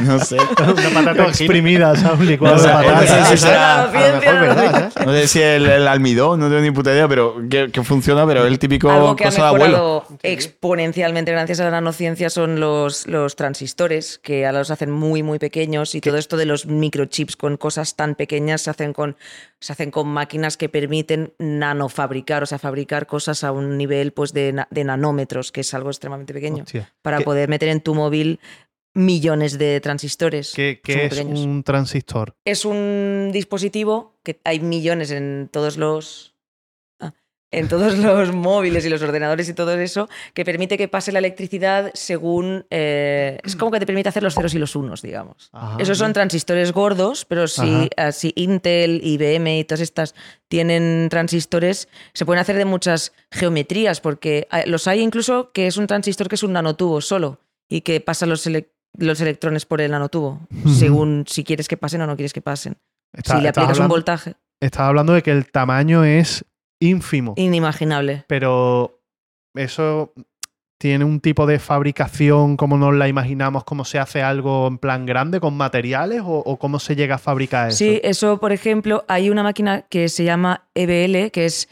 Speaker 3: No sé.
Speaker 4: Una patata exprimida, o sea, un licuado
Speaker 3: No, o sea,
Speaker 4: de
Speaker 3: es
Speaker 4: patata.
Speaker 3: verdad, sí, sí,
Speaker 4: A
Speaker 3: será-
Speaker 4: lo Ah, mejor, ¿verdad?
Speaker 3: No sé si el, el almidón, no tengo ni puta idea, pero que, que funciona, pero es el típico
Speaker 1: Algo que ha
Speaker 3: cosa de abuelo.
Speaker 1: mejorado exponencialmente gracias a la nanociencia son los, los transistores, que ahora los hacen muy, muy pequeños y todo esto de los microchips con cosas tan pequeñas se hacen con, se hacen con máquinas que permiten nanofabricar, o sea, fabricar cosas a un nivel pues, de, na- de nanómetros, que es algo extremadamente
Speaker 4: ¿eh?
Speaker 1: pequeño,
Speaker 4: Hostia,
Speaker 1: para
Speaker 4: ¿qué-
Speaker 1: poder meter en tu móvil millones de transistores.
Speaker 4: ¿Qué, qué
Speaker 1: Son muy
Speaker 4: es
Speaker 1: pequeños.
Speaker 4: un transistor?
Speaker 1: es un dispositivo que hay millones en todos los ah, en todos los móviles y los ordenadores y todo eso que permite que pase la electricidad según eh, es como que te permite hacer los ceros y los unos digamos
Speaker 4: Ajá.
Speaker 1: esos son transistores gordos pero si, así Intel IBM y todas estas tienen transistores se pueden hacer de muchas geometrías porque eh, los hay incluso que es un transistor que es un nanotubo solo y que pasa los elec- los electrones por el nanotubo,
Speaker 4: Ujú.
Speaker 1: según si quieres que pasen o no quieres que pasen.
Speaker 4: Está-
Speaker 1: si le
Speaker 4: estás
Speaker 1: aplicas un
Speaker 4: hablando-
Speaker 1: voltaje,
Speaker 4: estás hablando de que el tamaño es ínfimo.
Speaker 1: inimaginable.
Speaker 4: pero eso tiene un tipo de fabricación como nos la imaginamos, cómo se hace algo en plan grande con materiales o, o cómo se llega a fabricar Ah, eso.
Speaker 1: Sí, eso, por ejemplo, hay una máquina que se llama EBL, que es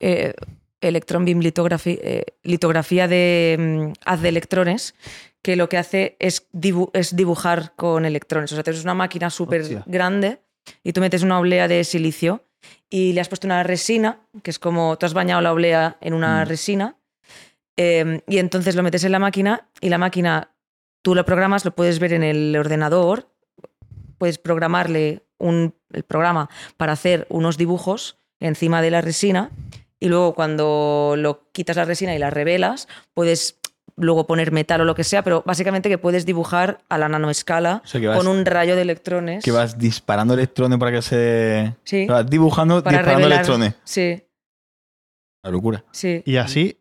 Speaker 1: eh, Electron Beam Lithography, eh, litografía de mm, haz de electrones, que lo que hace es, dibu- es dibujar con electrones. O sea, tienes una máquina súper
Speaker 4: Hostia.
Speaker 1: grande y tú metes una oblea de silicio y le has puesto una resina, que es como tú has bañado la oblea en una
Speaker 3: Mm.
Speaker 1: resina, eh, y entonces lo metes en la máquina y la máquina, tú lo programas, lo puedes ver en el ordenador, puedes programarle un, el programa para hacer unos dibujos encima de la resina y luego cuando lo quitas la resina y la revelas, puedes luego poner metal o lo que sea, pero básicamente que puedes dibujar a la nanoescala
Speaker 3: O sea, que vas,
Speaker 1: con un rayo de electrones.
Speaker 3: que vas disparando electrones para que se...
Speaker 1: Sí.
Speaker 3: Vas dibujando,
Speaker 1: para
Speaker 3: disparando
Speaker 1: revelar-
Speaker 3: electrones.
Speaker 1: Sí,
Speaker 3: La locura.
Speaker 1: sí.
Speaker 4: Y así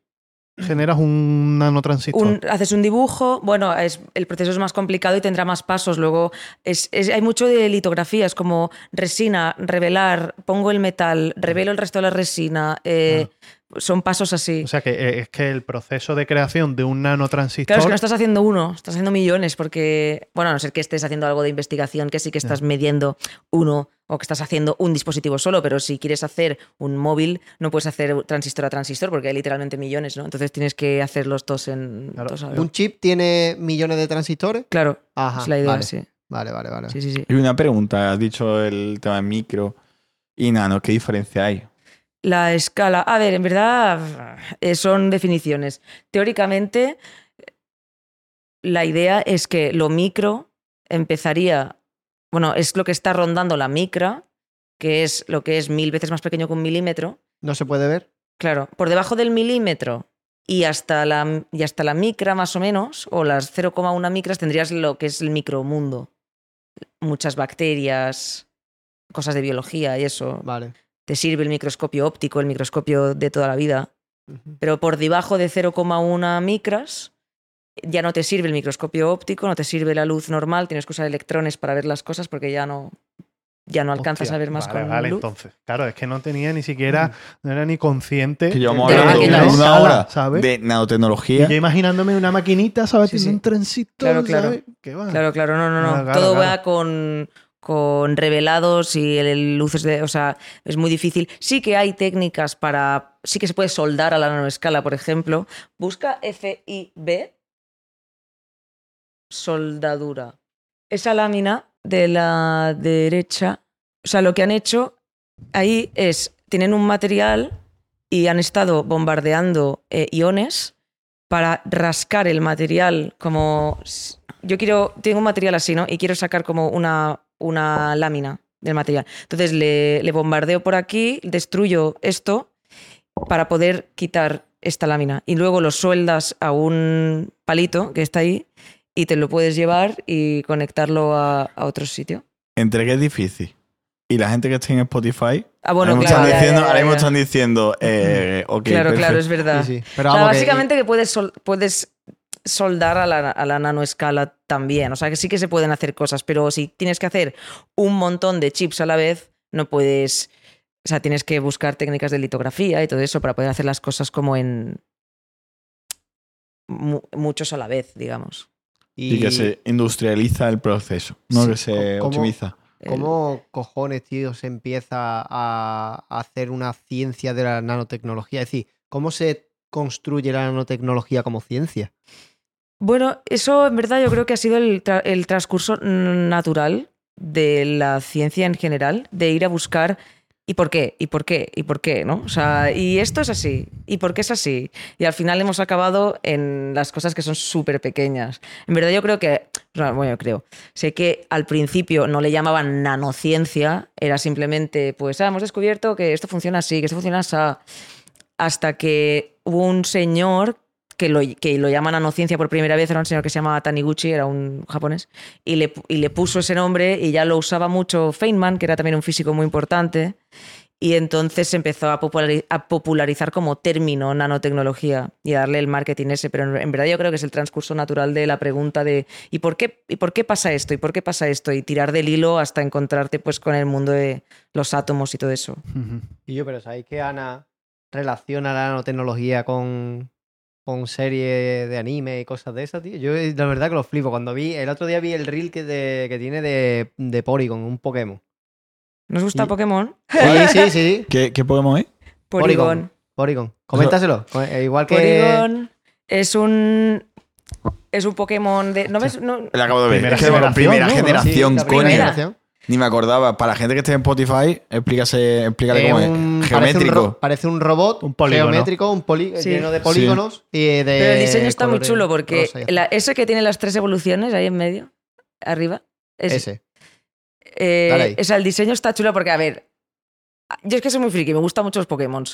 Speaker 4: generas un nanotransistor.
Speaker 1: Mm. Un- haces un dibujo, bueno, es, el proceso es más complicado y tendrá más pasos. Luego es, es- hay mucho de litografía, es como resina, revelar, pongo el metal, revelo el resto de la resina. eh, Son pasos así.
Speaker 4: O sea que eh, es que el proceso de creación de un nanotransistor
Speaker 1: Claro, es que no estás haciendo uno, estás haciendo millones, porque, bueno, a no ser que estés haciendo algo de investigación, que sí que estás midiendo uno o que estás haciendo un dispositivo solo, pero si quieres hacer un móvil, no puedes hacer transistor a transistor, porque hay literalmente millones, ¿no? Entonces tienes que hacerlos todos en.
Speaker 4: Claro,
Speaker 1: todos a la
Speaker 2: ¿Un
Speaker 1: vez.
Speaker 2: chip tiene millones de transistores?
Speaker 1: Claro,
Speaker 2: Ajá.
Speaker 4: Ah,
Speaker 1: es la idea,
Speaker 2: vale.
Speaker 1: sí.
Speaker 2: Vale, vale, vale.
Speaker 1: Sí, sí, sí.
Speaker 3: Y una pregunta, has dicho el tema de micro y nano, ¿qué diferencia hay?
Speaker 1: La escala. A ver, en verdad eh, son definiciones. Teóricamente, la idea es que lo micro empezaría. Bueno, es lo que está rondando la micra, que es lo que es mil veces más pequeño que un milímetro.
Speaker 2: ¿No se puede ver?
Speaker 1: Claro, por debajo del milímetro y hasta la, y hasta la micra más o menos, o las 0,1 micras, tendrías lo que es el micromundo. Muchas bacterias, cosas de biología y eso
Speaker 2: Vale.
Speaker 1: te sirve el microscopio óptico, el microscopio de toda la vida,
Speaker 2: Ujú.
Speaker 1: pero por debajo de 0,1 micras ya no te sirve el microscopio óptico, no te sirve la luz normal, tienes que usar electrones para ver las cosas porque ya no ya no alcanzas
Speaker 4: Hostia,
Speaker 1: a ver más
Speaker 4: vale,
Speaker 1: con
Speaker 4: vale,
Speaker 1: luz.
Speaker 4: entonces. Claro, es que no tenía ni siquiera, no era ni consciente.
Speaker 3: Mm. Que llevamos
Speaker 1: de
Speaker 4: la
Speaker 3: hablando
Speaker 1: máquinas.
Speaker 3: una
Speaker 4: sala,
Speaker 3: hora
Speaker 4: ¿sabes?
Speaker 3: de
Speaker 4: Y yo
Speaker 3: nanotecnología.
Speaker 4: imaginándome una maquinita, ¿sabes?
Speaker 1: Sí,
Speaker 4: Tiene
Speaker 1: sí.
Speaker 4: un trencito,
Speaker 1: Claro, claro.
Speaker 4: ¿sabes? ¿Qué va?
Speaker 1: Claro, claro, no, no, no.
Speaker 4: Ah, claro,
Speaker 1: Todo
Speaker 4: claro.
Speaker 1: va con, con revelados y el, el luces de. O sea, es muy difícil. Sí que hay técnicas para. Sí que se puede soldar a la nanoescala, por ejemplo. Busca FIB. Soldadura. Esa lámina de la derecha. O sea, lo que han hecho ahí es. Tienen un material y han estado bombardeando eh, iones para rascar el material como s- yo quiero tengo un material así no y quiero sacar como una una lámina del material entonces le, le bombardeo por aquí destruyo esto para poder quitar esta lámina y luego lo sueldas a un palito que está ahí y te lo puedes llevar y conectarlo a, a otro sitio
Speaker 3: Entre que es difícil. Y la gente que está en Spotify.
Speaker 1: ah bueno
Speaker 3: ahora mismo
Speaker 1: claro
Speaker 3: están
Speaker 1: ya,
Speaker 3: diciendo,
Speaker 1: ya, ya,
Speaker 3: ahora mismo
Speaker 1: ya.
Speaker 3: están diciendo eh, ok,
Speaker 1: claro claro
Speaker 3: perfecto.
Speaker 1: es verdad
Speaker 2: Sí, sí. Pero
Speaker 1: O sea,
Speaker 2: vamos, que-
Speaker 1: básicamente que puedes, sol- puedes soldar a la, a la nanoescala también. O sea, que sí que se pueden hacer cosas, pero si tienes que hacer un montón de chips a la vez, no puedes. O sea, tienes que buscar técnicas de litografía y todo eso para poder hacer las cosas como en. mu- muchos a la vez, digamos.
Speaker 3: Y... que se industrializa el proceso, no
Speaker 2: Sí,
Speaker 3: que se
Speaker 2: ¿cómo-
Speaker 3: optimiza.
Speaker 1: El-
Speaker 2: ¿Cómo cojones, tío, se empieza a a hacer una ciencia de la nanotecnología? Es decir, ¿cómo se construye la nanotecnología como ciencia?
Speaker 1: Bueno, eso en verdad yo creo que ha sido el, tra- el transcurso natural de la ciencia en general, de ir a buscar y por qué, y por qué, y por qué, ¿no? O sea, y esto es así, y por qué es así. Y al final hemos acabado en las cosas que son súper pequeñas. En verdad yo creo que, o sea, bueno, yo creo, sé que al principio no le llamaban nanociencia, era simplemente, pues, ah, hemos descubierto que esto funciona así, que esto funciona así, hasta que hubo un señor que lo, que lo llama nanociencia por primera vez, era un señor que se llamaba Taniguchi, era un japonés, y le, pu- y le puso ese nombre y ya lo usaba mucho Feynman, que era también un físico muy importante, y entonces se empezó a, populari- a popularizar como término nanotecnología y a darle el marketing ese, pero en, en verdad yo creo que es el transcurso natural de la pregunta de ¿y por, qué, ¿y por qué pasa esto? ¿y por qué pasa esto? y tirar del hilo hasta encontrarte pues con el mundo de los átomos y todo eso.
Speaker 4: Ujú.
Speaker 2: Y yo, pero ¿sabéis que Ana relaciona la nanotecnología con, con series de anime y cosas de esas, tío? Yo eh, la verdad que lo flipo. Cuando vi, el otro día vi el reel que, de- que tiene de, de Porygon, un Pokémon.
Speaker 1: ¿Nos gusta
Speaker 2: Y-
Speaker 1: Pokémon?
Speaker 2: Sí, sí, sí.
Speaker 3: ¿Qué, qué Pokémon es?
Speaker 1: Porygon.
Speaker 2: Porygon. Coméntaselo. Co- eh, Igual que...
Speaker 1: Porygon es un es un Pokémon de no ves no,
Speaker 3: La acabo de ver.
Speaker 4: Primera
Speaker 3: Es que, bueno,
Speaker 4: generación,
Speaker 3: primera
Speaker 4: ¿no?
Speaker 3: generación,
Speaker 2: Sí, la
Speaker 3: coño.
Speaker 2: primera
Speaker 1: Primera.
Speaker 2: generación.
Speaker 3: Ni me acordaba. Para la gente que esté en Spotify, explícase, explícale
Speaker 2: Eh,
Speaker 3: cómo
Speaker 2: un- parece un ro-
Speaker 3: es. Geométrico.
Speaker 2: Parece un robot
Speaker 4: Un polígono.
Speaker 2: geométrico, un poli-
Speaker 1: Sí.
Speaker 2: lleno de
Speaker 3: Sí.
Speaker 2: polígonos. y de
Speaker 1: pero el diseño está muy
Speaker 2: colores
Speaker 1: chulo porque
Speaker 2: Eh, rosa y azul.
Speaker 1: la, ese que tiene las tres evoluciones ahí en medio arriba es,
Speaker 2: Ese.
Speaker 1: eh,
Speaker 2: dale ahí.
Speaker 1: o sea el diseño está chulo porque a ver yo es que soy muy friki me gustan mucho los Pokémon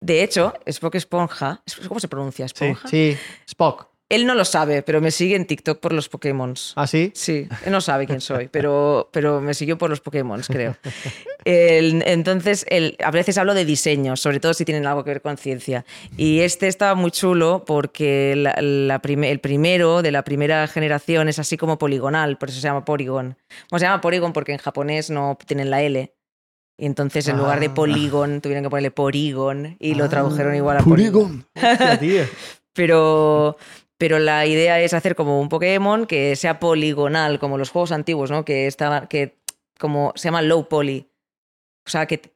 Speaker 1: de hecho es porque esponja ¿es- cómo se pronuncia esponja
Speaker 2: Sí, Spock. Ah,
Speaker 1: él no lo sabe pero me sigue en TikTok por los Pokémon
Speaker 2: Así.
Speaker 1: Sí, él no sabe quién soy, pero, pero me siguió por los Pokémon, creo. El- entonces, el- a veces hablo de diseño, sobre todo si tienen algo que ver con ciencia. Y este estaba muy chulo porque la- la prime- el primero de la primera generación es así como poligonal, por eso se llama Porygon. Bueno, se llama Porygon porque en japonés no tienen la L. Y entonces, en lugar de
Speaker 2: Ah.
Speaker 1: polígon, tuvieron que ponerle Porygon y lo
Speaker 2: Ah.
Speaker 1: tradujeron igual a Porygon.
Speaker 2: Hostia, tío.
Speaker 1: Pero, pero la idea es hacer como un Pokémon que sea poligonal, como los juegos antiguos, ¿no? Que estaba, que como se llama low poly. O sea, que t-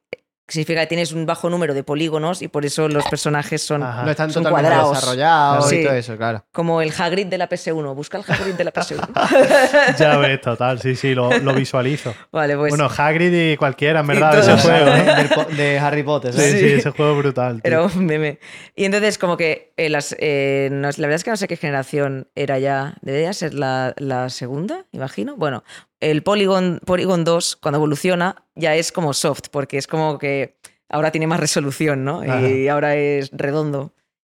Speaker 1: significa que tienes un bajo número de polígonos y por eso los personajes son
Speaker 4: Ajá.
Speaker 2: No están
Speaker 1: Ah, son
Speaker 2: totalmente
Speaker 1: cuadrados.
Speaker 2: desarrollados y
Speaker 1: Sí.
Speaker 2: todo eso, claro.
Speaker 1: como el Hagrid de la PS1. Busca el Hagrid de la PS1.
Speaker 4: Ya ves, total, sí, sí, lo, lo visualizo.
Speaker 1: vale, pues
Speaker 4: bueno, Hagrid y cualquiera, en verdad, de
Speaker 1: todos.
Speaker 4: ese juego, ¿no?
Speaker 2: Del po- De Harry Potter,
Speaker 4: Sí,
Speaker 2: ¿sabes?
Speaker 4: sí,
Speaker 1: Sí.
Speaker 4: ese juego brutal. tío.
Speaker 1: era un meme. Y entonces como que eh, las, eh, no- la verdad es que no sé qué generación era ya. Debería ser la, la segunda, imagino. Bueno, el Polygon, Polygon 2, cuando evoluciona, ya es como soft, porque es como que ahora tiene más resolución, ¿no? Y ahora es redondo.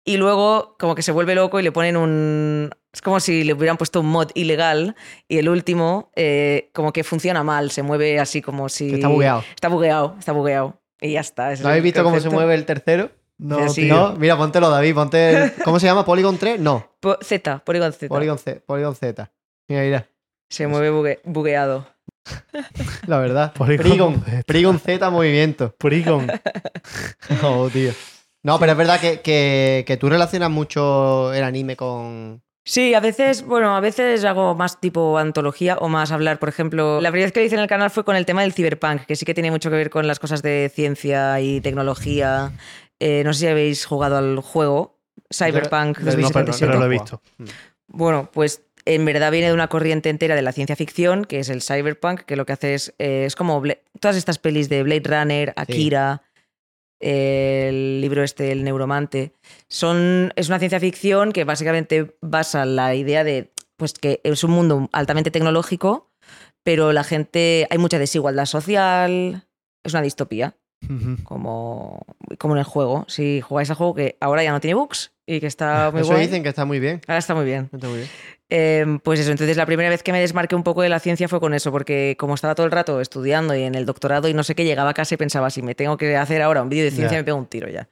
Speaker 1: Y luego como que se vuelve loco y le ponen un... Es como si le hubieran puesto un mod ilegal y el último eh, como que funciona mal, se mueve así como si...
Speaker 2: Que está bugueado.
Speaker 1: Está bugueado, está bugueado. Y ya está. ese
Speaker 2: ¿No
Speaker 1: es
Speaker 2: habéis
Speaker 1: el
Speaker 2: visto cómo se
Speaker 1: concepto.
Speaker 2: mueve el tercero?
Speaker 1: Sí,
Speaker 4: No,
Speaker 1: sí.
Speaker 4: tío.
Speaker 2: No, mira, póntelo, David, ponte el- ¿Cómo se llama? ¿Polygon 3? No,
Speaker 1: Po- Z, Polygon Z.
Speaker 2: Polygon, C- Polygon Z. Mira, mira.
Speaker 1: Se mueve bugue- bugueado.
Speaker 2: La verdad.
Speaker 4: Polygon
Speaker 2: Prigon.
Speaker 4: Z.
Speaker 2: Prigon Z movimiento.
Speaker 4: Polygon.
Speaker 2: No, Oh, tío. No, pero es verdad que, que- que tú relacionas mucho el anime con.
Speaker 1: Sí, a veces, bueno, a veces hago más tipo antología o más hablar, por ejemplo, la primera vez que lo hice en el canal fue con el tema del cyberpunk, que sí que tiene mucho que ver con las cosas de ciencia y tecnología. Eh, no sé si habéis jugado al juego Cyberpunk
Speaker 2: Yo- yo no,
Speaker 4: No, pero,
Speaker 1: 2077.
Speaker 4: pero lo he visto.
Speaker 1: Bueno, pues en verdad viene de una corriente entera de la ciencia ficción, que es el cyberpunk, que lo que hace es, eh, es como Bla- todas estas pelis de Blade Runner, Akira, el libro este, El Neuromante. Son, es una ciencia ficción que básicamente basa la idea de pues, que es un mundo altamente tecnológico, pero la gente, hay mucha desigualdad social, es una distopía
Speaker 4: Ujú.
Speaker 1: como, como en el juego. Si jugáis al juego que ahora ya no tiene bugs y que está muy
Speaker 2: Eso
Speaker 1: guay,
Speaker 2: dicen que está muy bien.
Speaker 1: ahora está muy bien.
Speaker 2: Está muy bien.
Speaker 1: Eh, pues eso, entonces la primera vez que me desmarqué un poco de la ciencia fue con eso, porque como estaba todo el rato estudiando y en el doctorado y no sé qué, llegaba a casa y pensaba, si me tengo que hacer ahora un vídeo de ciencia,
Speaker 4: Ya.
Speaker 1: me pego un tiro ya.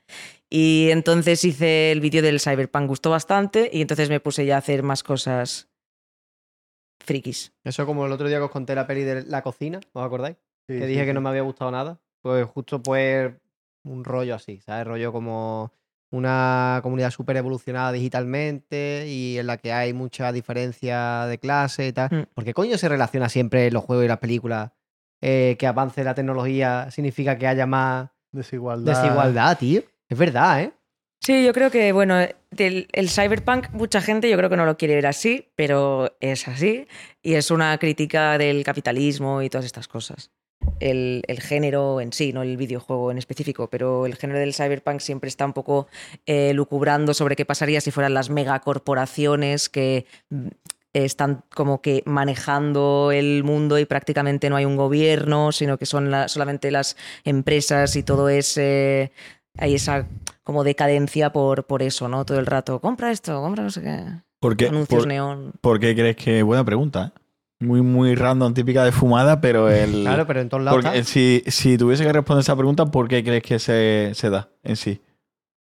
Speaker 1: Y entonces hice el vídeo del cyberpunk, gustó bastante, y entonces me puse ya a hacer más cosas frikis.
Speaker 2: Eso como el otro día que os conté la peli de la cocina, ¿os acordáis?
Speaker 4: Sí,
Speaker 2: que
Speaker 4: sí,
Speaker 2: dije que
Speaker 4: sí.
Speaker 2: no me había gustado nada. Pues justo pues un rollo así, ¿sabes? Rollo como una comunidad súper evolucionada digitalmente y en la que hay mucha diferencia de clase y tal.
Speaker 1: Mm.
Speaker 2: ¿Por qué coño se relaciona siempre los juegos y las películas? eh, que avance la tecnología significa que haya más
Speaker 4: Desigualdad.
Speaker 2: desigualdad, tío. Es verdad, ¿eh?
Speaker 1: Sí, yo creo que, bueno, del- el cyberpunk, mucha gente yo creo que no lo quiere ver así, pero es así. Y es una crítica del capitalismo y todas estas cosas. El, el género en sí, no el videojuego en específico, pero el género del cyberpunk siempre está un poco eh, lucubrando sobre qué pasaría si fueran las megacorporaciones que mm, están como que manejando el mundo y prácticamente no hay un gobierno, sino que son la- solamente las empresas y todo es... eh, hay esa como decadencia por, por eso, ¿no? Todo el rato, compra esto, compra no sé qué.
Speaker 3: ¿Por qué,
Speaker 1: Anuncios
Speaker 3: por,
Speaker 1: neón.
Speaker 3: por qué crees que.? Buena pregunta. ¿eh? Muy, muy random, típica de fumada, pero el.
Speaker 2: Claro, pero en todos lados.
Speaker 3: porque
Speaker 2: está.
Speaker 3: si, si tuviese que responder esa pregunta, ¿por qué crees que se, se da en sí?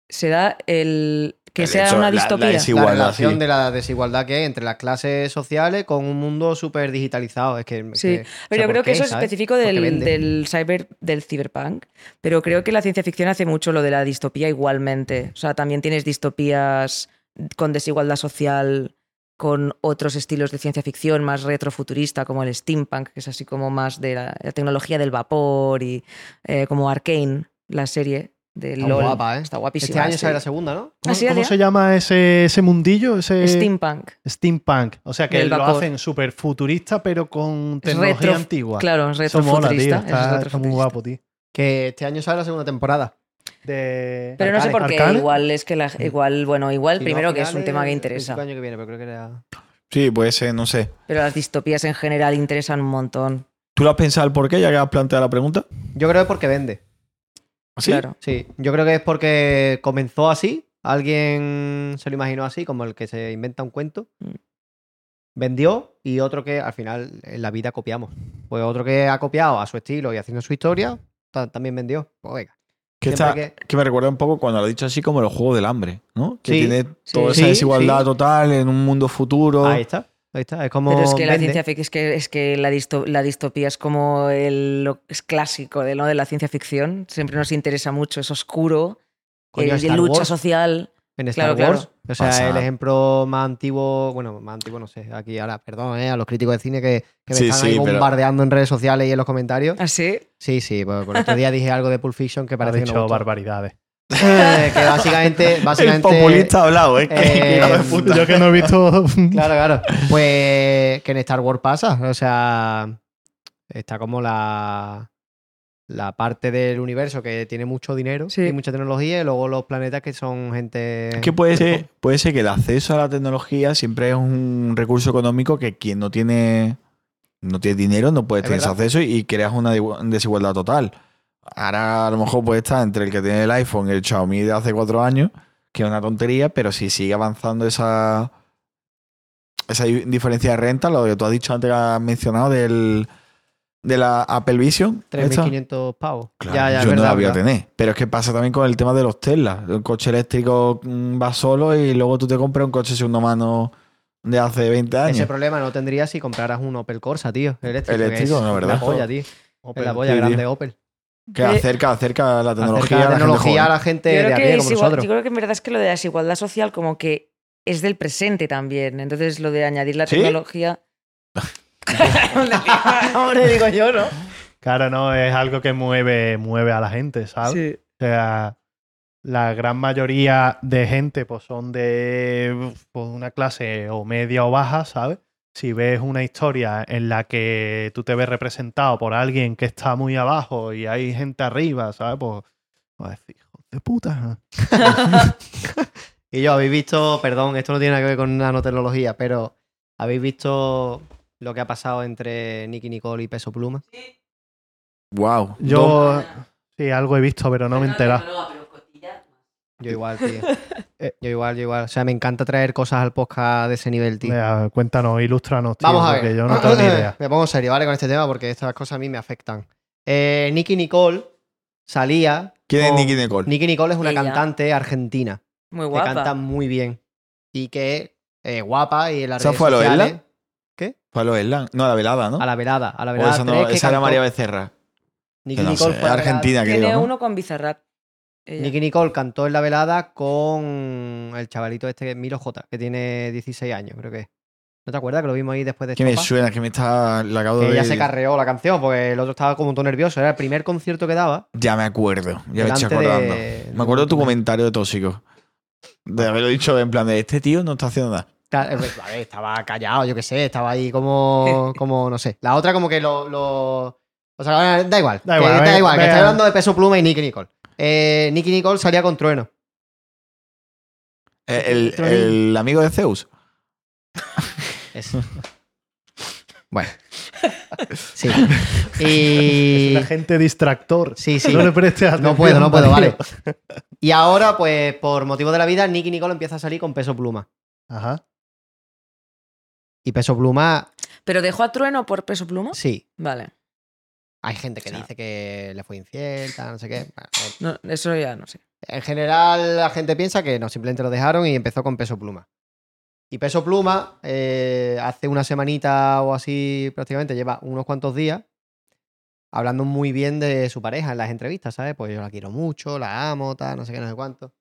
Speaker 1: se da el que
Speaker 3: El
Speaker 1: sea
Speaker 3: hecho,
Speaker 1: una
Speaker 3: la- la
Speaker 1: distopía.
Speaker 3: desigual-
Speaker 2: la
Speaker 3: igualdad,
Speaker 2: relación
Speaker 3: sí.
Speaker 2: de la desigualdad que hay entre las clases sociales con un mundo súper digitalizado. Es que, es
Speaker 1: Sí,
Speaker 2: que- o sea,
Speaker 1: pero yo
Speaker 2: ¿por
Speaker 1: creo que
Speaker 2: qué,
Speaker 1: eso es
Speaker 2: sabes?
Speaker 1: específico
Speaker 2: Porque
Speaker 1: del,
Speaker 2: vende.
Speaker 1: del cyber del cyberpunk, pero creo que la ciencia ficción hace mucho lo de la distopía igualmente. O sea, también tienes distopías con desigualdad social, con otros estilos de ciencia ficción más retrofuturista como el steampunk, que es así como más de la, la tecnología del vapor y eh, como Arcane, la serie de
Speaker 2: Está
Speaker 1: LOL.
Speaker 2: guapa, ¿eh?
Speaker 1: Está guapísima.
Speaker 2: Este año
Speaker 1: sí.
Speaker 2: sale la segunda, ¿no?
Speaker 4: ¿Cómo,
Speaker 1: Así
Speaker 4: cómo
Speaker 1: era.
Speaker 4: se llama ese, ese mundillo? Ese...
Speaker 1: Steampunk.
Speaker 4: Steampunk. O sea que
Speaker 1: Del
Speaker 4: lo
Speaker 1: vapor.
Speaker 4: hacen súper futurista, pero con
Speaker 1: Es
Speaker 4: tecnología
Speaker 1: retro-
Speaker 4: antigua.
Speaker 1: Claro, es
Speaker 4: Eso mola, tío.
Speaker 1: retrofuturista. es
Speaker 4: Está, está muy
Speaker 1: retrofuturista.
Speaker 4: guapo, tío.
Speaker 2: Que este año sale la segunda temporada.
Speaker 4: De...
Speaker 1: Pero no sé
Speaker 2: Arcane.
Speaker 1: por qué,
Speaker 4: Arcane.
Speaker 1: igual es que la, igual, bueno, igual
Speaker 2: Si no,
Speaker 1: primero
Speaker 2: a
Speaker 1: que es un
Speaker 2: finales,
Speaker 1: tema que
Speaker 2: el
Speaker 1: interesa,
Speaker 2: año que viene, pero creo que era-
Speaker 3: Sí, puede ser, no sé.
Speaker 1: pero las distopías en general interesan un montón.
Speaker 3: ¿Tú lo has pensado el por qué ya que has planteado la pregunta?
Speaker 2: Yo creo que es porque vende.
Speaker 4: ¿Ah,
Speaker 3: ¿Sí?
Speaker 1: Claro.
Speaker 2: Sí, yo creo que es porque comenzó así. Alguien se lo imaginó así, como el que se inventa un cuento.
Speaker 1: Mm.
Speaker 2: Vendió y otro que al final en la vida copiamos. Pues otro que ha copiado a su estilo y haciendo su historia, ta- también vendió. Pues venga.
Speaker 3: Que,
Speaker 2: Siempre
Speaker 3: está-
Speaker 2: que-
Speaker 3: que me recuerda un poco cuando lo he dicho así como los juegos del hambre, ¿no? Que
Speaker 2: Sí,
Speaker 3: tiene toda
Speaker 2: sí,
Speaker 3: esa
Speaker 2: sí.
Speaker 3: desigualdad total en un mundo futuro.
Speaker 2: Ahí está. Ahí está. Es como.
Speaker 1: Pero es que la
Speaker 2: vende.
Speaker 1: ciencia ficción es que, es que la, disto- la distopía es como el lo- es clásico de, ¿no? de la ciencia ficción, siempre nos interesa mucho, es oscuro,
Speaker 2: Coño,
Speaker 1: el- y
Speaker 2: Star
Speaker 1: lucha
Speaker 2: Wars.
Speaker 1: social.
Speaker 2: En Star
Speaker 1: Claro,
Speaker 2: Wars. O sea,
Speaker 3: Pasa.
Speaker 2: el ejemplo más antiguo, bueno, más antiguo no sé, aquí ahora, perdón, eh, a los críticos de cine que, que me
Speaker 3: Sí,
Speaker 2: están
Speaker 3: sí,
Speaker 2: ahí
Speaker 3: pero-
Speaker 2: bombardeando en redes sociales y en los comentarios.
Speaker 1: Así,
Speaker 2: Sí, sí, pues, por, por otro día dije algo de Pulp Fiction que
Speaker 4: Ha
Speaker 2: parece que
Speaker 4: dicho
Speaker 2: no gustó.
Speaker 4: barbaridades.
Speaker 2: Eh, que básicamente,
Speaker 3: El
Speaker 2: básicamente
Speaker 3: populista ha hablado, ¿eh?
Speaker 2: Eh,
Speaker 3: Hijo de puta.
Speaker 4: Yo que no he visto...
Speaker 2: Claro, claro. Pues que en Star Wars pasa. O sea, está como la, la parte del universo que tiene mucho dinero
Speaker 1: Sí.
Speaker 2: y mucha tecnología, y luego los planetas que son gente.
Speaker 3: Es que puede ser, puede ser que el acceso a la tecnología siempre es un recurso económico que quien no tiene, no tiene dinero no puede
Speaker 2: Es
Speaker 3: tener ese
Speaker 2: verdad.
Speaker 3: acceso y creas una digu- desigualdad total. Ahora a lo mejor puede estar entre el que tiene el iPhone y el Xiaomi de hace cuatro años, que es una tontería, pero si sigue avanzando esa, esa di- diferencia de renta, lo que tú has dicho antes, que has mencionado del, de la Apple Vision. esta.
Speaker 2: 3.500 pavos.
Speaker 3: Claro,
Speaker 2: ya, ya, es
Speaker 3: yo no
Speaker 2: verdad,
Speaker 3: la voy a
Speaker 2: verdad.
Speaker 3: tener. Pero es que pasa también con el tema de los Tesla. El coche eléctrico mm, va solo y luego tú te compras un coche segundo mano de hace 20 años.
Speaker 2: Ese problema no tendría si compraras un Opel Corsa, tío. Eléctrico. que
Speaker 3: Eléctrico,
Speaker 2: es
Speaker 3: la verdad.
Speaker 2: La polla, tío. Es
Speaker 4: Opel.
Speaker 2: pues, la polla
Speaker 3: Sí, tío.
Speaker 2: grande Opel.
Speaker 3: que acerca, acerca la
Speaker 2: Acerca
Speaker 3: tecnología,
Speaker 2: la
Speaker 3: a la gente
Speaker 2: tecnología a
Speaker 3: joven.
Speaker 2: la gente
Speaker 1: Yo
Speaker 2: de
Speaker 1: creo,
Speaker 2: a
Speaker 1: que
Speaker 2: pie
Speaker 1: es
Speaker 2: como
Speaker 1: igual-
Speaker 2: nosotros.
Speaker 1: yo creo que en verdad es que lo de la desigualdad social como que es del presente también. Entonces lo de añadir la
Speaker 3: ¿Sí?
Speaker 1: tecnología... Hombre, digo yo, ¿no?
Speaker 4: Claro, no, es algo que mueve, mueve a la gente, ¿sabes?
Speaker 1: Sí.
Speaker 4: O sea, la gran mayoría de gente pues, son de uf, pues, una clase o media o baja, ¿sabes? Si ves una historia en la que tú te ves representado por alguien que está muy abajo y hay gente arriba, ¿sabes? Pues, vas a decir, hijo de puta.
Speaker 2: Y yo, habéis visto, perdón, esto no tiene nada que ver con nanotecnología, pero ¿habéis visto lo que ha pasado entre Nicky Nicole y Peso Pluma?
Speaker 3: Wow.
Speaker 4: Yo sí, algo he visto, pero no me he enterado.
Speaker 2: Yo igual, tío. Eh, Yo igual, yo igual. O sea, me encanta traer cosas al podcast de ese nivel, tío.
Speaker 4: Vea, cuéntanos, ilústranos, tío,
Speaker 2: Vamos a
Speaker 4: porque
Speaker 2: ver.
Speaker 4: yo no tengo ni idea.
Speaker 2: Me pongo serio, ¿vale? Con este tema porque estas cosas a mí me afectan. Eh, Nicky Nicole salía.
Speaker 3: ¿Quién es
Speaker 2: con-
Speaker 3: Nicky Nicole?
Speaker 2: Nicky Nicole es una
Speaker 1: Ella.
Speaker 2: cantante argentina.
Speaker 1: Muy
Speaker 2: que
Speaker 1: guapa.
Speaker 2: canta muy bien. Y que es guapa y en las
Speaker 3: ¿Esa
Speaker 2: redes
Speaker 3: fue a lo
Speaker 2: sociales-
Speaker 3: Ella? Fue a los Erlang. No, a Pues la velada, ¿no?
Speaker 2: A la velada, a la
Speaker 3: O
Speaker 2: velada.
Speaker 3: esa no-
Speaker 2: tres que
Speaker 3: esa era
Speaker 2: cantó-
Speaker 3: María Becerra.
Speaker 2: Nicky
Speaker 3: Que no
Speaker 2: Nicole
Speaker 3: sé,
Speaker 2: fue a la velada.
Speaker 3: Argentina, creo.
Speaker 1: Tiene
Speaker 3: ¿no?
Speaker 1: uno con Bizarrap. Eh, ella.
Speaker 2: Nicky Nicole cantó en la velada con el chavalito este que es Milo J, que tiene 16 años, creo que es. ¿No te acuerdas que lo vimos ahí después de
Speaker 3: Que me
Speaker 2: Estopa?
Speaker 3: suena, que me está. La acabo
Speaker 2: Que
Speaker 3: de
Speaker 2: ella
Speaker 3: ver y
Speaker 2: se
Speaker 3: digo,
Speaker 2: carreó la canción porque el otro estaba como todo nervioso. Era el primer concierto que daba.
Speaker 3: Ya me acuerdo, ya me
Speaker 2: delante
Speaker 3: estoy acordando.
Speaker 2: de-
Speaker 3: Me acuerdo de tu
Speaker 2: de-
Speaker 3: comentario de tóxico. De haberlo dicho en plan de este tío no está haciendo nada.
Speaker 2: Ta- eh, a ver, estaba callado, yo qué sé, estaba ahí como, como no sé. La otra como que lo... lo- o sea, da igual.
Speaker 4: Da
Speaker 2: que-
Speaker 4: igual,
Speaker 2: da
Speaker 4: ve-
Speaker 2: igual, que
Speaker 4: ve-
Speaker 2: estoy hablando de Peso Pluma y Nicky Nicole. Eh, Nicky Nicole salía con Trueno.
Speaker 3: Eh, El,
Speaker 2: Tronín.
Speaker 3: el amigo de Zeus.
Speaker 2: Es- Bueno. Sí. Y...
Speaker 4: La gente distractor.
Speaker 2: Sí, sí.
Speaker 4: No le prestes atención.
Speaker 2: No puedo, no puedo,
Speaker 4: Darío.
Speaker 2: vale. Y ahora, pues, por motivo de la vida, Nicky Nicole empieza a salir con Peso Pluma.
Speaker 4: Ajá.
Speaker 2: Y Peso Pluma,
Speaker 1: ¿Pero dejó a Trueno por peso pluma?
Speaker 2: sí.
Speaker 1: Vale.
Speaker 2: Hay gente que
Speaker 1: Ah. O sea-
Speaker 2: dice que le fue infiel, tal, no sé qué. Bueno,
Speaker 1: No, eso ya no sé.
Speaker 2: En general, la gente piensa que no, simplemente lo dejaron y empezó con Peso Pluma. Y Peso Pluma, eh, hace una semanita o así, prácticamente, lleva unos cuantos días hablando muy bien de su pareja en las entrevistas, ¿sabes? Pues yo la quiero mucho, la amo, tal, no sé qué, no sé cuánto.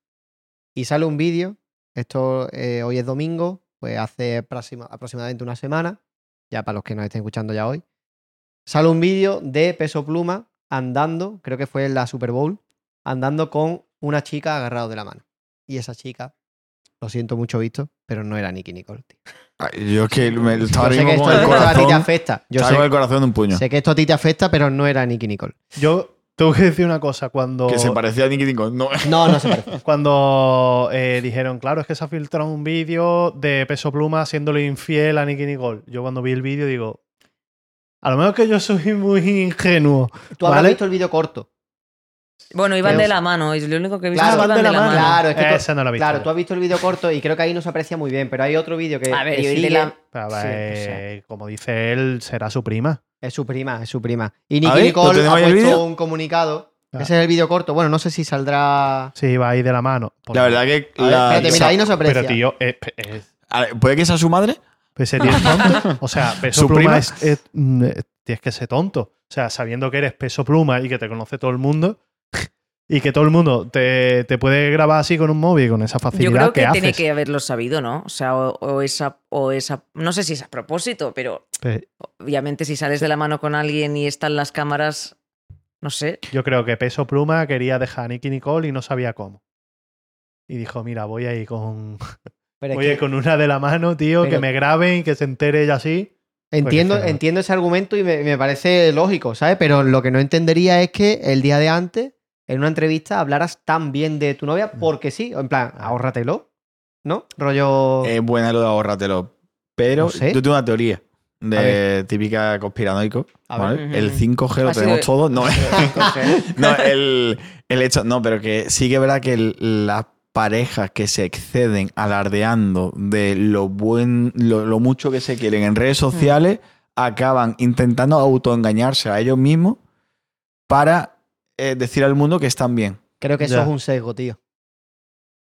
Speaker 2: Y sale un vídeo, esto eh, hoy es domingo, pues hace próxima- aproximadamente una semana, ya para los que nos estén escuchando ya hoy, sale un vídeo de Peso Pluma andando, creo que fue en la Super Bowl, andando con una chica agarrado de la mano. Y esa chica, lo siento mucho visto, pero no era Nicky Nicole. tío.
Speaker 3: Ay, Yo es que me estaba
Speaker 2: Yo sé
Speaker 3: ahora
Speaker 2: que
Speaker 3: mismo
Speaker 2: esto,
Speaker 3: con el
Speaker 2: esto a ti te
Speaker 3: corazón.
Speaker 2: afecta. Yo
Speaker 3: estaba
Speaker 2: sé,
Speaker 3: con el corazón de un puño.
Speaker 2: sé que esto a ti te afecta, pero no era Nicky Nicole.
Speaker 4: Yo tengo que decir una cosa. Cuando,
Speaker 3: Que se parecía a Nicky Nicole. No.
Speaker 2: No, no se parece.
Speaker 4: cuando eh, dijeron, claro, es que se ha filtrado un vídeo de Peso Pluma haciéndole infiel a Nicky Nicole. Yo cuando vi el vídeo digo, a lo mejor que yo soy muy ingenuo.
Speaker 2: Tú habrás
Speaker 4: ¿Vale?
Speaker 2: visto el vídeo corto.
Speaker 1: Bueno, iban
Speaker 2: Pero-
Speaker 1: de la mano. Es lo único que he visto
Speaker 2: Claro,
Speaker 1: es que
Speaker 4: van de
Speaker 1: iban
Speaker 4: la mano.
Speaker 2: Ah, Claro, es que tú-
Speaker 4: Esa no la he visto.
Speaker 2: Claro, tú has visto el vídeo corto y creo que ahí no se aprecia muy bien, pero hay otro vídeo que,
Speaker 1: A ver,
Speaker 2: que
Speaker 1: yo el de
Speaker 2: sigue-
Speaker 1: la-
Speaker 4: Pero,
Speaker 2: Sí,
Speaker 4: eh, Como dice él, será su prima.
Speaker 2: es su prima, es su prima. Y Nicky
Speaker 3: ver, ¿lo
Speaker 2: Nicole
Speaker 3: tenemos
Speaker 2: ha
Speaker 3: ahí el
Speaker 2: puesto
Speaker 3: vídeo?
Speaker 2: un comunicado.
Speaker 4: Ah.
Speaker 2: Ese es el vídeo corto. Bueno, no sé si saldrá.
Speaker 4: Sí, va ahí de la mano. Por-
Speaker 3: La verdad que.
Speaker 2: A ver,
Speaker 3: la-
Speaker 2: espérate, mira, ahí no se aprecia.
Speaker 4: Pero tío, eh, pe- eh,
Speaker 3: A ver, ¿Puede que sea su madre?
Speaker 4: pues ese tío es tonto. O sea, Peso
Speaker 3: ¿Su
Speaker 4: Pluma
Speaker 3: prima?
Speaker 4: es, es- mm, eh, tienes que ser tonto. O sea, sabiendo que eres Peso Pluma y que te conoce todo el mundo. Y que todo el mundo te, te puede grabar así con un móvil, con esa facilidad
Speaker 1: Yo creo
Speaker 4: que,
Speaker 1: que, tiene
Speaker 4: haces.
Speaker 1: que haberlo sabido, ¿no? O sea, o, o esa, o esa. No sé si es a propósito, pero
Speaker 4: Pe-
Speaker 1: obviamente si sales de la mano con alguien y están las cámaras. No sé.
Speaker 4: Yo creo que Peso Pluma quería dejar a Nicky Nicole y no sabía cómo. Y dijo, mira, voy ahí con,
Speaker 2: Pero es
Speaker 4: voy ahí
Speaker 2: que
Speaker 4: con una de la mano, tío, que
Speaker 2: Pero-
Speaker 4: me graben y que se entere ella así.
Speaker 2: entiendo,
Speaker 4: Pues, claro.
Speaker 2: entiendo ese argumento y me, me parece lógico, ¿sabes? Pero lo que no entendería es que el día de antes, en una entrevista, hablaras tan bien de tu novia porque sí. En plan, ahórratelo. ¿No? Rollo.
Speaker 3: Es buena lo de ahorratelo. Pero
Speaker 2: No sé.
Speaker 3: yo tengo una teoría
Speaker 2: A
Speaker 3: de típica conspiranoico.
Speaker 2: A
Speaker 3: ¿vale?
Speaker 1: ver.
Speaker 3: El 5G lo
Speaker 1: Ha sido-
Speaker 3: tenemos todos. No, no el, el hecho. No, pero que sí que es verdad que el- las parejas que se exceden alardeando de lo buen, lo, lo mucho que se quieren en redes sociales, acaban intentando autoengañarse a ellos mismos para eh, decir al mundo que están bien.
Speaker 2: Creo que eso
Speaker 4: Ya.
Speaker 2: es un sesgo, tío.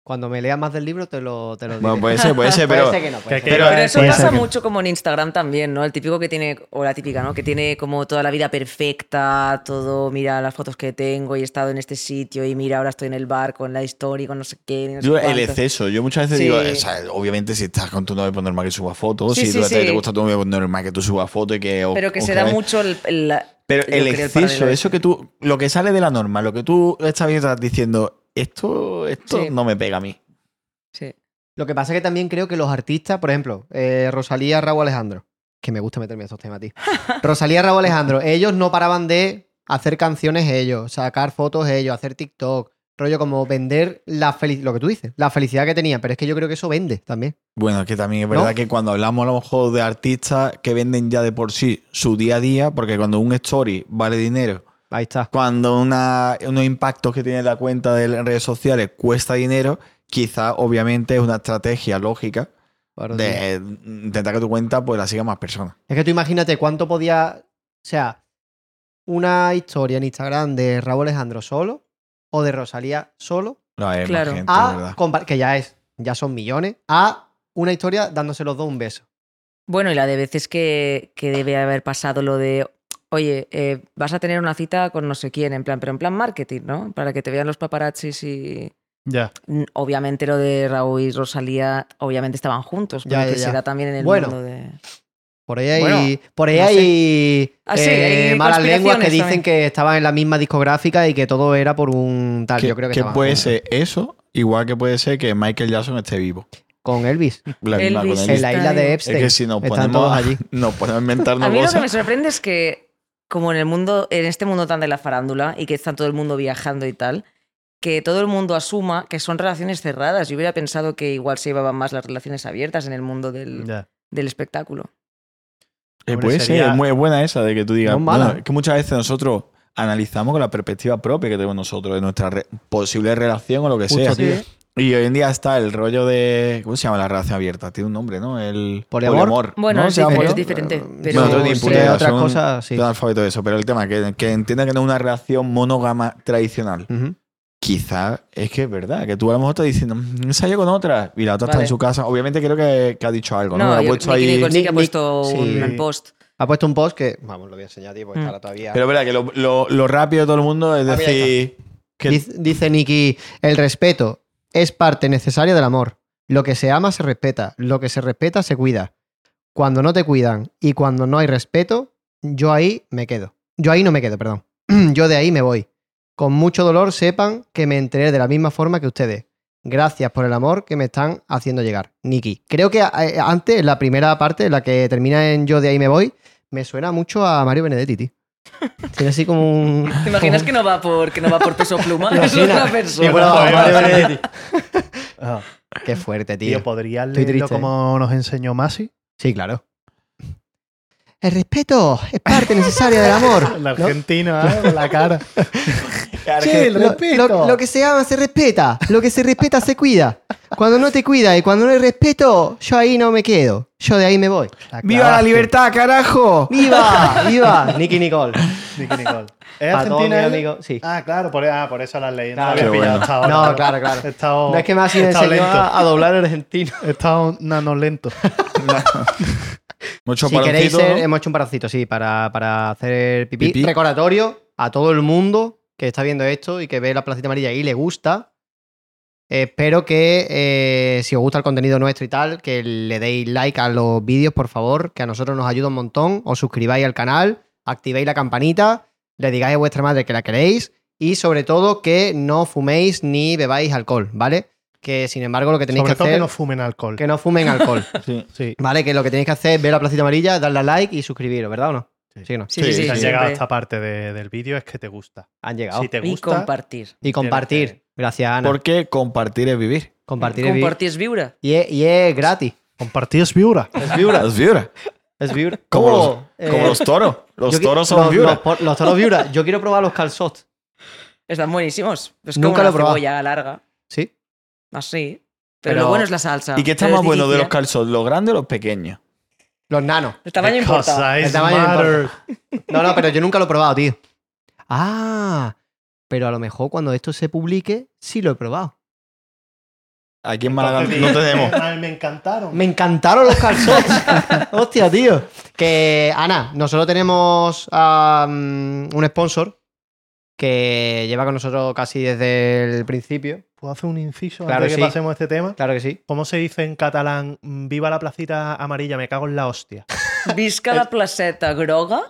Speaker 2: Cuando me leas más del libro te lo, te lo diré.
Speaker 3: Bueno, puede ser, puede ser, pero.
Speaker 2: que no. puede
Speaker 4: Que-
Speaker 2: ser
Speaker 4: que-
Speaker 1: Pero eso
Speaker 4: puede
Speaker 1: pasa
Speaker 4: ser que-
Speaker 1: mucho como en Instagram también, ¿no? El típico que tiene, o la típica, ¿no? Que tiene como toda la vida perfecta, todo, mira las fotos que tengo y he estado en este sitio y mira, ahora estoy en el bar con la historia, con no sé qué. y no sé
Speaker 3: Yo, el
Speaker 1: cuánto.
Speaker 3: exceso. Yo muchas veces
Speaker 1: Sí.
Speaker 3: digo, o sea, obviamente si estás con tu novia, pues normal que suba fotos.
Speaker 1: Sí,
Speaker 3: si
Speaker 1: sí,
Speaker 3: tú- te,
Speaker 1: sí.
Speaker 3: te gusta tu novia, pues normal que tú subas fotos y que... o-
Speaker 1: Pero que
Speaker 3: o
Speaker 1: se da
Speaker 3: vez-
Speaker 1: mucho el... el- la-
Speaker 3: Pero
Speaker 1: yo
Speaker 3: el
Speaker 1: creo
Speaker 3: exceso,
Speaker 1: paralelo.
Speaker 3: eso que tú... Lo que sale de la norma, lo que tú estás viendo, estás diciendo, esto, esto
Speaker 1: Sí.
Speaker 3: no me pega a mí.
Speaker 1: Sí.
Speaker 2: Lo que pasa es que también creo que los artistas, por ejemplo, eh, Rosalía, Raúl Alejandro, que me gusta meterme en estos temas a ti. Rosalía, Raúl Alejandro, ellos no paraban de hacer canciones ellos, sacar fotos ellos, hacer TikTok, rollo como vender la felicidad, lo que tú dices, la felicidad que tenían, pero es que yo creo que eso vende también.
Speaker 3: Bueno, es que también es
Speaker 2: ¿No?
Speaker 3: verdad que cuando hablamos a lo mejor de artistas que venden ya de por sí su día a día, porque cuando un story vale dinero,
Speaker 2: Ahí está.
Speaker 3: cuando una- unos impactos que tiene la cuenta de las redes sociales cuesta dinero, quizá obviamente es una estrategia lógica
Speaker 2: Claro, tío.
Speaker 3: de eh, intentar que tu cuenta pues la siga más personas.
Speaker 2: Es que tú imagínate cuánto podía. O sea, una historia en Instagram de Raúl Alejandro solo o de Rosalía solo,
Speaker 3: No, hay más
Speaker 1: Claro.
Speaker 3: gente, es
Speaker 2: a
Speaker 3: verdad.
Speaker 2: compa- que ya es, ya son millones, a una historia dándose los dos un beso.
Speaker 1: Bueno, y la de veces que, que debe haber pasado lo de, oye, eh, vas a tener una cita con no sé quién, en plan, pero en plan marketing, ¿no? Para que te vean los paparazzis y...
Speaker 4: Ya.
Speaker 1: Mm, Obviamente lo de Raúl y Rosalía, obviamente estaban juntos, pero
Speaker 2: Ya, ya,
Speaker 1: que
Speaker 2: ya.
Speaker 1: se da también en el
Speaker 2: Bueno.
Speaker 1: mundo de...
Speaker 2: Por ahí hay,
Speaker 1: Bueno,
Speaker 2: por ahí
Speaker 1: no
Speaker 2: hay,
Speaker 1: Ah, sí,
Speaker 2: eh,
Speaker 1: hay
Speaker 2: malas lenguas que
Speaker 1: conspiraciones
Speaker 2: dicen
Speaker 1: también.
Speaker 2: que estaban en la misma discográfica y que todo era por un tal.
Speaker 3: Que,
Speaker 2: Ah, Yo creo que,
Speaker 3: que
Speaker 2: estaban
Speaker 3: puede
Speaker 2: juntos.
Speaker 3: ser eso, igual que puede ser que Michael Jackson esté vivo.
Speaker 2: Con Elvis,
Speaker 3: La misma
Speaker 1: Elvis.
Speaker 3: con
Speaker 2: en
Speaker 3: Elvis.
Speaker 2: la
Speaker 1: Está
Speaker 2: isla de
Speaker 1: bien.
Speaker 3: Es
Speaker 2: Epstein.
Speaker 3: que si nos
Speaker 2: Están todos
Speaker 3: ponemos,
Speaker 2: allí.
Speaker 3: nos ponemos a
Speaker 1: A
Speaker 3: inventarnos
Speaker 1: mí lo que me
Speaker 3: cosas.
Speaker 1: sorprende es que, como en el mundo, en este mundo tan de la farándula y que está todo el mundo viajando y tal, que todo el mundo asuma que son relaciones cerradas. Yo hubiera pensado que igual se llevaban más las relaciones abiertas en el mundo del,
Speaker 4: Ya.
Speaker 1: del espectáculo.
Speaker 3: Eh,
Speaker 4: Hombre,
Speaker 3: puede ser,
Speaker 4: sería-
Speaker 3: es muy buena esa de que tú digas.
Speaker 2: No es mala.
Speaker 3: bueno, es que muchas veces nosotros analizamos con la perspectiva propia que tenemos nosotros de nuestra re- posible relación o lo que
Speaker 2: Justo,
Speaker 3: sea.
Speaker 2: tío.
Speaker 3: Y hoy en día está el rollo de. ¿Cómo se llama la relación abierta? Tiene un nombre, ¿no? El
Speaker 2: Poliamor.
Speaker 1: Bueno,
Speaker 3: ¿no?
Speaker 1: es
Speaker 3: Se llama
Speaker 1: diferente,
Speaker 3: poliamor.
Speaker 1: es diferente. Pero
Speaker 3: Bueno, tú ni
Speaker 2: entre
Speaker 3: puta idea,
Speaker 2: otras
Speaker 3: soy un-
Speaker 2: cosas, sí.
Speaker 3: Estoy analfabeto de eso, pero el tema que, que entienda que no es una relación monógama tradicional.
Speaker 2: Ujú.
Speaker 3: Quizá es que es verdad, que tú a lo mejor estás diciendo, "Mm, me salió con otra y la otra está
Speaker 1: Vale.
Speaker 3: en su casa. Obviamente creo que, que ha dicho algo, ¿no?
Speaker 1: no,
Speaker 3: Ha
Speaker 1: yo-
Speaker 3: puesto
Speaker 1: Nicky
Speaker 3: ahí-
Speaker 1: Nicole sí que ha
Speaker 2: Nick-
Speaker 1: puesto
Speaker 2: Nick-
Speaker 1: un
Speaker 2: sí.
Speaker 1: post.
Speaker 2: Ha puesto un post que, vamos, lo voy a enseñar, tío, porque
Speaker 1: Mm.
Speaker 2: ahora todavía.
Speaker 3: Pero es verdad que lo, lo- lo rápido de todo el mundo es
Speaker 2: Ah, mira, ahí
Speaker 3: decir. que-
Speaker 2: Dice, dice Nicky, el respeto es parte necesaria del amor. Lo que se ama se respeta, lo que se respeta se cuida. Cuando no te cuidan y cuando no hay respeto, yo ahí me quedo. Yo ahí no me quedo, perdón. Yo de ahí me voy. Con mucho dolor sepan que me enteré de la misma forma que ustedes. Gracias por el amor que me están haciendo llegar. Nicky. Creo que eh, antes, la primera parte, la que termina en Yo de ahí me voy, me suena mucho a Mario Benedetti. tío. Tiene así como un...
Speaker 1: ¿Te imaginas que no va por, que no va por peso pluma? es
Speaker 2: Imagina.
Speaker 1: otra persona.
Speaker 2: Y bueno,
Speaker 4: Joder,
Speaker 2: Mario
Speaker 4: Mario
Speaker 2: Benedetti.
Speaker 4: Benedetti. pues, Ah,
Speaker 2: Qué fuerte, tío.
Speaker 4: tío, ¿podrías
Speaker 2: Estoy
Speaker 4: leerlo
Speaker 2: triste.
Speaker 4: como nos enseñó Masi?
Speaker 2: Sí, claro. El respeto es parte necesaria del amor.
Speaker 4: La
Speaker 2: ¿no?
Speaker 4: Argentina, ¿eh? Con la cara.
Speaker 2: Che,
Speaker 4: Che, el
Speaker 2: lo,
Speaker 4: respeto.
Speaker 2: lo- lo que se ama se respeta. Lo que se respeta se cuida. Cuando no te cuida y cuando no hay respeto, yo ahí no me quedo. Yo de ahí me voy.
Speaker 4: La clavaste,
Speaker 3: carajo!
Speaker 2: ¡Viva! ¡Viva! Nicky Nicole.
Speaker 4: Nicky Nicole. ¿Es
Speaker 2: Para todos mis
Speaker 4: Argentina? él?
Speaker 2: amigos. Sí.
Speaker 4: Ah, claro, por, ah, por eso las leyes. No,
Speaker 2: Claro.
Speaker 4: la había
Speaker 3: Qué
Speaker 4: pillado
Speaker 3: bueno.
Speaker 4: hasta ahora.
Speaker 2: No, claro, claro.
Speaker 4: He estado-
Speaker 2: No es que más me
Speaker 4: he estado
Speaker 2: enseñó
Speaker 4: lento.
Speaker 2: a, a doblar argentino.
Speaker 4: He estado nano lento.
Speaker 3: Mucho
Speaker 2: si queréis,
Speaker 3: paroncito,
Speaker 2: ser-
Speaker 3: ¿no?
Speaker 2: hemos hecho un paracito, sí, para, para hacer pipí.
Speaker 3: Pipí.
Speaker 2: Recordatorio a todo el mundo que está viendo esto y que ve la placita amarilla y le gusta. Espero que eh, si os gusta el contenido nuestro y tal, que le deis like a los vídeos, por favor, que a nosotros nos ayuda un montón. Os suscribáis al canal, activéis la campanita, le digáis a vuestra madre que la queréis y sobre todo que no fuméis ni bebáis alcohol, ¿vale? Que sin embargo lo que tenéis
Speaker 4: Sobre
Speaker 2: que
Speaker 4: todo
Speaker 2: hacer
Speaker 4: que no fumen alcohol.
Speaker 2: que no fumen alcohol.
Speaker 3: Sí.
Speaker 4: Sí.
Speaker 2: Vale, que lo que tenéis que hacer es ver la placita amarilla, darle a like y suscribiros, ¿verdad o no?
Speaker 4: Sí.
Speaker 2: ¿no?
Speaker 1: Sí, sí,
Speaker 3: Sí,
Speaker 1: sí,
Speaker 4: Si has
Speaker 3: sí.
Speaker 4: llegado a
Speaker 1: siempre.
Speaker 4: esta parte de- del vídeo es que te gusta.
Speaker 2: Han llegado.
Speaker 4: Si te
Speaker 1: Y
Speaker 4: gusta,
Speaker 1: compartir.
Speaker 2: Y compartir. Gracias, Ana.
Speaker 3: Porque compartir es vivir.
Speaker 2: Compartir es vi-
Speaker 1: Compartir es viura.
Speaker 2: Y es, y es gratis.
Speaker 4: compartir es viura.
Speaker 2: Es viura.
Speaker 3: Es viura.
Speaker 2: Es viura.
Speaker 3: Como los,
Speaker 2: ¿Cómo? Eh,
Speaker 3: como los toros.
Speaker 2: yo
Speaker 3: Los
Speaker 2: qui-
Speaker 3: toros son
Speaker 2: los-
Speaker 3: viura.
Speaker 2: Los, por- los toros viura. Yo quiero probar los calzots.
Speaker 1: Están buenísimos. Es como
Speaker 2: Nunca lo he
Speaker 1: una
Speaker 2: probado.
Speaker 1: cebolla larga.
Speaker 2: ¿Sí?
Speaker 1: Así. Pero,
Speaker 2: Pero-
Speaker 1: lo bueno es la salsa.
Speaker 3: ¿Y qué está
Speaker 1: Pero
Speaker 3: más
Speaker 1: es
Speaker 3: bueno de
Speaker 1: difícil,
Speaker 3: los
Speaker 1: ¿eh?
Speaker 3: calzots? ¿Los grandes o los pequeños?
Speaker 2: Los nanos.
Speaker 1: El tamaño
Speaker 4: Because
Speaker 1: importa.
Speaker 4: size
Speaker 2: El tamaño
Speaker 4: matter.
Speaker 2: No, no, pero yo nunca lo he probado, tío. Ah, pero a lo mejor cuando esto se publique, sí lo he probado.
Speaker 3: Aquí en Málaga
Speaker 4: Entonces,
Speaker 3: no
Speaker 4: me-
Speaker 3: tenemos.
Speaker 4: Me encantaron.
Speaker 2: Me encantaron los calzones. Hostia, tío. Que, Ana, nosotros tenemos ah, mm, un sponsor que lleva con nosotros casi desde el principio.
Speaker 4: ¿Puedo hacer un inciso
Speaker 2: Claro
Speaker 4: antes de
Speaker 2: que
Speaker 4: que
Speaker 2: sí.
Speaker 4: pasemos a este tema?
Speaker 2: Claro que sí.
Speaker 4: ¿Cómo se dice en catalán? Mm, Viva la placita amarilla, me cago en la hostia.
Speaker 3: eh?
Speaker 1: Visca la placeta groga.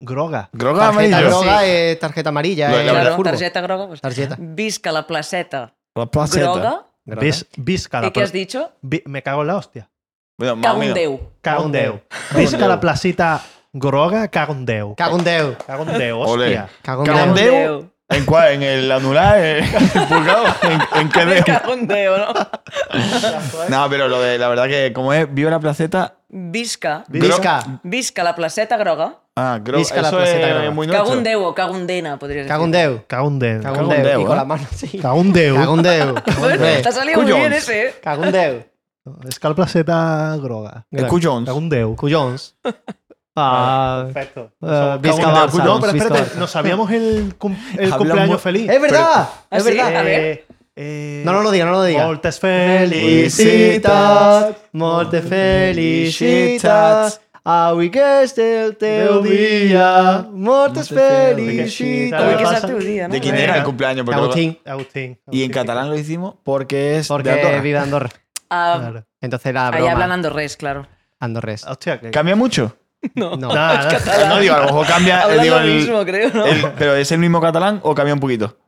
Speaker 4: Groga.
Speaker 3: Groga
Speaker 2: Tarjeta
Speaker 3: amarillo.
Speaker 2: droga es tarjeta amarilla.
Speaker 3: Lo-
Speaker 2: es
Speaker 3: la
Speaker 1: Claro,
Speaker 3: verdad,
Speaker 2: furbo.
Speaker 1: tarjeta groga. pues.
Speaker 2: Tarjeta.
Speaker 1: Visca la placeta
Speaker 3: La placeta.
Speaker 1: groga.
Speaker 2: Droga.
Speaker 4: Vis, visca la
Speaker 1: ¿Y qué has
Speaker 4: pla-
Speaker 1: dicho?
Speaker 4: vi- me cago en la hostia.
Speaker 3: Bueno, más o menos.
Speaker 1: Cagundeu.
Speaker 4: Cagondeu.
Speaker 3: Cagondeu.
Speaker 4: Visca la placita groga, cagondeu.
Speaker 2: Cagondeu.
Speaker 4: Cagondeu,
Speaker 3: Ole.
Speaker 4: hostia.
Speaker 2: Cagondeu.
Speaker 3: Cagondeu. ¿En cuál? ¿En el anular? ¿En el pulgado? ¿En, en qué dedo?
Speaker 1: Cagundeu, ¿no? eh.
Speaker 3: No, pero lo de, la verdad que como es, viva la placeta.
Speaker 1: Visca.
Speaker 2: Visca.
Speaker 1: Visca la placeta groga.
Speaker 3: Ah, creo
Speaker 2: Visca la
Speaker 3: eso
Speaker 2: placeta
Speaker 3: es
Speaker 2: groga.
Speaker 3: muy nuestro.
Speaker 1: Cagundeu o cagundena, podrías decir.
Speaker 2: Cagondeu. Cagondeu. Y
Speaker 4: Cagondeu.
Speaker 3: Cagondeu,
Speaker 2: con
Speaker 3: ¿eh?
Speaker 2: la mano así.
Speaker 4: Cagondeu.
Speaker 2: Cagondeu.
Speaker 1: Bueno,
Speaker 2: Hombre.
Speaker 1: te ha salido muy bien
Speaker 3: Cuyons.
Speaker 1: ese, ¿eh?
Speaker 2: Cagondeu.
Speaker 4: Es que la placita groga.
Speaker 3: El Cuyons.
Speaker 4: Cagondeu.
Speaker 2: Cuyons. Ah,
Speaker 4: Perfecto.
Speaker 2: eh,
Speaker 4: Cagondeu.
Speaker 2: Visca Barça.
Speaker 4: No, pero
Speaker 2: Visca
Speaker 4: espérate,
Speaker 2: Barça.
Speaker 4: nos sabíamos el, cum- el
Speaker 3: Hablamos-
Speaker 4: cumpleaños feliz. Eh,
Speaker 2: ¡Es verdad!
Speaker 1: ¿Ah,
Speaker 2: ¡Es
Speaker 1: sí?
Speaker 2: verdad!
Speaker 1: A ver.
Speaker 2: No, no lo diga, no lo diga.
Speaker 4: Moltes felicitats.
Speaker 2: Felicitas, molte felicitas.
Speaker 3: felicitats.
Speaker 2: Avui que és el teu dia, moltes
Speaker 1: Uy, que
Speaker 4: felicitats. Avui
Speaker 2: felicitas.
Speaker 4: pasa?
Speaker 1: esa es tu día, ¿no?
Speaker 3: ¿De quién
Speaker 4: Venga.
Speaker 3: era el cumpleaños? Porque
Speaker 2: Agustín,
Speaker 4: Agustín.
Speaker 3: Y en
Speaker 4: Agustín.
Speaker 3: catalán lo hicimos porque es. de
Speaker 2: porque
Speaker 3: Andorra.
Speaker 2: vive Andorra.
Speaker 1: Ah,
Speaker 4: Claro.
Speaker 2: Entonces la
Speaker 1: ahí hablan
Speaker 2: broma,
Speaker 1: andorrés, claro.
Speaker 2: andorrés.
Speaker 4: Hostia, que...
Speaker 3: ¿Cambia mucho?
Speaker 2: No,
Speaker 4: Nada, nada.
Speaker 3: No, digo, a lo mejor cambia. eh,
Speaker 1: Hablan
Speaker 3: digo,
Speaker 1: lo
Speaker 3: el-
Speaker 1: mismo, creo, ¿no?
Speaker 3: el- pero es el mismo catalán o cambia un poquito.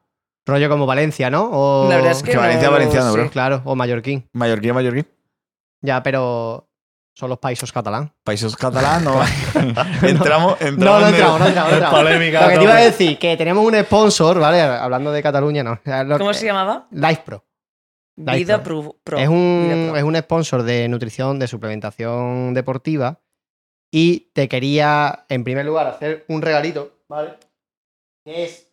Speaker 2: rollo como Valencia, ¿no? O,
Speaker 1: La verdad es que
Speaker 3: Que Valencia
Speaker 1: no
Speaker 3: es valenciano,
Speaker 1: sé.
Speaker 3: bro.
Speaker 2: Claro, o Mallorquín.
Speaker 3: Mallorquín, mallorquín.
Speaker 2: Ya, pero son los países catalán.
Speaker 3: Países catalán, no. entramos,
Speaker 2: No,
Speaker 3: entramos.
Speaker 2: no
Speaker 3: en el-
Speaker 2: entramos, no entramos, no entramos.
Speaker 4: Polémica.
Speaker 2: Lo que te iba a
Speaker 4: tope.
Speaker 2: decir, que tenemos un sponsor, ¿vale? Hablando de Cataluña, no. Lo
Speaker 1: ¿Cómo
Speaker 2: que-
Speaker 1: se llamaba?
Speaker 2: Life Pro. Life
Speaker 1: Vida
Speaker 2: Pro.
Speaker 1: Pro. Pro.
Speaker 2: Es
Speaker 1: Vida
Speaker 2: un,
Speaker 1: Pro.
Speaker 2: es un sponsor de nutrición, de suplementación deportiva. Y te quería, en primer lugar, hacer un regalito, ¿vale? Que es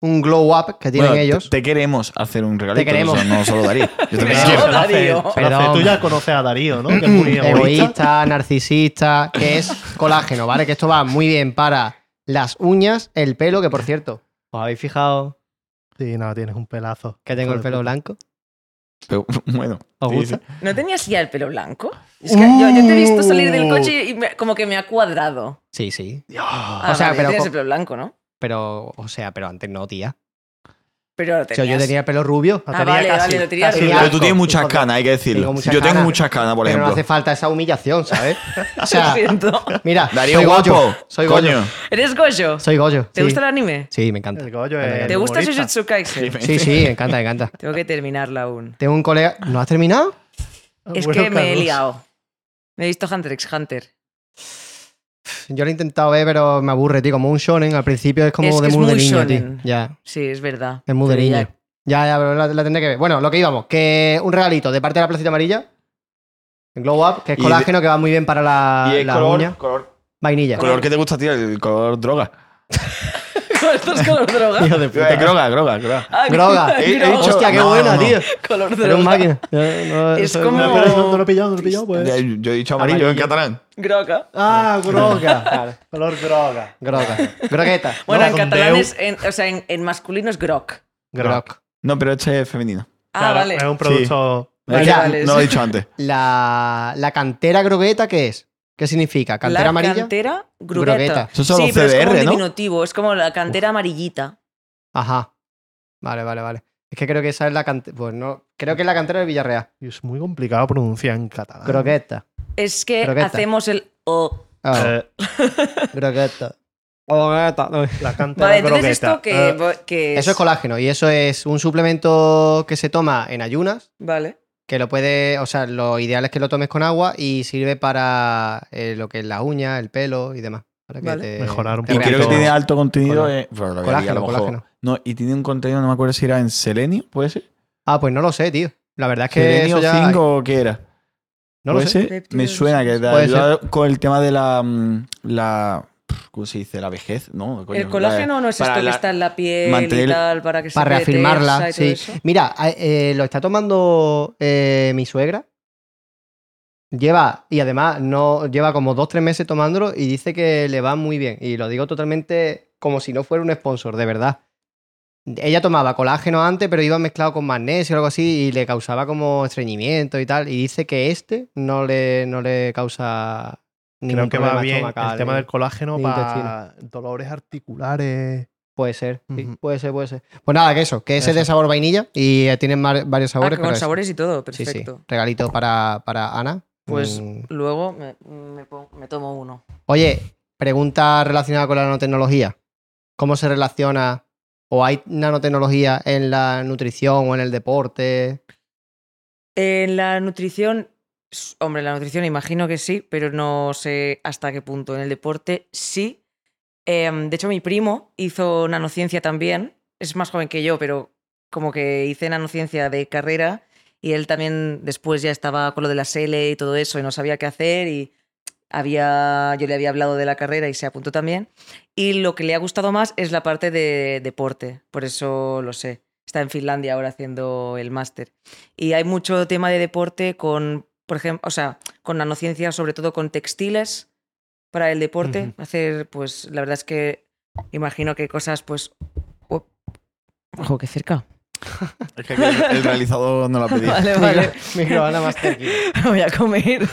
Speaker 2: un glow up que tienen
Speaker 3: Bueno, te-
Speaker 2: ellos.
Speaker 3: Te, queremos hacer un regalito.
Speaker 2: Te queremos.
Speaker 3: o sea, no solo daría. Yo también
Speaker 1: Pero-
Speaker 3: quiero.
Speaker 4: Pero hace-
Speaker 1: Darío.
Speaker 4: pero hace-
Speaker 2: Perdón.
Speaker 4: Tú ya conoces a Darío, ¿no? Que es muy egoísta.
Speaker 2: egoísta, narcisista, que es colágeno, ¿vale? Que esto va muy bien para las uñas, el pelo, que por cierto, ¿os habéis fijado
Speaker 4: Sí, no, tienes un pelazo.
Speaker 2: que tengo el pelo blanco?
Speaker 3: Pero, bueno.
Speaker 2: ¿Os
Speaker 3: sí,
Speaker 2: gusta?
Speaker 3: sí.
Speaker 1: ¿No tenías ya el pelo blanco? Es que yo, yo te he visto salir del coche y me- como que me ha cuadrado.
Speaker 2: Sí, sí.
Speaker 1: Ah,
Speaker 2: O sea,
Speaker 1: vale,
Speaker 2: pero
Speaker 1: Tienes
Speaker 2: co-
Speaker 1: el pelo blanco, ¿no?
Speaker 2: Pero, o sea, pero antes no, tía.
Speaker 1: Pero lo
Speaker 2: O sea, yo
Speaker 1: tenías.
Speaker 2: tenía el pelo rubio.
Speaker 4: Lo
Speaker 1: Ah,
Speaker 4: tenía
Speaker 1: vale,
Speaker 4: casi,
Speaker 1: vale, lo tenías
Speaker 2: casi
Speaker 1: bien.
Speaker 3: Pero tú
Speaker 2: asco,
Speaker 3: tienes muchas
Speaker 2: hijo de-
Speaker 3: canas, hay que decirlo.
Speaker 2: Tengo muchas
Speaker 3: Yo tengo
Speaker 2: canas.
Speaker 3: muchas canas,
Speaker 2: Pero
Speaker 3: por
Speaker 2: no
Speaker 3: ejemplo.
Speaker 2: hace falta esa humillación, ¿sabes? O
Speaker 1: Lo
Speaker 2: sea,
Speaker 1: siento.
Speaker 2: mira,
Speaker 3: Darío
Speaker 2: soy
Speaker 3: guapo.
Speaker 2: Goyo, soy Goyo,
Speaker 3: Coño.
Speaker 1: ¿Eres Goyo?
Speaker 2: soy Goyo.
Speaker 1: ¿Te
Speaker 2: sí.
Speaker 1: gusta el anime?
Speaker 2: Sí, me encanta.
Speaker 4: El Goyo
Speaker 2: Me
Speaker 4: es
Speaker 2: encanta.
Speaker 1: ¿Te gusta
Speaker 4: humorista.
Speaker 1: Jujutsu Kaisen?
Speaker 2: Sí, sí, me encanta, me encanta.
Speaker 1: Tengo que terminarla aún.
Speaker 2: Tengo un colega. ¿No has terminado?
Speaker 1: Es
Speaker 4: Bueno,
Speaker 1: que me he
Speaker 4: Carlos.
Speaker 1: liado. Me he visto Hunter x Hunter.
Speaker 2: Yo lo he intentado ver, pero me aburre, tío. Como un shonen, al principio es como
Speaker 1: Es que
Speaker 2: de
Speaker 1: es
Speaker 2: muy de
Speaker 1: muy
Speaker 2: niño,
Speaker 1: shonen.
Speaker 2: tío. Ya,
Speaker 1: Sí, es verdad.
Speaker 2: es muy de
Speaker 1: Pero ya-
Speaker 2: niño. Ya, ya, pero la, la tendré que ver. Bueno, lo que íbamos, que un regalito de parte de la placita amarilla. El Glow Up, que es
Speaker 3: Y de-
Speaker 2: colágeno que va muy bien para la,
Speaker 3: Y el
Speaker 2: la
Speaker 3: color,
Speaker 2: uña.
Speaker 3: color,
Speaker 2: Vainilla.
Speaker 3: color que te gusta, tío, el color droga.
Speaker 1: ¿Estos color droga?
Speaker 2: Hijo de
Speaker 3: Eh,
Speaker 2: puta.
Speaker 3: Groga, groga, groga.
Speaker 1: Ah,
Speaker 2: Droga. Eh,
Speaker 3: He- he
Speaker 1: droga.
Speaker 3: hecho-
Speaker 2: Hostia, qué
Speaker 3: No,
Speaker 2: buena,
Speaker 3: no.
Speaker 2: tío.
Speaker 1: Color
Speaker 2: Era un
Speaker 1: droga.
Speaker 2: máquina. Eh, no,
Speaker 1: Es
Speaker 2: soy-
Speaker 1: como-
Speaker 4: No, pero no, no lo he pillado, no lo he pillado, pues.
Speaker 3: Ya, Yo he dicho amarillo, en
Speaker 2: Amarillo.
Speaker 3: catalán.
Speaker 1: Droga.
Speaker 4: Ah, groga.
Speaker 2: Claro.
Speaker 4: Color groga.
Speaker 2: Groga. Grogueta.
Speaker 1: Bueno, en
Speaker 4: Dragondeu.
Speaker 1: catalán es. en- o sea, en, en masculino es grog.
Speaker 4: Grog.
Speaker 2: Grog.
Speaker 3: No, pero este es femenino.
Speaker 1: Ah,
Speaker 4: Claro,
Speaker 1: vale.
Speaker 4: Es un producto.
Speaker 3: Es
Speaker 1: Vale,
Speaker 3: que
Speaker 1: vale,
Speaker 3: no lo
Speaker 1: sí.
Speaker 3: he dicho antes.
Speaker 2: La, la cantera grogueta, ¿qué es? ¿Qué significa? ¿Cantera
Speaker 1: la
Speaker 2: amarilla?
Speaker 1: cantera
Speaker 2: Grugueta.
Speaker 1: grugueta.
Speaker 3: Eso son
Speaker 1: sí,
Speaker 3: los
Speaker 1: pero es como
Speaker 3: CDR,
Speaker 1: un
Speaker 3: ¿no?
Speaker 1: diminutivo. Es como la cantera amarillita.
Speaker 2: Ajá. Vale, vale, vale. Es que creo que esa es la cantera. Pues no. Creo que es la cantera de Villarreal.
Speaker 4: Y es muy complicado pronunciar en catalán.
Speaker 2: Grogueta.
Speaker 1: Es que
Speaker 2: Grugueta.
Speaker 1: hacemos el O.
Speaker 2: Ah,
Speaker 4: Eh, Oh,
Speaker 2: grogueta. Grogueta. No.
Speaker 4: la canta
Speaker 1: Vale,
Speaker 4: la
Speaker 1: entonces
Speaker 4: grogueta.
Speaker 1: esto que,
Speaker 4: Eh,
Speaker 1: vo- que
Speaker 2: Eso es colágeno y eso es un suplemento que se toma en ayunas.
Speaker 1: Vale.
Speaker 2: Que lo puede, o sea, lo ideal es que lo tomes con agua y sirve para eh, lo que es la uña, el pelo y demás. para que
Speaker 1: Vale.
Speaker 2: te-
Speaker 4: Mejorar un
Speaker 2: te
Speaker 3: Y
Speaker 4: poquito.
Speaker 3: creo que
Speaker 2: rehabilite.
Speaker 3: tiene alto contenido.
Speaker 2: Color.
Speaker 3: eh, bueno, lo vería, a
Speaker 2: Colágeno,
Speaker 3: lo mejor.
Speaker 2: colágeno.
Speaker 3: No, y tiene un contenido, no me acuerdo si era en selenio, ¿puede ser?
Speaker 2: Ah, pues no lo sé, tío. La verdad es que
Speaker 3: ¿Selenio
Speaker 2: eso ya...
Speaker 3: 5 o qué era?
Speaker 2: No lo
Speaker 3: ¿Puede
Speaker 4: pues
Speaker 2: sé.
Speaker 3: ser? Me
Speaker 1: Péptidos,
Speaker 3: suena que te
Speaker 2: Puede
Speaker 3: ayuda con el tema de la, mm, la. ¿Cómo se dice? La vejez, ¿no? Coño,
Speaker 1: el colágeno
Speaker 3: la-
Speaker 1: no es
Speaker 3: para
Speaker 1: esto que
Speaker 3: la-
Speaker 1: está en la piel
Speaker 3: mantener-
Speaker 1: y tal, para que se
Speaker 2: Para
Speaker 1: quede tersa
Speaker 2: reafirmarla,
Speaker 1: y todo
Speaker 2: sí.
Speaker 1: eso.
Speaker 2: Mira, eh, eh, lo está tomando eh, mi suegra. Lleva, y además no lleva como dos, tres meses tomándolo y dice que le va muy bien. Y lo digo totalmente como si no fuera un sponsor, de verdad. Ella tomaba colágeno antes, pero iba mezclado con magnesio o algo así y le causaba como estreñimiento y tal. Y dice que este no le, no le causa ningún
Speaker 4: Creo que
Speaker 2: problema
Speaker 4: va bien
Speaker 2: estomacal, eh.
Speaker 4: el tema
Speaker 2: ni-
Speaker 4: del colágeno
Speaker 2: ni
Speaker 4: para dolores articulares.
Speaker 2: Puede ser, sí,
Speaker 4: Ujú.
Speaker 2: puede ser, puede ser. Pues nada, que eso, que ese es de
Speaker 4: Eso.
Speaker 2: sabor vainilla y eh, tienen mar- varios
Speaker 1: Ah,
Speaker 2: sabores.
Speaker 1: que
Speaker 2: pero
Speaker 1: con
Speaker 2: ese.
Speaker 1: sabores y todo,
Speaker 2: Sí, sí.
Speaker 1: perfecto.
Speaker 2: Regalito para, para Ana.
Speaker 1: Pues
Speaker 2: Mm.
Speaker 1: luego me, me pon- me tomo uno.
Speaker 2: Oye, pregunta relacionada con la nanotecnología. ¿Cómo se relaciona o hay nanotecnología en la nutrición o en el deporte?
Speaker 1: En la nutrición, s- hombre, la nutrición imagino que sí, pero no sé hasta qué punto. En el deporte sí. Em, de hecho, mi primo hizo nanociencia también. Es más joven que yo, pero como que hice nanociencia de carrera y él también después ya estaba con lo de la SELE y todo eso y no sabía qué hacer y había, yo le había hablado de la carrera y se apuntó también. Y lo que le ha gustado más es la parte de deporte, por eso lo sé. Está en Finlandia ahora haciendo el máster. Y hay mucho tema de deporte con, por ejemplo, o sea, con nanociencia, sobre todo con textiles para el deporte.
Speaker 4: Ujú.
Speaker 1: Hacer, pues, la verdad es que imagino que cosas, pues. o- Ojo, que cerca.
Speaker 3: Es que aquí el, el realizador no la pedía.
Speaker 1: Vale, vale.
Speaker 2: Micro- microondas más cerquita.
Speaker 1: voy a comer.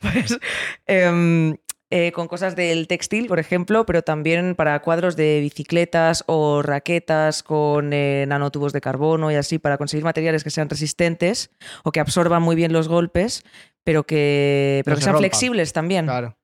Speaker 1: pues, em, eh, con cosas del textil, por ejemplo, pero también para cuadros de bicicletas o raquetas con eh, nanotubos de carbono y así, para conseguir materiales que sean resistentes o que absorban muy bien los golpes, pero que, pero
Speaker 2: No
Speaker 1: que
Speaker 2: se
Speaker 1: sean
Speaker 2: rompan.
Speaker 1: flexibles también. Claro.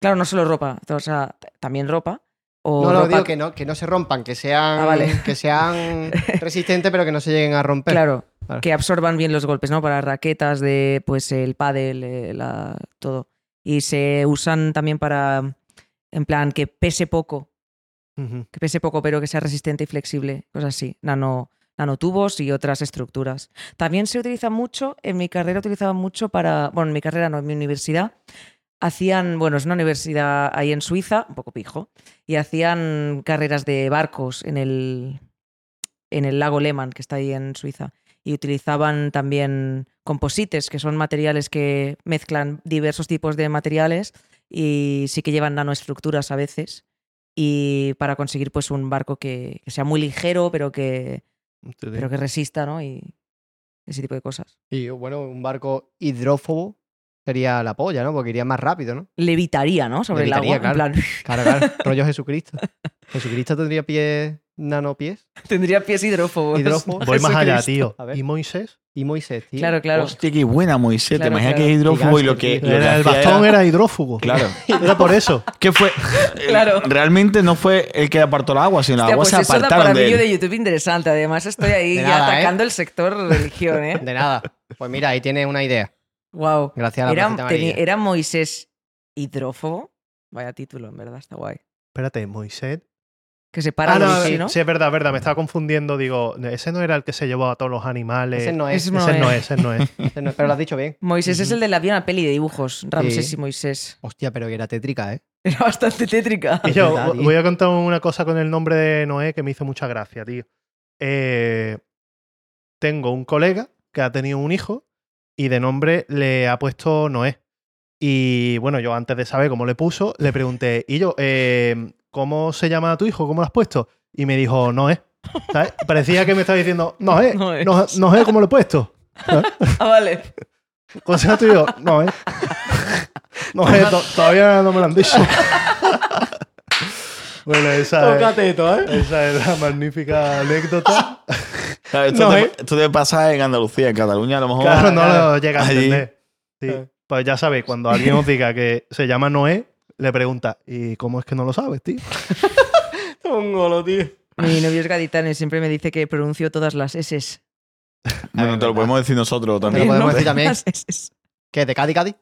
Speaker 2: Claro.
Speaker 1: no solo ropa, o sea, t- también ropa. O
Speaker 2: No, no,
Speaker 1: ropa-
Speaker 2: digo que no, que no se rompan, que sean,
Speaker 1: Ah, vale.
Speaker 2: que sean resistentes, pero que no se lleguen a romper.
Speaker 1: Claro,
Speaker 2: Claro.
Speaker 1: que absorban bien los golpes, ¿no? Para raquetas de, pues, el pádel, eh, la, todo. Y se usan también para, en plan, que pese poco, que pese poco, pero que sea resistente y flexible, cosas así, nano, nanotubos y otras estructuras. También se utiliza mucho, en mi carrera utilizaba mucho para, bueno, en mi carrera no, en mi universidad, hacían, bueno, es una universidad ahí en Suiza, un poco pijo, y hacían carreras de barcos en el, en el lago Lehmann, que está ahí en Suiza. Y utilizaban también composites, que son materiales que mezclan diversos tipos de materiales y sí que llevan nanoestructuras a veces. Y para conseguir pues un barco que, que sea muy ligero, pero que, pero que resista, ¿no? Y ese tipo de cosas.
Speaker 2: Y bueno, un barco hidrófobo sería la polla, ¿no? Porque iría más rápido, ¿no?
Speaker 1: Levitaría, ¿no? Sobre el
Speaker 2: Levitaría,
Speaker 1: agua. en
Speaker 2: claro.
Speaker 1: plan,
Speaker 2: Claro, claro. Rollo Jesucristo. Jesucristo tendría pies, nanopies.
Speaker 1: tendría pies hidrófobos.
Speaker 2: Hidrófobos.
Speaker 4: Voy más allá, tío.
Speaker 2: A ver.
Speaker 4: ¿Y Moisés?
Speaker 2: Y Moisés, tío.
Speaker 1: Claro, claro.
Speaker 3: Hostia, qué buena, Moisés.
Speaker 1: Claro,
Speaker 3: Te imaginas
Speaker 1: claro.
Speaker 3: que es hidrófobo y lo que.
Speaker 2: Gigante,
Speaker 3: lo que
Speaker 4: Era- el
Speaker 3: hacía
Speaker 4: bastón ¿eh? era hidrófugo.
Speaker 3: Claro.
Speaker 4: Era por eso.
Speaker 3: ¿Qué fue?
Speaker 1: Claro.
Speaker 3: Realmente no fue el que apartó el agua, sino el
Speaker 1: Hostia,
Speaker 3: agua
Speaker 1: pues
Speaker 3: se
Speaker 1: eso da
Speaker 3: apartaron
Speaker 1: para mí
Speaker 3: de él.
Speaker 1: de YouTube interesante. Además, estoy ahí
Speaker 2: De
Speaker 1: ya
Speaker 2: nada, ¿eh?
Speaker 1: atacando el sector religión, ¿eh?
Speaker 2: De nada. Pues mira, ahí tienes una idea.
Speaker 1: Wow.
Speaker 2: Gracias a la
Speaker 1: Era,
Speaker 2: placita
Speaker 1: teni-
Speaker 2: amarilla.
Speaker 1: era Moisés hidrófobo. Vaya título, en verdad, está guay.
Speaker 4: Espérate, Moisés.
Speaker 1: Que se para
Speaker 4: Ah, no,
Speaker 1: Moisés,
Speaker 4: sí,
Speaker 1: ¿no?
Speaker 4: sí, es verdad, verdad. Me estaba confundiendo. Digo, ese no era el que se llevó a todos los animales.
Speaker 2: Ese no es.
Speaker 1: Ese
Speaker 4: Ese
Speaker 1: No
Speaker 4: no
Speaker 1: es.
Speaker 4: es, ese no es.
Speaker 2: ese no es, Pero lo has dicho bien.
Speaker 1: Moisés es
Speaker 4: Ujú.
Speaker 1: el de la vi una peli de dibujos, Ramsés
Speaker 2: Sí.
Speaker 1: y Moisés.
Speaker 2: Hostia, pero que era tétrica, ¿eh?
Speaker 1: Era bastante tétrica.
Speaker 4: Y yo
Speaker 2: verdad, tío.
Speaker 4: voy a contar una cosa con el nombre de Noé que me hizo mucha gracia, tío. Eh, tengo un colega que ha tenido un hijo y de nombre le ha puesto Noé. Y bueno, yo antes de saber cómo le puso, le pregunté, y yo, eh, ¿cómo se llama tu hijo? ¿Cómo lo has puesto? Y me dijo, Noé. ¿Sabes? Parecía que me estaba diciendo, Noé,
Speaker 1: Noé.
Speaker 4: no- Noé, ¿cómo lo he puesto?
Speaker 1: Ah, vale.
Speaker 4: Consejo tuyo, Noé. Noé, eh, to- todavía no me lo han dicho. Bueno, esa es,
Speaker 2: teto, ¿eh?
Speaker 4: esa es la magnífica anécdota.
Speaker 3: Claro, esto,
Speaker 4: No,
Speaker 3: te,
Speaker 4: ¿eh?
Speaker 3: esto te pasa en Andalucía, en Cataluña, a lo mejor.
Speaker 4: Claro, no lo llega a
Speaker 3: Allí.
Speaker 4: entender. Sí.
Speaker 2: Eh.
Speaker 4: Pues ya sabéis, cuando alguien os diga que se llama Noé, le pregunta, ¿y cómo es que no lo sabes, tío?
Speaker 2: Un golo, tío.
Speaker 1: Mi novio es gaditano y siempre me dice que pronuncio todas las S.
Speaker 3: Bueno, eh, te lo podemos decir nosotros
Speaker 2: Te lo
Speaker 3: también.
Speaker 2: podemos decir también.
Speaker 1: Las Ss.
Speaker 2: ¿Qué? ¿De Cádiz, Cádiz?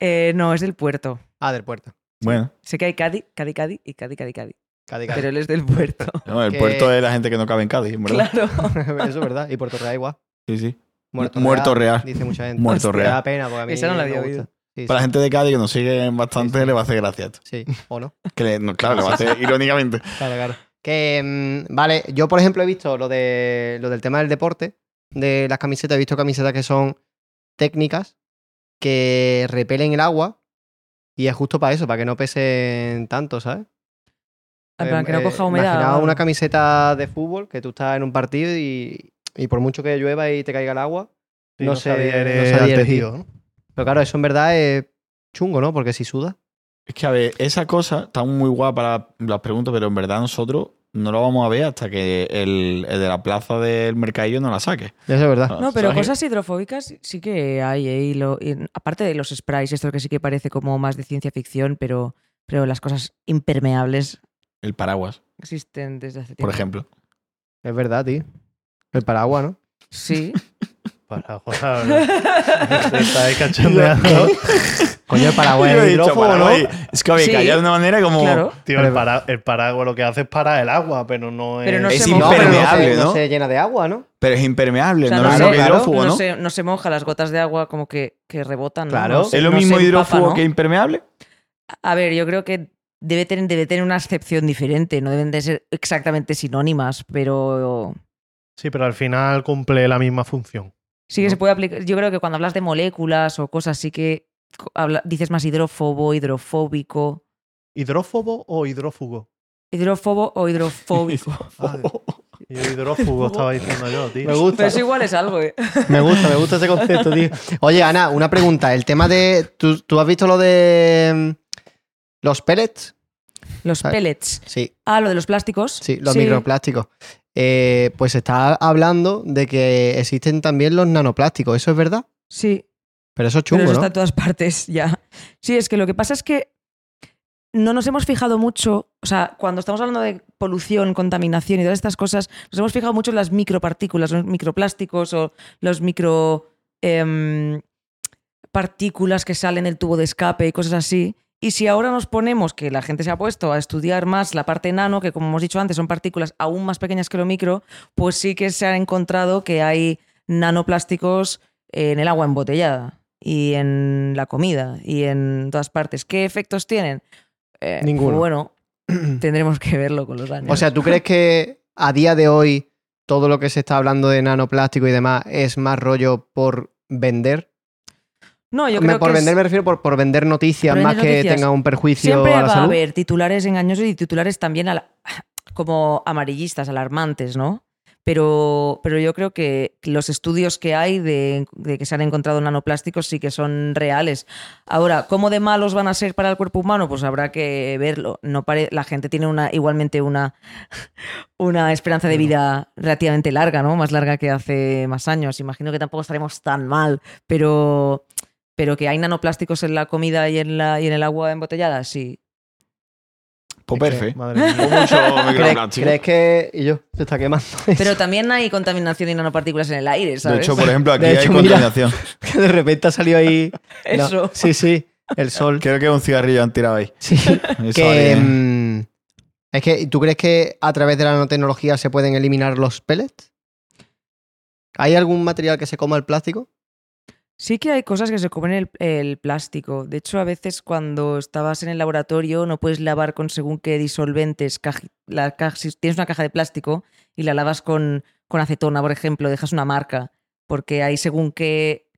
Speaker 1: Eh, no, es del puerto.
Speaker 2: Ah, del puerto.
Speaker 3: Bueno,
Speaker 1: Sé que hay Cádiz, Cádiz, Cádiz y Cádiz, Cádiz, Cádiz.
Speaker 2: Cádiz,
Speaker 1: Pero
Speaker 2: Cádiz.
Speaker 1: él es del puerto.
Speaker 3: no, el
Speaker 2: Que-
Speaker 3: puerto es la gente que no cabe en Cádiz, en ¿verdad?
Speaker 1: Claro.
Speaker 2: Eso es verdad. Y Puerto Real igual.
Speaker 3: Sí, sí. Muerto Real.
Speaker 2: Dice mucha gente.
Speaker 3: Muerto
Speaker 2: Me da
Speaker 3: real.
Speaker 2: pena porque a mí
Speaker 1: Esa no la
Speaker 2: me
Speaker 1: había
Speaker 2: gusta.
Speaker 1: oído.
Speaker 2: Sí,
Speaker 3: Para la
Speaker 2: sí,
Speaker 3: gente de Cádiz que nos sigue bastante,
Speaker 2: Sí, sí.
Speaker 3: le va a hacer gracia esto.
Speaker 2: sí. ¿O no?
Speaker 3: Que le- no, claro, le va a hacer irónicamente.
Speaker 2: Claro, claro. Que, mm, vale, yo por ejemplo he visto lo, de, lo del tema del deporte, de las camisetas, he visto camisetas que son técnicas, que repelen el agua, y es justo para eso, para que no pesen tanto, ¿sabes?
Speaker 1: En plan, que no
Speaker 2: Eh,
Speaker 1: coja humedad.
Speaker 2: imaginaba una camiseta de fútbol que tú estás en un partido y, y por mucho que llueva y te caiga el agua.
Speaker 4: Sí,
Speaker 2: no
Speaker 4: sabía,
Speaker 2: sé,
Speaker 4: eres
Speaker 2: no sabía
Speaker 4: al
Speaker 2: elegir.
Speaker 4: tejido, ¿no?
Speaker 2: Pero claro, eso en verdad es chungo, ¿no? Porque si suda.
Speaker 3: Es que, a ver, esa cosa está muy guapa la- las preguntas, pero en verdad nosotros no lo vamos a ver hasta que el, el de la plaza del mercadillo no la saque.
Speaker 2: Eso es verdad.
Speaker 1: No, pero
Speaker 3: ¿Sabes?
Speaker 1: cosas hidrofóbicas sí que hay, ¿eh? Y lo- y aparte de los sprays, esto que sí que parece como más de ciencia ficción, pero, pero las cosas impermeables
Speaker 3: El paraguas,
Speaker 1: existen desde hace tiempo.
Speaker 3: por ejemplo.
Speaker 2: Es verdad, tío. El paraguas, ¿no?
Speaker 1: Sí.
Speaker 4: Para joder. Te estáis cachondeando.
Speaker 2: Coño, el paraguas es hidrófobo, ¿no?
Speaker 3: Es que, a ver,
Speaker 1: Sí.
Speaker 3: calla de una manera como.
Speaker 1: Claro.
Speaker 4: Tío, el, para- el paraguas lo que hace es parar el agua, pero no es.
Speaker 1: Pero no
Speaker 3: es
Speaker 1: se
Speaker 2: No,
Speaker 1: moja.
Speaker 2: pero no
Speaker 3: Impermeable,
Speaker 2: se- no
Speaker 3: ¿no?
Speaker 2: se llena de agua, ¿no?
Speaker 3: Pero es impermeable,
Speaker 1: O sea,
Speaker 3: no es
Speaker 2: no
Speaker 3: lo
Speaker 2: sé,
Speaker 3: que
Speaker 2: claro,
Speaker 3: hidrófobo,
Speaker 1: no,
Speaker 3: ¿no?
Speaker 1: se, no se moja, las gotas de agua como que, que rebotan. ¿no?
Speaker 2: Claro.
Speaker 1: No se-
Speaker 3: ¿Es lo
Speaker 1: no se
Speaker 3: mismo
Speaker 1: empapa,
Speaker 3: hidrófobo
Speaker 1: ¿no?
Speaker 3: que impermeable?
Speaker 1: A ver, yo creo que debe tener, debe tener una acepción diferente, no deben de ser exactamente sinónimas, pero
Speaker 4: Sí, pero al final cumple la misma función.
Speaker 1: sí que se puede aplicar. Yo creo que cuando hablas de moléculas o cosas, sí que co- habla- dices más hidrófobo, hidrofóbico.
Speaker 4: ¿Hidrófobo o hidrófugo?
Speaker 1: Hidrófobo o hidrofóbico.
Speaker 4: Ah, yo hidrófugo estaba diciendo yo, tío.
Speaker 2: Oh. Me gusta.
Speaker 1: Pero es igual es algo, ¿eh?
Speaker 2: Me gusta, me gusta ese concepto, tío. Oye, Ana, una pregunta. El tema de. ¿Tú, tú has visto lo de. mm, Los pellets?
Speaker 1: Los
Speaker 2: Ah.
Speaker 1: pellets.
Speaker 2: Sí,
Speaker 1: Ah, lo de los plásticos.
Speaker 2: sí, los microplásticos. Eh, pues se está hablando de que existen también los nanoplásticos. ¿Eso es verdad?
Speaker 1: Sí,
Speaker 2: Pero eso es
Speaker 1: Pero
Speaker 2: chungo,
Speaker 1: eso
Speaker 2: ¿no?
Speaker 1: está en todas partes ya. Sí, es que lo que pasa es que no nos hemos fijado mucho, o sea, cuando estamos hablando de polución, contaminación y todas estas cosas, nos hemos fijado mucho en las micropartículas, los microplásticos o los micro em, partículas que salen del tubo de escape y cosas así. Y si ahora nos ponemos, que la gente se ha puesto a estudiar más la parte nano, que como hemos dicho antes son partículas aún más pequeñas que lo micro, pues sí que se ha encontrado que hay nanoplásticos en el agua embotellada y en la comida y en todas partes. ¿Qué efectos tienen? Eh,
Speaker 2: Ninguno.
Speaker 1: Bueno, tendremos que verlo con los años.
Speaker 2: O sea, ¿tú crees que a día de hoy todo lo que se está hablando de nanoplástico y demás es más rollo por vender?
Speaker 1: no, yo
Speaker 2: Me-
Speaker 1: creo
Speaker 2: por
Speaker 1: que es-
Speaker 2: vender me refiero por, por vender noticias
Speaker 1: Por
Speaker 2: más
Speaker 1: vender
Speaker 2: que
Speaker 1: noticias.
Speaker 2: tenga un perjuicio
Speaker 1: siempre
Speaker 2: a la
Speaker 1: va a
Speaker 2: salud.
Speaker 1: haber titulares engañosos y titulares también ala- como amarillistas, alarmantes, ¿no? Pero, pero yo creo que los estudios que hay de, de que se han encontrado nanoplásticos sí que son reales. Ahora, ¿cómo de malos van a ser para el cuerpo humano? Pues habrá que verlo. No pare- la gente tiene una, igualmente una, una esperanza de vida relativamente larga, ¿no? Más larga que hace más años. Imagino que tampoco estaremos tan mal, pero, pero que hay nanoplásticos en la comida y en, la, y en el agua embotellada, sí.
Speaker 3: Pues
Speaker 4: Es que,
Speaker 3: perfecto.
Speaker 4: Madre mía.
Speaker 3: Mucho
Speaker 2: ¿Crees,
Speaker 3: microplástico.
Speaker 2: crees que.? Y yo, se está quemando.
Speaker 1: Pero también hay contaminación y nanopartículas en el aire,
Speaker 3: De
Speaker 1: ¿sabes?
Speaker 3: hecho, por ejemplo, aquí
Speaker 2: De
Speaker 3: hay
Speaker 2: hecho, mira.
Speaker 3: contaminación.
Speaker 2: que de repente ha salido ahí. No,
Speaker 1: Eso.
Speaker 2: sí, sí, el sol.
Speaker 3: Creo que un cigarrillo han tirado ahí.
Speaker 2: Sí.
Speaker 3: Eso
Speaker 2: que,
Speaker 3: ahí, ¿eh?
Speaker 2: mm, es que, ¿tú crees que a través de la nanotecnología se pueden eliminar los pellets? ¿Hay algún material que se coma el plástico?
Speaker 1: Sí que hay cosas que se comen el, el plástico. De hecho, a veces cuando estabas en el laboratorio no puedes lavar con según qué disolventes. caji- la ca- si tienes una caja de plástico y la lavas con, con acetona, por ejemplo, dejas una marca, porque hay según qué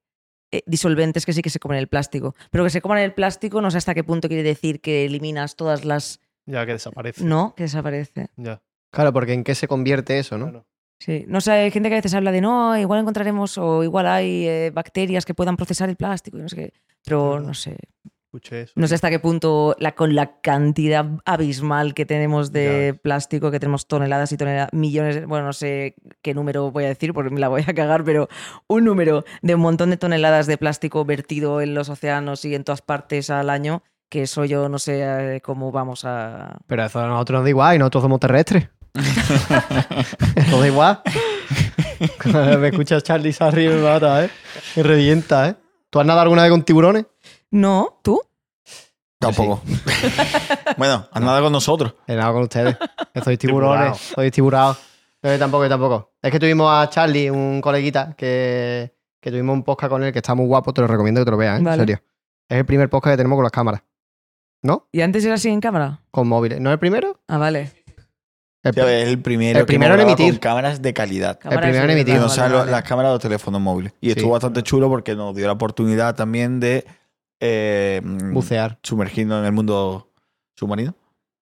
Speaker 1: eh, disolventes que sí que se comen el plástico. Pero que se coman el plástico no sé hasta qué punto quiere decir que eliminas todas las...
Speaker 4: Ya que desaparece.
Speaker 1: No, que desaparece.
Speaker 4: Ya.
Speaker 2: Claro, porque ¿en qué se convierte eso, no?
Speaker 4: Claro.
Speaker 1: Sí, no sé, hay gente que a veces habla de no, igual encontraremos o igual hay eh, bacterias que puedan procesar el plástico y no sé qué. Pero
Speaker 4: Claro.
Speaker 1: no sé,
Speaker 4: Escuché eso.
Speaker 1: no sé hasta qué punto la, con la cantidad abismal que tenemos de plástico, que tenemos toneladas y toneladas, millones, de- bueno, no sé qué número voy a decir porque me la voy a cagar, pero un número de un montón de toneladas de plástico vertido en los océanos y en todas partes al año, que eso yo no sé eh, cómo vamos a...
Speaker 2: Pero eso a nosotros nos da igual, y nosotros somos terrestres. Nos da igual. me escuchas Charlie Sarri y me mata, ¿eh? Me revienta, ¿eh? ¿Tú has nadado alguna vez con tiburones?
Speaker 1: No, ¿tú?
Speaker 3: Tampoco. bueno, a nada con nosotros.
Speaker 2: He nadado con ustedes. Que sois tiburones, sois tiburados. No, yo tampoco, yo tampoco. Es que tuvimos a Charlie, un coleguita, que, que tuvimos un podcast con él que está muy guapo, te lo recomiendo que te lo veas, ¿eh?
Speaker 1: Vale.
Speaker 2: En serio. Es el primer podcast que tenemos con las cámaras. ¿No?
Speaker 1: ¿Y antes era así en cámara?
Speaker 2: Con móviles. ¿No es el primero?
Speaker 1: Ah, vale.
Speaker 2: El pri-
Speaker 3: Ya ves, el primero.
Speaker 2: El
Speaker 3: que
Speaker 2: primero
Speaker 3: hemos
Speaker 2: en
Speaker 3: grabado
Speaker 2: emitir.
Speaker 3: Con cámaras de calidad.
Speaker 1: Cámara
Speaker 2: primero
Speaker 1: sí,
Speaker 2: en emitir.
Speaker 3: Y
Speaker 1: vale,
Speaker 2: Ah,
Speaker 3: no saben
Speaker 1: vale,
Speaker 3: lo-
Speaker 1: vale.
Speaker 3: las cámaras de los teléfonos móviles. Y
Speaker 2: Sí.
Speaker 3: estuvo bastante chulo porque nos dio la oportunidad también de eh, mm,
Speaker 2: bucear.
Speaker 3: sumergirnos en el mundo submarino.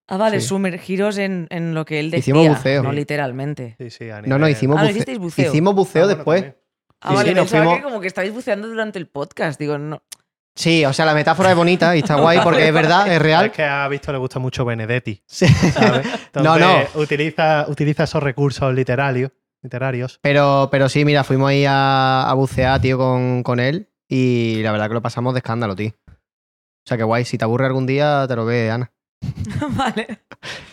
Speaker 1: Ah, vale,
Speaker 2: Sí.
Speaker 1: sumergiros en, en lo que él decía.
Speaker 2: Hicimos buceo.
Speaker 1: No,
Speaker 2: Sí.
Speaker 1: literalmente.
Speaker 4: Sí, sí, a
Speaker 2: No, no,
Speaker 4: nivel-
Speaker 2: hicimos
Speaker 1: Ah, ¿lo
Speaker 2: buceo.
Speaker 1: hicisteis buceo?
Speaker 2: Hicimos buceo
Speaker 4: Ah, bueno,
Speaker 2: después.
Speaker 4: también.
Speaker 1: Ah,
Speaker 2: Sí, sí,
Speaker 1: vale,
Speaker 2: nos
Speaker 1: pensaba
Speaker 2: fuimos-
Speaker 1: que como que estáis buceando durante el podcast. Digo, no.
Speaker 2: Sí, o sea, la metáfora es bonita y está guay porque es verdad, es real.
Speaker 4: Es que a Visto le gusta mucho Benedetti.
Speaker 2: Sí.
Speaker 4: ¿sabes? Entonces,
Speaker 2: No, no.
Speaker 4: Utiliza, utiliza esos recursos literarios. literarios.
Speaker 2: Pero, pero sí, mira, fuimos ahí a, a bucear, tío, con, con él y la verdad que lo pasamos de escándalo, tío. O sea, que guay, si te aburre algún día, te lo ve, Ana.
Speaker 1: vale.
Speaker 2: ¿Eh?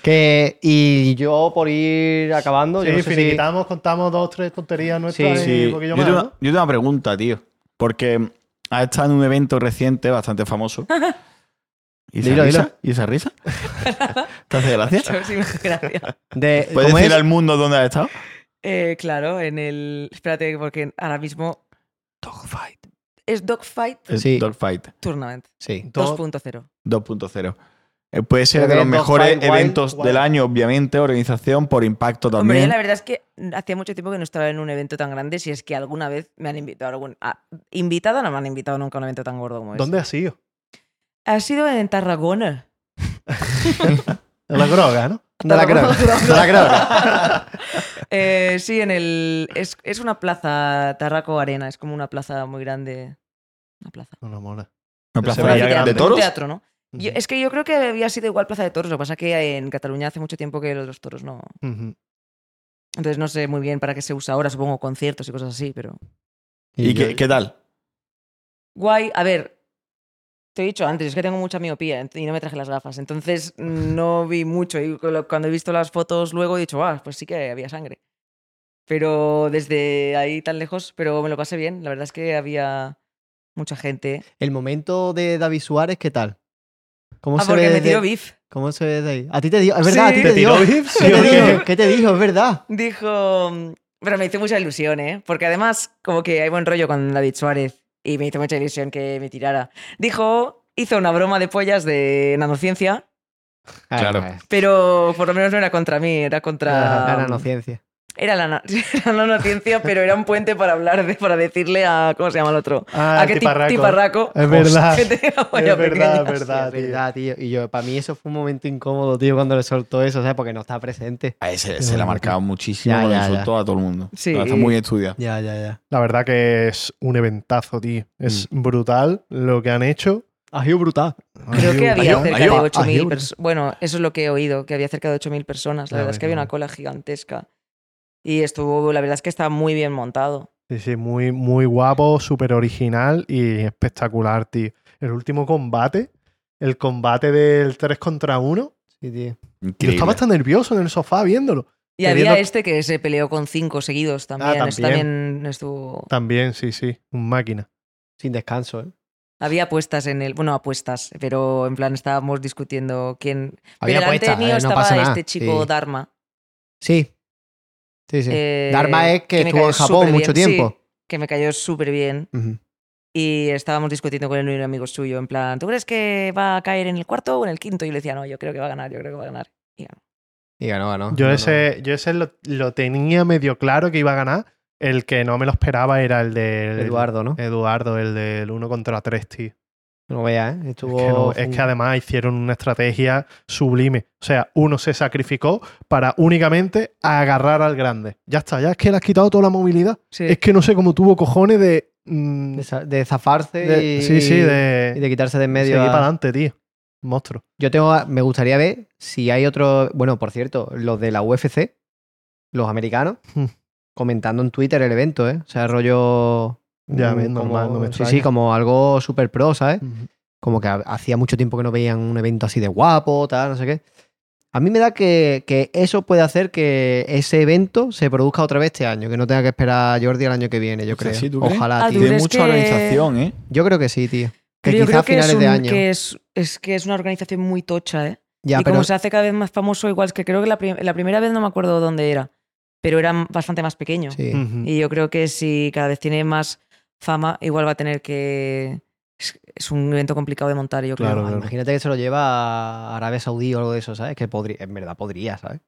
Speaker 2: Que, y yo por ir acabando, yo
Speaker 4: sí,
Speaker 2: no sé si-
Speaker 4: finiquitamos, contamos dos, tres tonterías nuestras.
Speaker 2: Sí,
Speaker 4: y
Speaker 3: Sí.
Speaker 4: un
Speaker 3: Yo,
Speaker 4: poquillo
Speaker 3: tengo
Speaker 4: más,
Speaker 3: una,
Speaker 4: ¿no?
Speaker 3: yo tengo una pregunta, tío. Porque ha estado en un evento reciente bastante famoso. ¿Y esa
Speaker 2: Dilo,
Speaker 3: risa?
Speaker 2: dilo.
Speaker 3: ¿Y esa risa? ¿Te hace gracia?
Speaker 1: Yo, sí, gracias.
Speaker 2: de-
Speaker 3: ¿Puedes
Speaker 2: ¿cómo
Speaker 3: decir
Speaker 2: es?
Speaker 3: al mundo dónde has estado?
Speaker 1: Eh, claro, en el. Espérate, porque ahora mismo.
Speaker 3: Dogfight.
Speaker 1: Es Dogfight
Speaker 2: Sí.
Speaker 3: Dogfight
Speaker 1: Tournament
Speaker 2: Sí.
Speaker 1: 2.0
Speaker 3: 2.0. Eh, puede ser
Speaker 2: Creo
Speaker 3: de
Speaker 2: que
Speaker 3: los
Speaker 2: es
Speaker 3: mejores
Speaker 2: Dogfight Wild
Speaker 3: eventos
Speaker 4: Wild.
Speaker 3: del año, obviamente, organización por impacto
Speaker 1: Hombre, yo
Speaker 3: también.
Speaker 1: la verdad es que hacía mucho tiempo que no estaba en un evento tan grande. Si es que alguna vez me han invitado a algún. a- invitada no me han invitado nunca a un evento tan gordo como
Speaker 4: ¿Dónde has ido?
Speaker 1: este. Ha sido en Tarragona.
Speaker 4: En La groga, ¿no?
Speaker 2: De la creo. De la creo.
Speaker 1: Eh, sí, en el. Es, es una plaza, Tarraco Arena. Es como una plaza muy grande. Una plaza.
Speaker 4: No, no mola.
Speaker 3: Una
Speaker 4: Se
Speaker 3: plaza
Speaker 4: ve
Speaker 3: de-
Speaker 4: ya
Speaker 3: de
Speaker 4: grande.
Speaker 1: teatro,
Speaker 3: toros.
Speaker 1: Un teatro, ¿no? Yo- es que yo creo que había sido igual Plaza de Toros. Lo que pasa es que en Cataluña hace mucho tiempo que los, los toros no.
Speaker 4: Ujú.
Speaker 1: Entonces no sé muy bien para qué se usa ahora. Supongo conciertos y cosas así, pero.
Speaker 3: ¿Y qué, qué tal?
Speaker 1: Guay, a ver. Te he dicho antes, es que tengo mucha miopía ent- y no me traje las gafas. Entonces no vi mucho. Y cu- lo- cuando he visto las fotos luego he dicho, ah, pues sí que había sangre. Pero desde ahí tan lejos, pero me lo pasé bien. La verdad es que había mucha gente.
Speaker 2: El momento de David Suárez, ¿qué tal? ¿Cómo
Speaker 1: Ah,
Speaker 2: se
Speaker 1: porque
Speaker 2: ve
Speaker 1: me
Speaker 2: desde-
Speaker 1: tiró beef.
Speaker 2: ¿Cómo se ve de ahí? A ti te dio, es verdad, a ti
Speaker 1: Sí.
Speaker 2: te,
Speaker 4: ¿Te tiró
Speaker 2: dio.
Speaker 4: beef? Sí,
Speaker 2: ¿Qué te
Speaker 4: ¿o qué?
Speaker 2: dijo? ¿Qué te dijo? Es verdad.
Speaker 1: Dijo, mm, pero me hizo mucha ilusión, ¿eh? Porque además, como que hay buen rollo con David Suárez y me hizo mucha ilusión que me tirara. Dijo, hizo una broma de pollas de nanociencia,
Speaker 3: Claro.
Speaker 2: Ah,
Speaker 1: pero por lo menos no era contra mí, era contra.
Speaker 2: La nanociencia.
Speaker 1: Era la, na- era la nanociencia, pero era un puente para hablar, de, para decirle a. ¿Cómo se llama el otro?
Speaker 4: Ah,
Speaker 1: a que ti-
Speaker 4: tiparraco.
Speaker 1: tiparraco.
Speaker 4: Es verdad.
Speaker 1: Que tenía la polla
Speaker 4: Es verdad,
Speaker 1: pequeña.
Speaker 4: verdad,
Speaker 2: Sí, es
Speaker 4: tío.
Speaker 2: verdad, tío. Y yo, para mí eso fue un momento incómodo, tío, cuando le soltó eso, ¿sabes? Porque no está presente.
Speaker 3: A ese se le ha marcado muchísimo,
Speaker 2: Ya,
Speaker 3: lo
Speaker 2: ya,
Speaker 3: insultó a todo el mundo.
Speaker 1: Sí.
Speaker 3: Está muy estudiado.
Speaker 2: Ya, ya, ya.
Speaker 4: La verdad que es un eventazo, tío. Es brutal lo que han hecho.
Speaker 2: Ha sido brutal.
Speaker 1: Creo que había
Speaker 3: un-
Speaker 1: cerca
Speaker 3: hay
Speaker 1: de
Speaker 3: un-
Speaker 1: 8.000
Speaker 2: hay un-
Speaker 1: personas. Bueno, eso es lo que he oído, que había cerca de 8.000 personas. La
Speaker 4: Ya
Speaker 1: verdad
Speaker 4: ves,
Speaker 1: es que había
Speaker 4: ya
Speaker 1: una
Speaker 4: ves.
Speaker 1: cola gigantesca. Y estuvo, la verdad es que está muy bien montado.
Speaker 4: Sí, sí, muy, muy guapo, súper original y espectacular, tío. El último combate, el combate del 3 contra 1.
Speaker 2: Sí, tío.
Speaker 4: Yo
Speaker 3: Increíble.
Speaker 4: estaba hasta nervioso en el sofá viéndolo.
Speaker 1: Y
Speaker 4: Que
Speaker 1: había
Speaker 4: viendo-
Speaker 1: este que se peleó con cinco seguidos también. es-
Speaker 4: también.
Speaker 1: también estuvo.
Speaker 4: También, sí, sí, un máquina.
Speaker 2: Sin descanso, ¿eh?
Speaker 1: Había apuestas en el. Bueno, apuestas, pero en plan estábamos discutiendo quién.
Speaker 2: Había
Speaker 1: Delante
Speaker 2: apuestas,
Speaker 1: mío
Speaker 2: ¿eh? No
Speaker 1: estaba
Speaker 2: pasa nada,
Speaker 1: este chico
Speaker 2: sí.
Speaker 1: Dharma.
Speaker 2: Sí. Sí, sí.
Speaker 1: eh,
Speaker 2: Dharma es que
Speaker 1: me
Speaker 2: estuvo
Speaker 1: cayó
Speaker 2: en Japón
Speaker 1: superbién,
Speaker 2: mucho
Speaker 1: sí,
Speaker 2: tiempo.
Speaker 1: que me cayó súper bien.
Speaker 2: Ujú.
Speaker 1: Y estábamos discutiendo con él y un amigo suyo, en plan, ¿tú crees que va a caer en el cuarto o en el quinto? Y yo le decía, no, yo creo que va a ganar, yo creo que va a ganar. Y ganó.
Speaker 2: Y ganó, ganó.
Speaker 4: Yo
Speaker 2: Ganó.
Speaker 4: ese, yo ese lo, lo tenía medio claro que iba a ganar. El que no me lo esperaba era el del
Speaker 2: Eduardo, ¿no?
Speaker 4: Eduardo, el del 1 contra 3, tío.
Speaker 2: No veas, ¿eh? Estuvo.
Speaker 4: Es que, no- es
Speaker 2: fue
Speaker 4: que
Speaker 2: un-
Speaker 4: además hicieron una estrategia sublime. O sea, uno se sacrificó para únicamente agarrar al grande. Ya está, ya es que le has quitado toda la movilidad. Es que no sé cómo tuvo cojones de. mm,
Speaker 2: de, za- de zafarse
Speaker 4: de-
Speaker 2: y,
Speaker 4: sí, sí, de.
Speaker 2: y de quitarse de en medio.
Speaker 4: seguir
Speaker 2: a-
Speaker 4: para adelante, tío. Monstruo.
Speaker 2: Yo tengo, me gustaría ver si hay otro. Bueno, por cierto, los de la UFC, los americanos,
Speaker 4: Hmm.
Speaker 2: comentando en Twitter el evento, ¿eh? O sea, rollo.
Speaker 4: Ya
Speaker 2: mm,
Speaker 4: ves, normal, no me
Speaker 2: sí,
Speaker 4: extraña.
Speaker 2: sí, como algo super pro, ¿sabes? Como que ha- hacía mucho tiempo que no veían un evento así de guapo, tal, no sé qué. A mí me da que, que eso puede hacer que ese evento se produzca otra vez este año, que no tenga que esperar a Jordi el año que viene, yo
Speaker 3: O sea,
Speaker 2: creo.
Speaker 3: sí, ¿tú crees?
Speaker 2: Ojalá,
Speaker 1: Ah, tú
Speaker 2: tío.
Speaker 3: Tiene
Speaker 1: crees
Speaker 3: mucha
Speaker 1: que-
Speaker 3: organización, ¿eh?
Speaker 2: Yo creo que sí, tío. Que
Speaker 1: Pero yo
Speaker 2: quizá
Speaker 1: creo
Speaker 2: a finales
Speaker 1: es
Speaker 2: de
Speaker 1: un-
Speaker 2: año.
Speaker 1: Que es, es que es una organización muy tocha, ¿eh?
Speaker 2: Ya,
Speaker 1: y
Speaker 2: pero
Speaker 1: como se hace cada vez más famoso, igual es que creo que la, prim- la primera vez no me acuerdo dónde era, pero era m- bastante más pequeño.
Speaker 2: sí.
Speaker 4: Ujú.
Speaker 1: Y yo creo que si cada vez tiene más fama, igual va a tener que... Es, es un evento complicado de montar, yo
Speaker 4: Claro,
Speaker 1: creo.
Speaker 4: claro.
Speaker 2: Imagínate que se lo lleva a Arabia Saudí o algo de eso, ¿sabes? Que podría, en verdad podría, ¿sabes?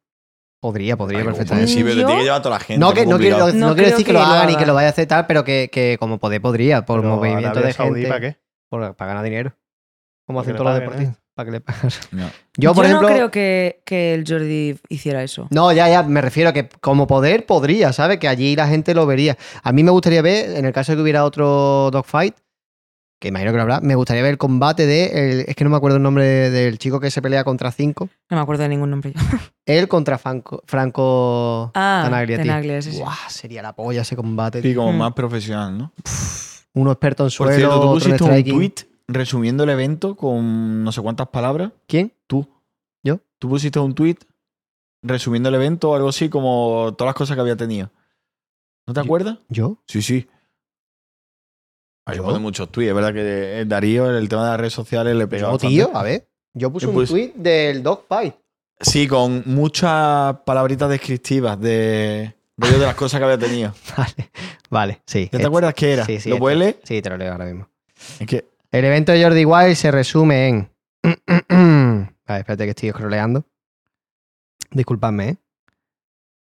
Speaker 2: Podría, podría
Speaker 3: Ay,
Speaker 2: perfectamente.
Speaker 3: Sí, pero
Speaker 1: Yo-
Speaker 3: te tiene que llevar a toda la gente.
Speaker 2: No, que,
Speaker 3: muy
Speaker 2: no, quiero,
Speaker 3: complicado.
Speaker 2: no
Speaker 1: No
Speaker 2: quiero
Speaker 1: creo
Speaker 2: decir que,
Speaker 1: que
Speaker 2: lo
Speaker 1: lo
Speaker 2: hagan y
Speaker 1: haga.
Speaker 2: que lo vaya a hacer tal, pero que, que como poder podría, por
Speaker 4: Pero
Speaker 2: movimiento
Speaker 4: Arabia
Speaker 2: de
Speaker 4: Saudí,
Speaker 2: gente.
Speaker 4: ¿Para qué?
Speaker 2: Por, para ganar dinero. Como
Speaker 4: Porque
Speaker 2: hacen
Speaker 4: le
Speaker 2: todos los
Speaker 4: paguen, ¿eh?
Speaker 2: deportistas. para que le pagas.
Speaker 3: No.
Speaker 2: Yo, por ejemplo.
Speaker 1: no creo que, que el Jordi hiciera eso.
Speaker 2: No, ya, ya, me refiero a que como poder podría, ¿sabes? Que allí la gente lo vería. A mí me gustaría ver, en el caso de que hubiera otro dogfight, que imagino que lo habrá, me gustaría ver el combate de. el- es que no me acuerdo el nombre del chico que se pelea contra cinco.
Speaker 1: No me acuerdo de ningún nombre yo.
Speaker 2: Él contra Franco, Franco
Speaker 1: Ah,
Speaker 2: Tanaglia, tío.
Speaker 1: Tanaglia, sí, sí.
Speaker 2: Buah, sería la polla ese combate.
Speaker 3: Sí, como
Speaker 1: Mm.
Speaker 3: más profesional, ¿no?
Speaker 2: Uno experto en suelo,
Speaker 3: Por cierto, tú
Speaker 2: otro en
Speaker 3: pusiste un
Speaker 2: striking.
Speaker 3: tweet resumiendo el evento con no sé cuántas palabras.
Speaker 2: ¿Quién?
Speaker 3: Tú.
Speaker 2: ¿Yo?
Speaker 3: Tú pusiste un tweet resumiendo el evento o algo así como todas las cosas que había tenido. ¿No te
Speaker 2: Yo-
Speaker 3: acuerdas? Ah,
Speaker 2: ¿Yo?
Speaker 3: Sí, sí. Hay
Speaker 2: ¿Yo?
Speaker 3: muchos tweets, es verdad que eh, Darío en el tema de las redes sociales le pegó.
Speaker 2: Yo,
Speaker 3: bastante.
Speaker 2: tío, a ver. Yo puse
Speaker 3: Yo
Speaker 2: un
Speaker 3: puse-
Speaker 2: tweet del dogfight.
Speaker 3: Sí, con muchas palabritas descriptivas de rollo de las cosas que había tenido.
Speaker 2: Vale, vale, sí.
Speaker 3: ¿Ya
Speaker 2: Este-
Speaker 3: te acuerdas qué era?
Speaker 2: Sí, sí,
Speaker 3: ¿Lo
Speaker 2: este.
Speaker 3: huele?
Speaker 2: Sí, te lo leo ahora mismo.
Speaker 3: Es que
Speaker 2: El evento de Jordi Wild se resume en. Vale, espérate que estoy scrolleando. Disculpadme, ¿eh?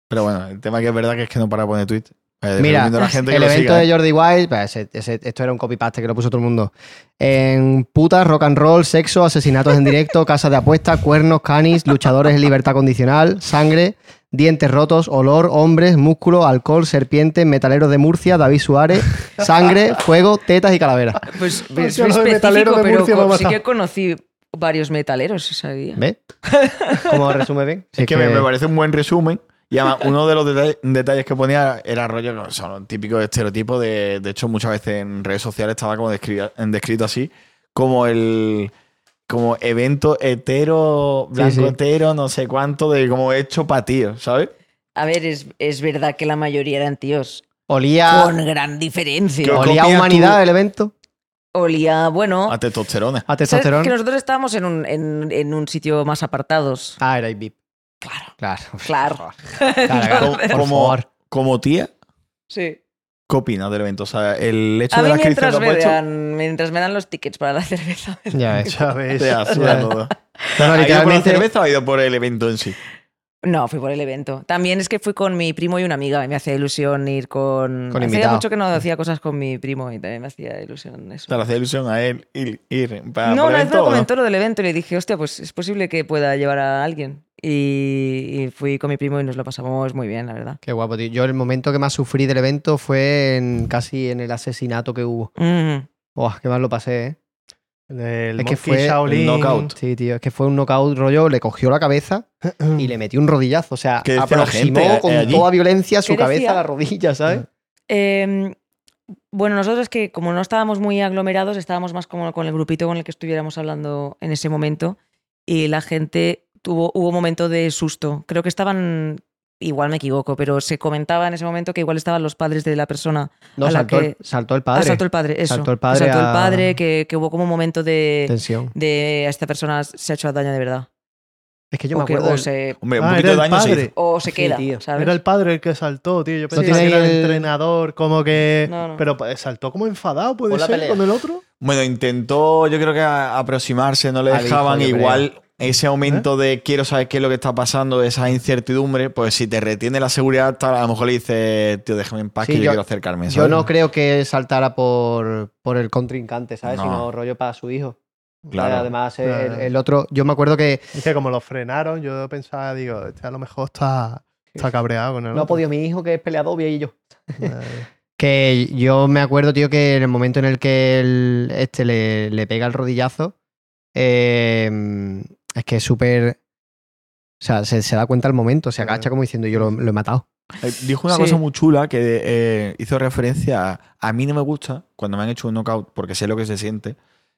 Speaker 3: Pero bueno, el tema que es verdad que es que no para de poner tweet. Eh,
Speaker 2: Mira,
Speaker 3: recomiendo a la gente que
Speaker 2: el
Speaker 3: lo
Speaker 2: evento
Speaker 3: siga, ¿eh?
Speaker 2: de Jordi Wild. bah, ese- ese- esto era un copy-paste que lo puso todo el mundo. En putas, rock and roll, sexo, asesinatos en directo, casas de apuestas, cuernos, canis, luchadores en libertad condicional, sangre, dientes rotos, olor, hombres, músculo, alcohol, serpiente, metaleros de Murcia, David Suárez, sangre, fuego, tetas y calaveras.
Speaker 1: Pues
Speaker 4: Hostia,
Speaker 1: es muy
Speaker 4: lo de metalero
Speaker 1: específico,
Speaker 4: de
Speaker 1: pero
Speaker 4: Murcia me ha
Speaker 1: co- sí
Speaker 4: matado.
Speaker 1: que conocí varios metaleros ese día.
Speaker 2: ¿Ves? ¿Cómo resume bien?
Speaker 3: Es, que, Me, me parece un buen resumen. Y además, uno de los detall- detalles que ponía era rollo, no, son los típicos estereotipos de. De hecho, muchas veces en redes sociales estaba como descri- en descrito así, como el. Como evento hetero,
Speaker 2: Sí,
Speaker 3: blanco
Speaker 2: sí.
Speaker 3: hetero, no sé cuánto, de como hecho para tío, ¿sabes?
Speaker 1: A ver, es, es verdad que la mayoría eran tíos.
Speaker 2: Olía,
Speaker 1: Con gran diferencia.
Speaker 3: Creo-
Speaker 2: olía a
Speaker 3: copia
Speaker 2: humanidad
Speaker 3: tú-
Speaker 2: el evento.
Speaker 1: Olía, bueno.
Speaker 3: A testosterona.
Speaker 2: A
Speaker 1: ¿sabes
Speaker 2: testosterona.
Speaker 1: Que nosotros estábamos en un, en, en un sitio más apartados.
Speaker 2: Ah, era VIP.
Speaker 1: Claro.
Speaker 2: Claro.
Speaker 1: Claro.
Speaker 2: Claro, claro.
Speaker 3: Como-
Speaker 2: Por
Speaker 3: como,
Speaker 2: favor.
Speaker 3: como tía,
Speaker 1: Sí.
Speaker 3: ¿qué opinas del evento? O sea, el hecho
Speaker 1: A
Speaker 3: de
Speaker 1: mí
Speaker 3: las que
Speaker 1: mientras
Speaker 3: lo
Speaker 1: me,
Speaker 3: puesto
Speaker 1: dan, mientras me dan los tickets para la cerveza.
Speaker 2: Ya ves.
Speaker 4: Ya ves.
Speaker 3: te asuda todo.
Speaker 2: No, no,
Speaker 3: ¿Ha ido por la
Speaker 2: literalmente-
Speaker 3: cerveza o ha ido por el evento en sí?
Speaker 1: No, fui por el evento. También es que fui con mi primo y una amiga. y Me hacía ilusión ir con.
Speaker 2: Con
Speaker 1: hacía
Speaker 2: invitado.
Speaker 1: mucho que no hacía cosas con mi primo y también me hacía ilusión eso.
Speaker 3: ¿Te hacía ilusión a él ir, ir para
Speaker 1: no, una
Speaker 3: ah, por el
Speaker 1: vez me
Speaker 3: evento?
Speaker 1: lo
Speaker 3: o no?
Speaker 1: comentó lo del evento y le dije, hostia, pues es posible que pueda llevar a alguien. Y, y fui con mi primo y nos lo pasamos muy bien, la verdad.
Speaker 2: Qué guapo, tío. Yo el momento que más sufrí del evento fue en, casi en el asesinato que hubo.
Speaker 1: Mm.
Speaker 2: Buah, qué mal lo pasé, ¿eh?
Speaker 4: El
Speaker 2: Es que
Speaker 4: Monkey
Speaker 2: fue el
Speaker 4: Shaolin.
Speaker 3: knockout.
Speaker 2: Sí, tío. Es que fue un knockout rollo, le cogió la cabeza y le metió un rodillazo. O sea,
Speaker 3: ¿Qué decía la
Speaker 2: aproximó
Speaker 3: gente, eh,
Speaker 2: con
Speaker 3: allí? Mm.
Speaker 2: toda violencia su
Speaker 1: ¿Qué
Speaker 2: cabeza
Speaker 1: decía?
Speaker 2: a la rodilla, ¿sabes?
Speaker 1: Eh, bueno, nosotros que como no estábamos muy aglomerados, estábamos más como con el grupito con el que estuviéramos hablando en ese momento y la gente tuvo, hubo un momento de susto. Creo que estaban, igual me equivoco, pero se comentaba en ese momento que igual estaban los padres de la persona.
Speaker 2: No,
Speaker 1: A la
Speaker 2: saltó, el-
Speaker 1: que-
Speaker 2: saltó el
Speaker 1: Ah,
Speaker 2: padre.
Speaker 1: saltó el padre, eso.
Speaker 2: Saltó el padre
Speaker 1: Saltó el
Speaker 2: a-
Speaker 1: padre, que, que hubo como un momento de,
Speaker 2: Tensión.
Speaker 1: de a esta persona se ha hecho daño de verdad.
Speaker 2: Es que yo
Speaker 1: o,
Speaker 2: me
Speaker 1: que-
Speaker 2: acuerdo.
Speaker 1: o
Speaker 2: del-
Speaker 1: se,
Speaker 3: Hombre, un
Speaker 4: Ah,
Speaker 3: poquito
Speaker 4: era
Speaker 3: de
Speaker 4: el
Speaker 3: daño se
Speaker 4: padre.
Speaker 3: hizo.
Speaker 1: o se
Speaker 2: Sí,
Speaker 1: queda,
Speaker 2: tío.
Speaker 1: ¿sabes?
Speaker 4: Era el padre el que saltó, tío. Yo pensaba
Speaker 2: tiene
Speaker 4: que era el
Speaker 2: el-
Speaker 4: entrenador, como que.
Speaker 1: No, no.
Speaker 4: Pero eh, saltó como enfadado,
Speaker 2: Por
Speaker 4: puede
Speaker 2: la
Speaker 4: ser,
Speaker 2: pelea.
Speaker 4: con el otro.
Speaker 3: Bueno, intentó, yo creo que a- aproximarse, no le
Speaker 2: Al hijo,
Speaker 3: dejaban
Speaker 2: yo creo.
Speaker 3: igual ese aumento de quiero saber qué es lo que está pasando, esa incertidumbre, pues si te retiene la seguridad, tal, a lo mejor le dices, tío, déjame en paz
Speaker 2: Sí,
Speaker 3: que yo,
Speaker 2: yo-
Speaker 3: quiero acercarme.
Speaker 2: Yo
Speaker 3: ¿sabes?
Speaker 2: no creo que saltara por, por el contrincante, ¿sabes?
Speaker 3: No.
Speaker 2: Sino rollo para su hijo. Eh,
Speaker 3: Claro.
Speaker 2: Además, el,
Speaker 4: Claro.
Speaker 2: el otro. Yo me acuerdo que
Speaker 4: Es que como lo frenaron, yo pensaba, digo, este a lo mejor está, está cabreado con el
Speaker 2: no ha
Speaker 4: otro.
Speaker 2: podido mi hijo, que es peleador, y yo.
Speaker 4: Eh,
Speaker 2: Que yo me acuerdo, tío, que en el momento en el que el- este le, le pega el rodillazo, eh, es que es súper. O sea, se, se da cuenta al momento, se agacha
Speaker 4: Claro.
Speaker 2: como diciendo yo lo, lo he matado.
Speaker 3: Eh, Dijo una
Speaker 1: Sí.
Speaker 3: cosa muy chula que eh, hizo referencia a, a mí no me gusta cuando me han hecho un knockout porque sé lo que se siente.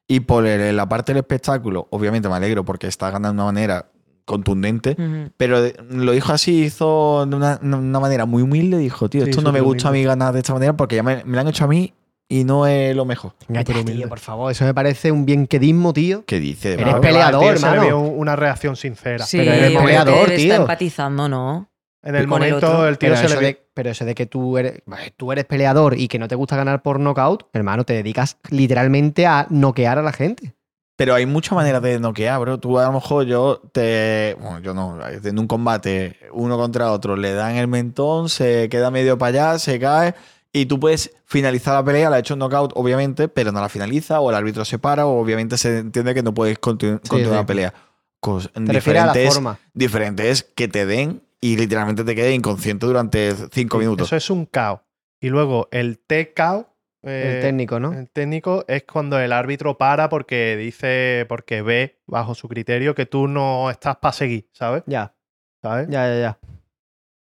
Speaker 3: Y por el- la parte del espectáculo, obviamente me alegro porque está ganando de una manera contundente.
Speaker 1: Ujú.
Speaker 3: Pero de- lo dijo así, hizo de una, de una manera muy humilde. Dijo, tío,
Speaker 4: Sí,
Speaker 3: esto no me
Speaker 4: súper
Speaker 3: gusta a mí ganar de esta manera porque ya me, me lo han hecho a mí y no es lo mejor.
Speaker 2: Venga,
Speaker 4: Súper
Speaker 2: ya, tío,
Speaker 4: humilde.
Speaker 2: por favor, eso me parece un bienquedismo, tío.
Speaker 3: ¿Qué dice? de
Speaker 2: Eres
Speaker 3: verdad?
Speaker 4: claro que va,
Speaker 2: peleador,
Speaker 4: el tío se le
Speaker 2: hermano.
Speaker 4: vio un- una reacción sincera.
Speaker 1: Sí,
Speaker 2: pero
Speaker 1: pero
Speaker 2: eres
Speaker 1: el
Speaker 2: peleador,
Speaker 1: está
Speaker 2: tío.
Speaker 1: empatizando, ¿no?
Speaker 4: En el
Speaker 1: con el
Speaker 4: momento
Speaker 1: otro.
Speaker 4: el, tío
Speaker 2: Pero,
Speaker 4: se
Speaker 2: eso
Speaker 4: le vio...
Speaker 2: de, pero eso de que tú eres, tú eres peleador y que no te gusta ganar por knockout, hermano, te dedicas literalmente a noquear a la gente.
Speaker 3: Pero hay muchas maneras de noquear, bro. Tú a lo mejor yo te. Bueno, yo no. En un combate, uno contra otro, le dan el mentón, se queda medio para allá, se cae. Y tú puedes finalizar la pelea, la ha hecho un knockout, obviamente, pero no la finaliza, o el árbitro se para, o obviamente se entiende que no puedes continu-
Speaker 2: Sí,
Speaker 3: continuar
Speaker 2: sí.
Speaker 3: la pelea. Cos-
Speaker 2: Te refieres a la
Speaker 4: eh,
Speaker 3: diferente es-
Speaker 2: forma.
Speaker 3: diferente es que te den y literalmente te quedes inconsciente durante cinco minutos.
Speaker 4: Eso es un caos. Y luego el T-cao.
Speaker 2: El técnico, ¿no?
Speaker 4: El técnico es cuando el árbitro para porque dice, porque ve bajo su criterio que tú no estás para seguir, ¿sabes?
Speaker 2: Ya,
Speaker 4: ¿Sabes?
Speaker 2: ya, ya, ya.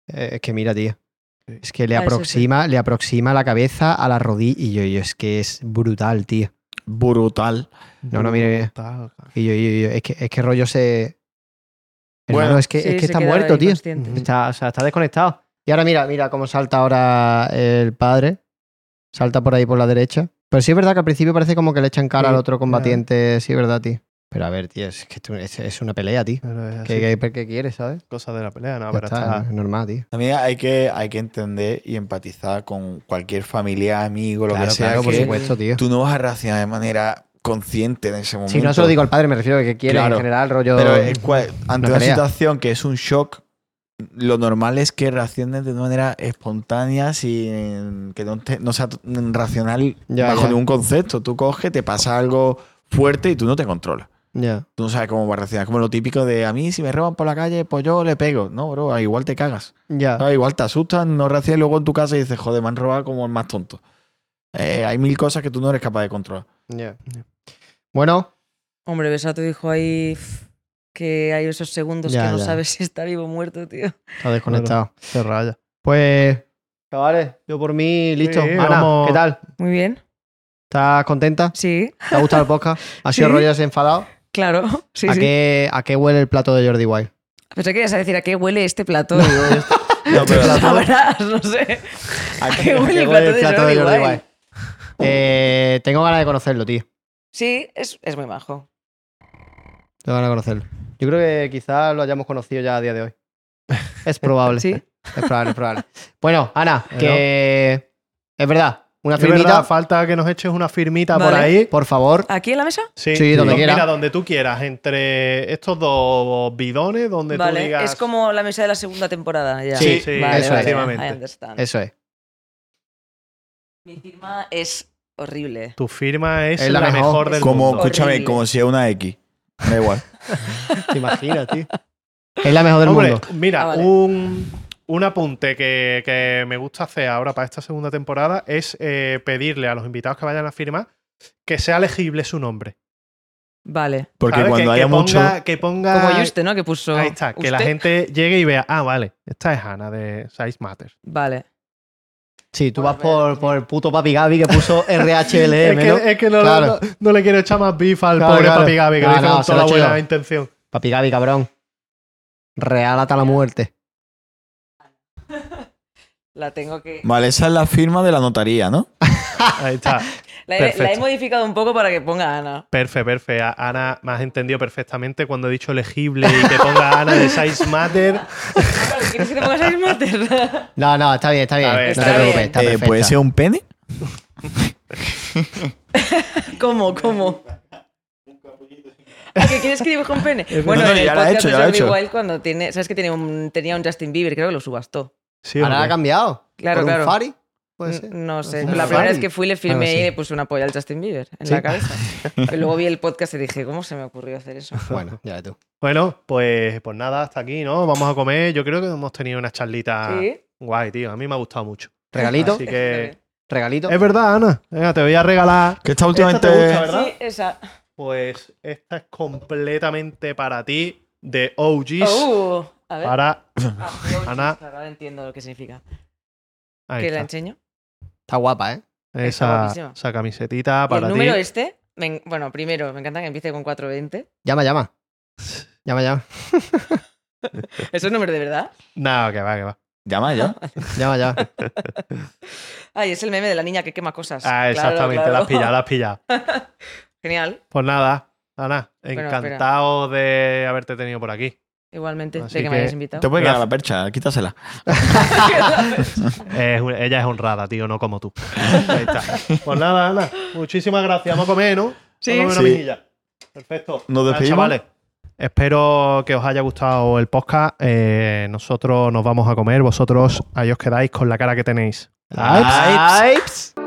Speaker 2: Eh, es que mira, tío.
Speaker 4: Sí.
Speaker 2: Es que le
Speaker 1: Ah, eso sí.
Speaker 2: aproxima, le aproxima la cabeza a la rodilla. Y yo, yo, es que es brutal, tío.
Speaker 3: Brutal.
Speaker 2: No, no, mire.
Speaker 4: Brutal, cara.
Speaker 2: Y yo, yo, yo, es que, es que rollo se. Hermano,
Speaker 3: Bueno,
Speaker 2: es que,
Speaker 1: Sí,
Speaker 2: es que
Speaker 1: se
Speaker 2: está
Speaker 1: queda
Speaker 2: muerto, tío.
Speaker 1: inconsciente.
Speaker 4: Ujú.
Speaker 2: Está, o sea, está desconectado. Y ahora mira, mira cómo salta ahora el padre. Salta por ahí por la derecha. Pero sí es verdad que al principio parece como que le echan cara
Speaker 4: Sí,
Speaker 2: al otro
Speaker 4: ya.
Speaker 2: combatiente. Sí, es verdad, tío. Pero a ver, tío, es que esto es, es una pelea, tío.
Speaker 4: Pero es
Speaker 2: ¿Qué,
Speaker 4: así,
Speaker 2: qué- qué quieres, sabes?
Speaker 4: cosas de la pelea, no,
Speaker 2: Ya
Speaker 4: pero
Speaker 2: está,
Speaker 4: está-
Speaker 2: es normal, tío.
Speaker 3: También hay que, hay que entender y empatizar con cualquier familia, amigo, lo
Speaker 2: Claro,
Speaker 3: que sea.
Speaker 2: claro, por
Speaker 3: que
Speaker 2: supuesto, tío.
Speaker 3: Tú no vas a reaccionar de manera consciente en ese momento.
Speaker 2: Si no se lo digo al padre, me refiero a que quiere
Speaker 3: Claro.
Speaker 2: en general, rollo.
Speaker 3: Pero eh, es cual- ante una
Speaker 2: pelea.
Speaker 3: situación que es un shock, lo normal es que reacciones de una manera espontánea, sin que no, te- no sea t- racional
Speaker 2: Ya,
Speaker 3: bajo
Speaker 2: ya.
Speaker 3: ningún concepto. Tú coges, te pasa algo fuerte y tú no te controlas.
Speaker 2: Ya.
Speaker 3: Tú no sabes cómo vas a reaccionar. Como lo típico de a mí, si me roban por la calle, pues yo le pego. No, bro, ah, igual te cagas.
Speaker 2: Ya.
Speaker 3: Ah, igual te asustan, no reaccionas y luego en tu casa y dices, joder, me han robado como el más tonto. Eh, hay mil cosas que tú no eres capaz de controlar.
Speaker 2: ya. Bueno,
Speaker 1: Hombre, Besato dijo ahí pf, que hay esos segundos
Speaker 2: Ya,
Speaker 1: que no
Speaker 2: ya.
Speaker 1: sabes si está vivo o muerto, tío.
Speaker 2: está desconectado.
Speaker 4: se raya.
Speaker 2: Pues. Chavales, yo por mí, listo.
Speaker 4: Sí,
Speaker 2: Ana,
Speaker 4: vamos.
Speaker 2: ¿qué tal?
Speaker 1: Muy bien.
Speaker 2: ¿Estás contenta?
Speaker 1: Sí,
Speaker 2: ¿Te ha gustado el podcast? ¿Ha sido
Speaker 1: Sí.
Speaker 2: rollo desenfadado?
Speaker 1: claro. Sí,
Speaker 2: ¿A,
Speaker 1: sí.
Speaker 2: Qué, ¿A qué huele el plato de Jordi Wild?
Speaker 1: Pensé que ibas a decir a qué huele este plato. Digo,
Speaker 3: No, pero-
Speaker 1: sabrás, no sé.
Speaker 3: ¿A
Speaker 1: ¿A
Speaker 3: qué
Speaker 1: qué huele el plato de Jordi Wild?
Speaker 2: Eh, tengo ganas de conocerlo, tío.
Speaker 1: Sí, es, es muy majo.
Speaker 2: Tengo ganas de conocerlo. Yo creo que quizás lo hayamos conocido ya a día de hoy. Es probable.
Speaker 1: Sí.
Speaker 2: Es probable, es probable. Bueno, Ana,
Speaker 4: Bueno.
Speaker 2: que es verdad. Una
Speaker 4: Es verdad,
Speaker 2: firmita,
Speaker 4: falta que nos eches una firmita por
Speaker 1: Vale.
Speaker 4: ahí.
Speaker 2: por favor.
Speaker 1: ¿Aquí en la mesa?
Speaker 4: Sí,
Speaker 2: Sí, donde
Speaker 4: Pues
Speaker 2: quiera.
Speaker 4: Mira, donde tú quieras, entre estos dos bidones, donde tú
Speaker 1: Vale,
Speaker 4: digas.
Speaker 1: es como la mesa de la segunda temporada. Ya.
Speaker 2: Sí,
Speaker 4: sí,
Speaker 1: vale,
Speaker 2: eso es.
Speaker 1: vale,
Speaker 4: Efectivamente.
Speaker 1: I understand.
Speaker 2: Eso es.
Speaker 1: Mi firma es horrible.
Speaker 4: Tu firma es,
Speaker 2: Es la
Speaker 4: la,
Speaker 2: mejor.
Speaker 4: mejor, del
Speaker 3: Como,
Speaker 4: mundo.
Speaker 3: escúchame,
Speaker 1: Horrible.
Speaker 3: como si es una X. Da igual.
Speaker 2: Te imaginas, tío. Es la mejor del
Speaker 4: Hombre,
Speaker 2: mundo.
Speaker 4: mira,
Speaker 1: Ah, vale.
Speaker 4: un, un apunte que, que me gusta hacer ahora para esta segunda temporada es eh, pedirle a los invitados que vayan a firmar que sea legible su nombre.
Speaker 1: Vale.
Speaker 3: Porque
Speaker 4: ¿Sabes?
Speaker 3: cuando
Speaker 4: que,
Speaker 3: haya
Speaker 4: que
Speaker 3: mucho.
Speaker 4: ponga- que ponga.
Speaker 1: Como Juste, ¿no? Que puso.
Speaker 4: Ahí está, que la
Speaker 1: usted.
Speaker 4: gente llegue y vea, ah, vale, esta es Ana de Size Matter.
Speaker 1: Vale.
Speaker 2: Sí, tú vas por, por el puto papi Gaby que puso
Speaker 4: Es
Speaker 2: RHLM,
Speaker 4: que,
Speaker 2: ¿no?
Speaker 4: es que no,
Speaker 2: Eh, Claro.
Speaker 4: no- no le quiero echar más bifa al
Speaker 2: Claro,
Speaker 4: pobre
Speaker 2: claro.
Speaker 4: papi Gaby, que
Speaker 2: No,
Speaker 4: lo hizo
Speaker 2: no,
Speaker 4: con
Speaker 2: se
Speaker 4: toda
Speaker 2: lo
Speaker 4: la buena
Speaker 2: chulo.
Speaker 4: intención.
Speaker 2: Papi Gaby, cabrón. Real hasta la muerte.
Speaker 1: La tengo que.
Speaker 3: Vale, esa es la firma de la notaría, ¿no?
Speaker 4: Ahí está.
Speaker 1: La he, la he
Speaker 4: perfecto.
Speaker 1: modificado un poco para que ponga Ana.
Speaker 4: Perfe, perfe. A- Ana, me has entendido perfectamente cuando he dicho legible y que ponga Ana de Size Matter.
Speaker 1: Claro, ¿Quieres que te pongas a mater?
Speaker 2: No, no, está bien, está bien.
Speaker 4: A ver,
Speaker 2: no te
Speaker 1: está
Speaker 2: preocupes,
Speaker 1: bien.
Speaker 2: está
Speaker 3: Eh,
Speaker 2: perfecta.
Speaker 3: ¿Puede ser un pene?
Speaker 1: ¿Cómo? ¿Cómo? ¿A que quieres que dibuje un pene? Bueno,
Speaker 3: no,
Speaker 1: en el
Speaker 3: ya lo ha
Speaker 1: podcast
Speaker 3: hecho,
Speaker 1: de
Speaker 3: ya lo ha
Speaker 1: Jordi
Speaker 3: hecho.
Speaker 1: Wild cuando tiene, sabes que tiene un- tenía un Justin Bieber, creo que lo subastó.
Speaker 4: Sí,
Speaker 2: Ahora ha
Speaker 4: hombre.
Speaker 2: cambiado.
Speaker 1: Claro,
Speaker 2: ¿Por
Speaker 1: claro. Mm,
Speaker 2: un Fari? Puede
Speaker 1: N-
Speaker 2: ser.
Speaker 1: No sé,
Speaker 2: ¿Un
Speaker 1: la
Speaker 2: Ferrari?
Speaker 1: primera vez que fui le firmé
Speaker 2: Algo
Speaker 1: y
Speaker 2: así.
Speaker 1: le puse una polla al Justin Bieber en
Speaker 2: Sí.
Speaker 1: la cabeza. Y luego vi el podcast y dije, ¿cómo se me ocurrió hacer eso?
Speaker 2: Bueno, ya tú.
Speaker 4: Bueno, pues, pues nada, hasta aquí, ¿no? Vamos a comer. Yo creo que hemos tenido una charlita
Speaker 1: Sí.
Speaker 4: guay, tío. A mí me ha gustado mucho.
Speaker 2: Regalito,
Speaker 4: Así Ah, que.
Speaker 2: regalito.
Speaker 4: Es verdad, Ana. Venga, te voy a regalar.
Speaker 3: Que está
Speaker 4: Esta
Speaker 3: últimamente.
Speaker 4: te gusta, ¿verdad?
Speaker 1: Sí, esa.
Speaker 4: Pues esta es completamente para ti, de OGs.
Speaker 1: Oh, a ver.
Speaker 4: Para.
Speaker 1: Ah, Dios,
Speaker 4: Ana.
Speaker 1: Ahora entiendo lo que significa.
Speaker 4: Ahí
Speaker 1: ¿Que la
Speaker 4: está.
Speaker 1: enseño?
Speaker 2: Está guapa, ¿eh?
Speaker 1: Está
Speaker 4: Esa,
Speaker 1: guapísima.
Speaker 4: esa camisetita
Speaker 1: Y el
Speaker 4: para ti.
Speaker 1: número este, me en- bueno, primero, me encanta que empiece con 420.
Speaker 2: Llama, llama. Llama, llama.
Speaker 1: ¿Es un número de verdad?
Speaker 4: No, que va, Ah, que va.
Speaker 3: Llama ya.
Speaker 2: Llama, llama.
Speaker 1: Ay, es el meme de la niña que quema cosas.
Speaker 4: Ah,
Speaker 1: Claro,
Speaker 4: exactamente,
Speaker 1: claro.
Speaker 4: la has pillado, la has pillado.
Speaker 1: Genial,
Speaker 4: Pues nada, Ana,
Speaker 1: Bueno,
Speaker 4: encantado de haberte tenido por aquí.
Speaker 1: igualmente,
Speaker 4: Así
Speaker 1: de que, me hayas
Speaker 4: que
Speaker 1: invitado.
Speaker 3: Te puede quedar la percha, quítasela.
Speaker 4: Es un- ella es honrada, tío, no como tú. Ahí está. Pues nada, Ana, muchísimas gracias. Vamos a comer, ¿no?
Speaker 1: Sí.
Speaker 4: Vamos a comer
Speaker 3: Sí.
Speaker 4: una mejilla. Perfecto.
Speaker 3: Nos
Speaker 4: Nada,
Speaker 3: despedimos.
Speaker 4: Chavales, espero que os haya gustado el podcast. Eh, nosotros nos vamos a comer. Vosotros ahí os quedáis con la cara que tenéis.
Speaker 6: Ay,
Speaker 3: Ay, ps.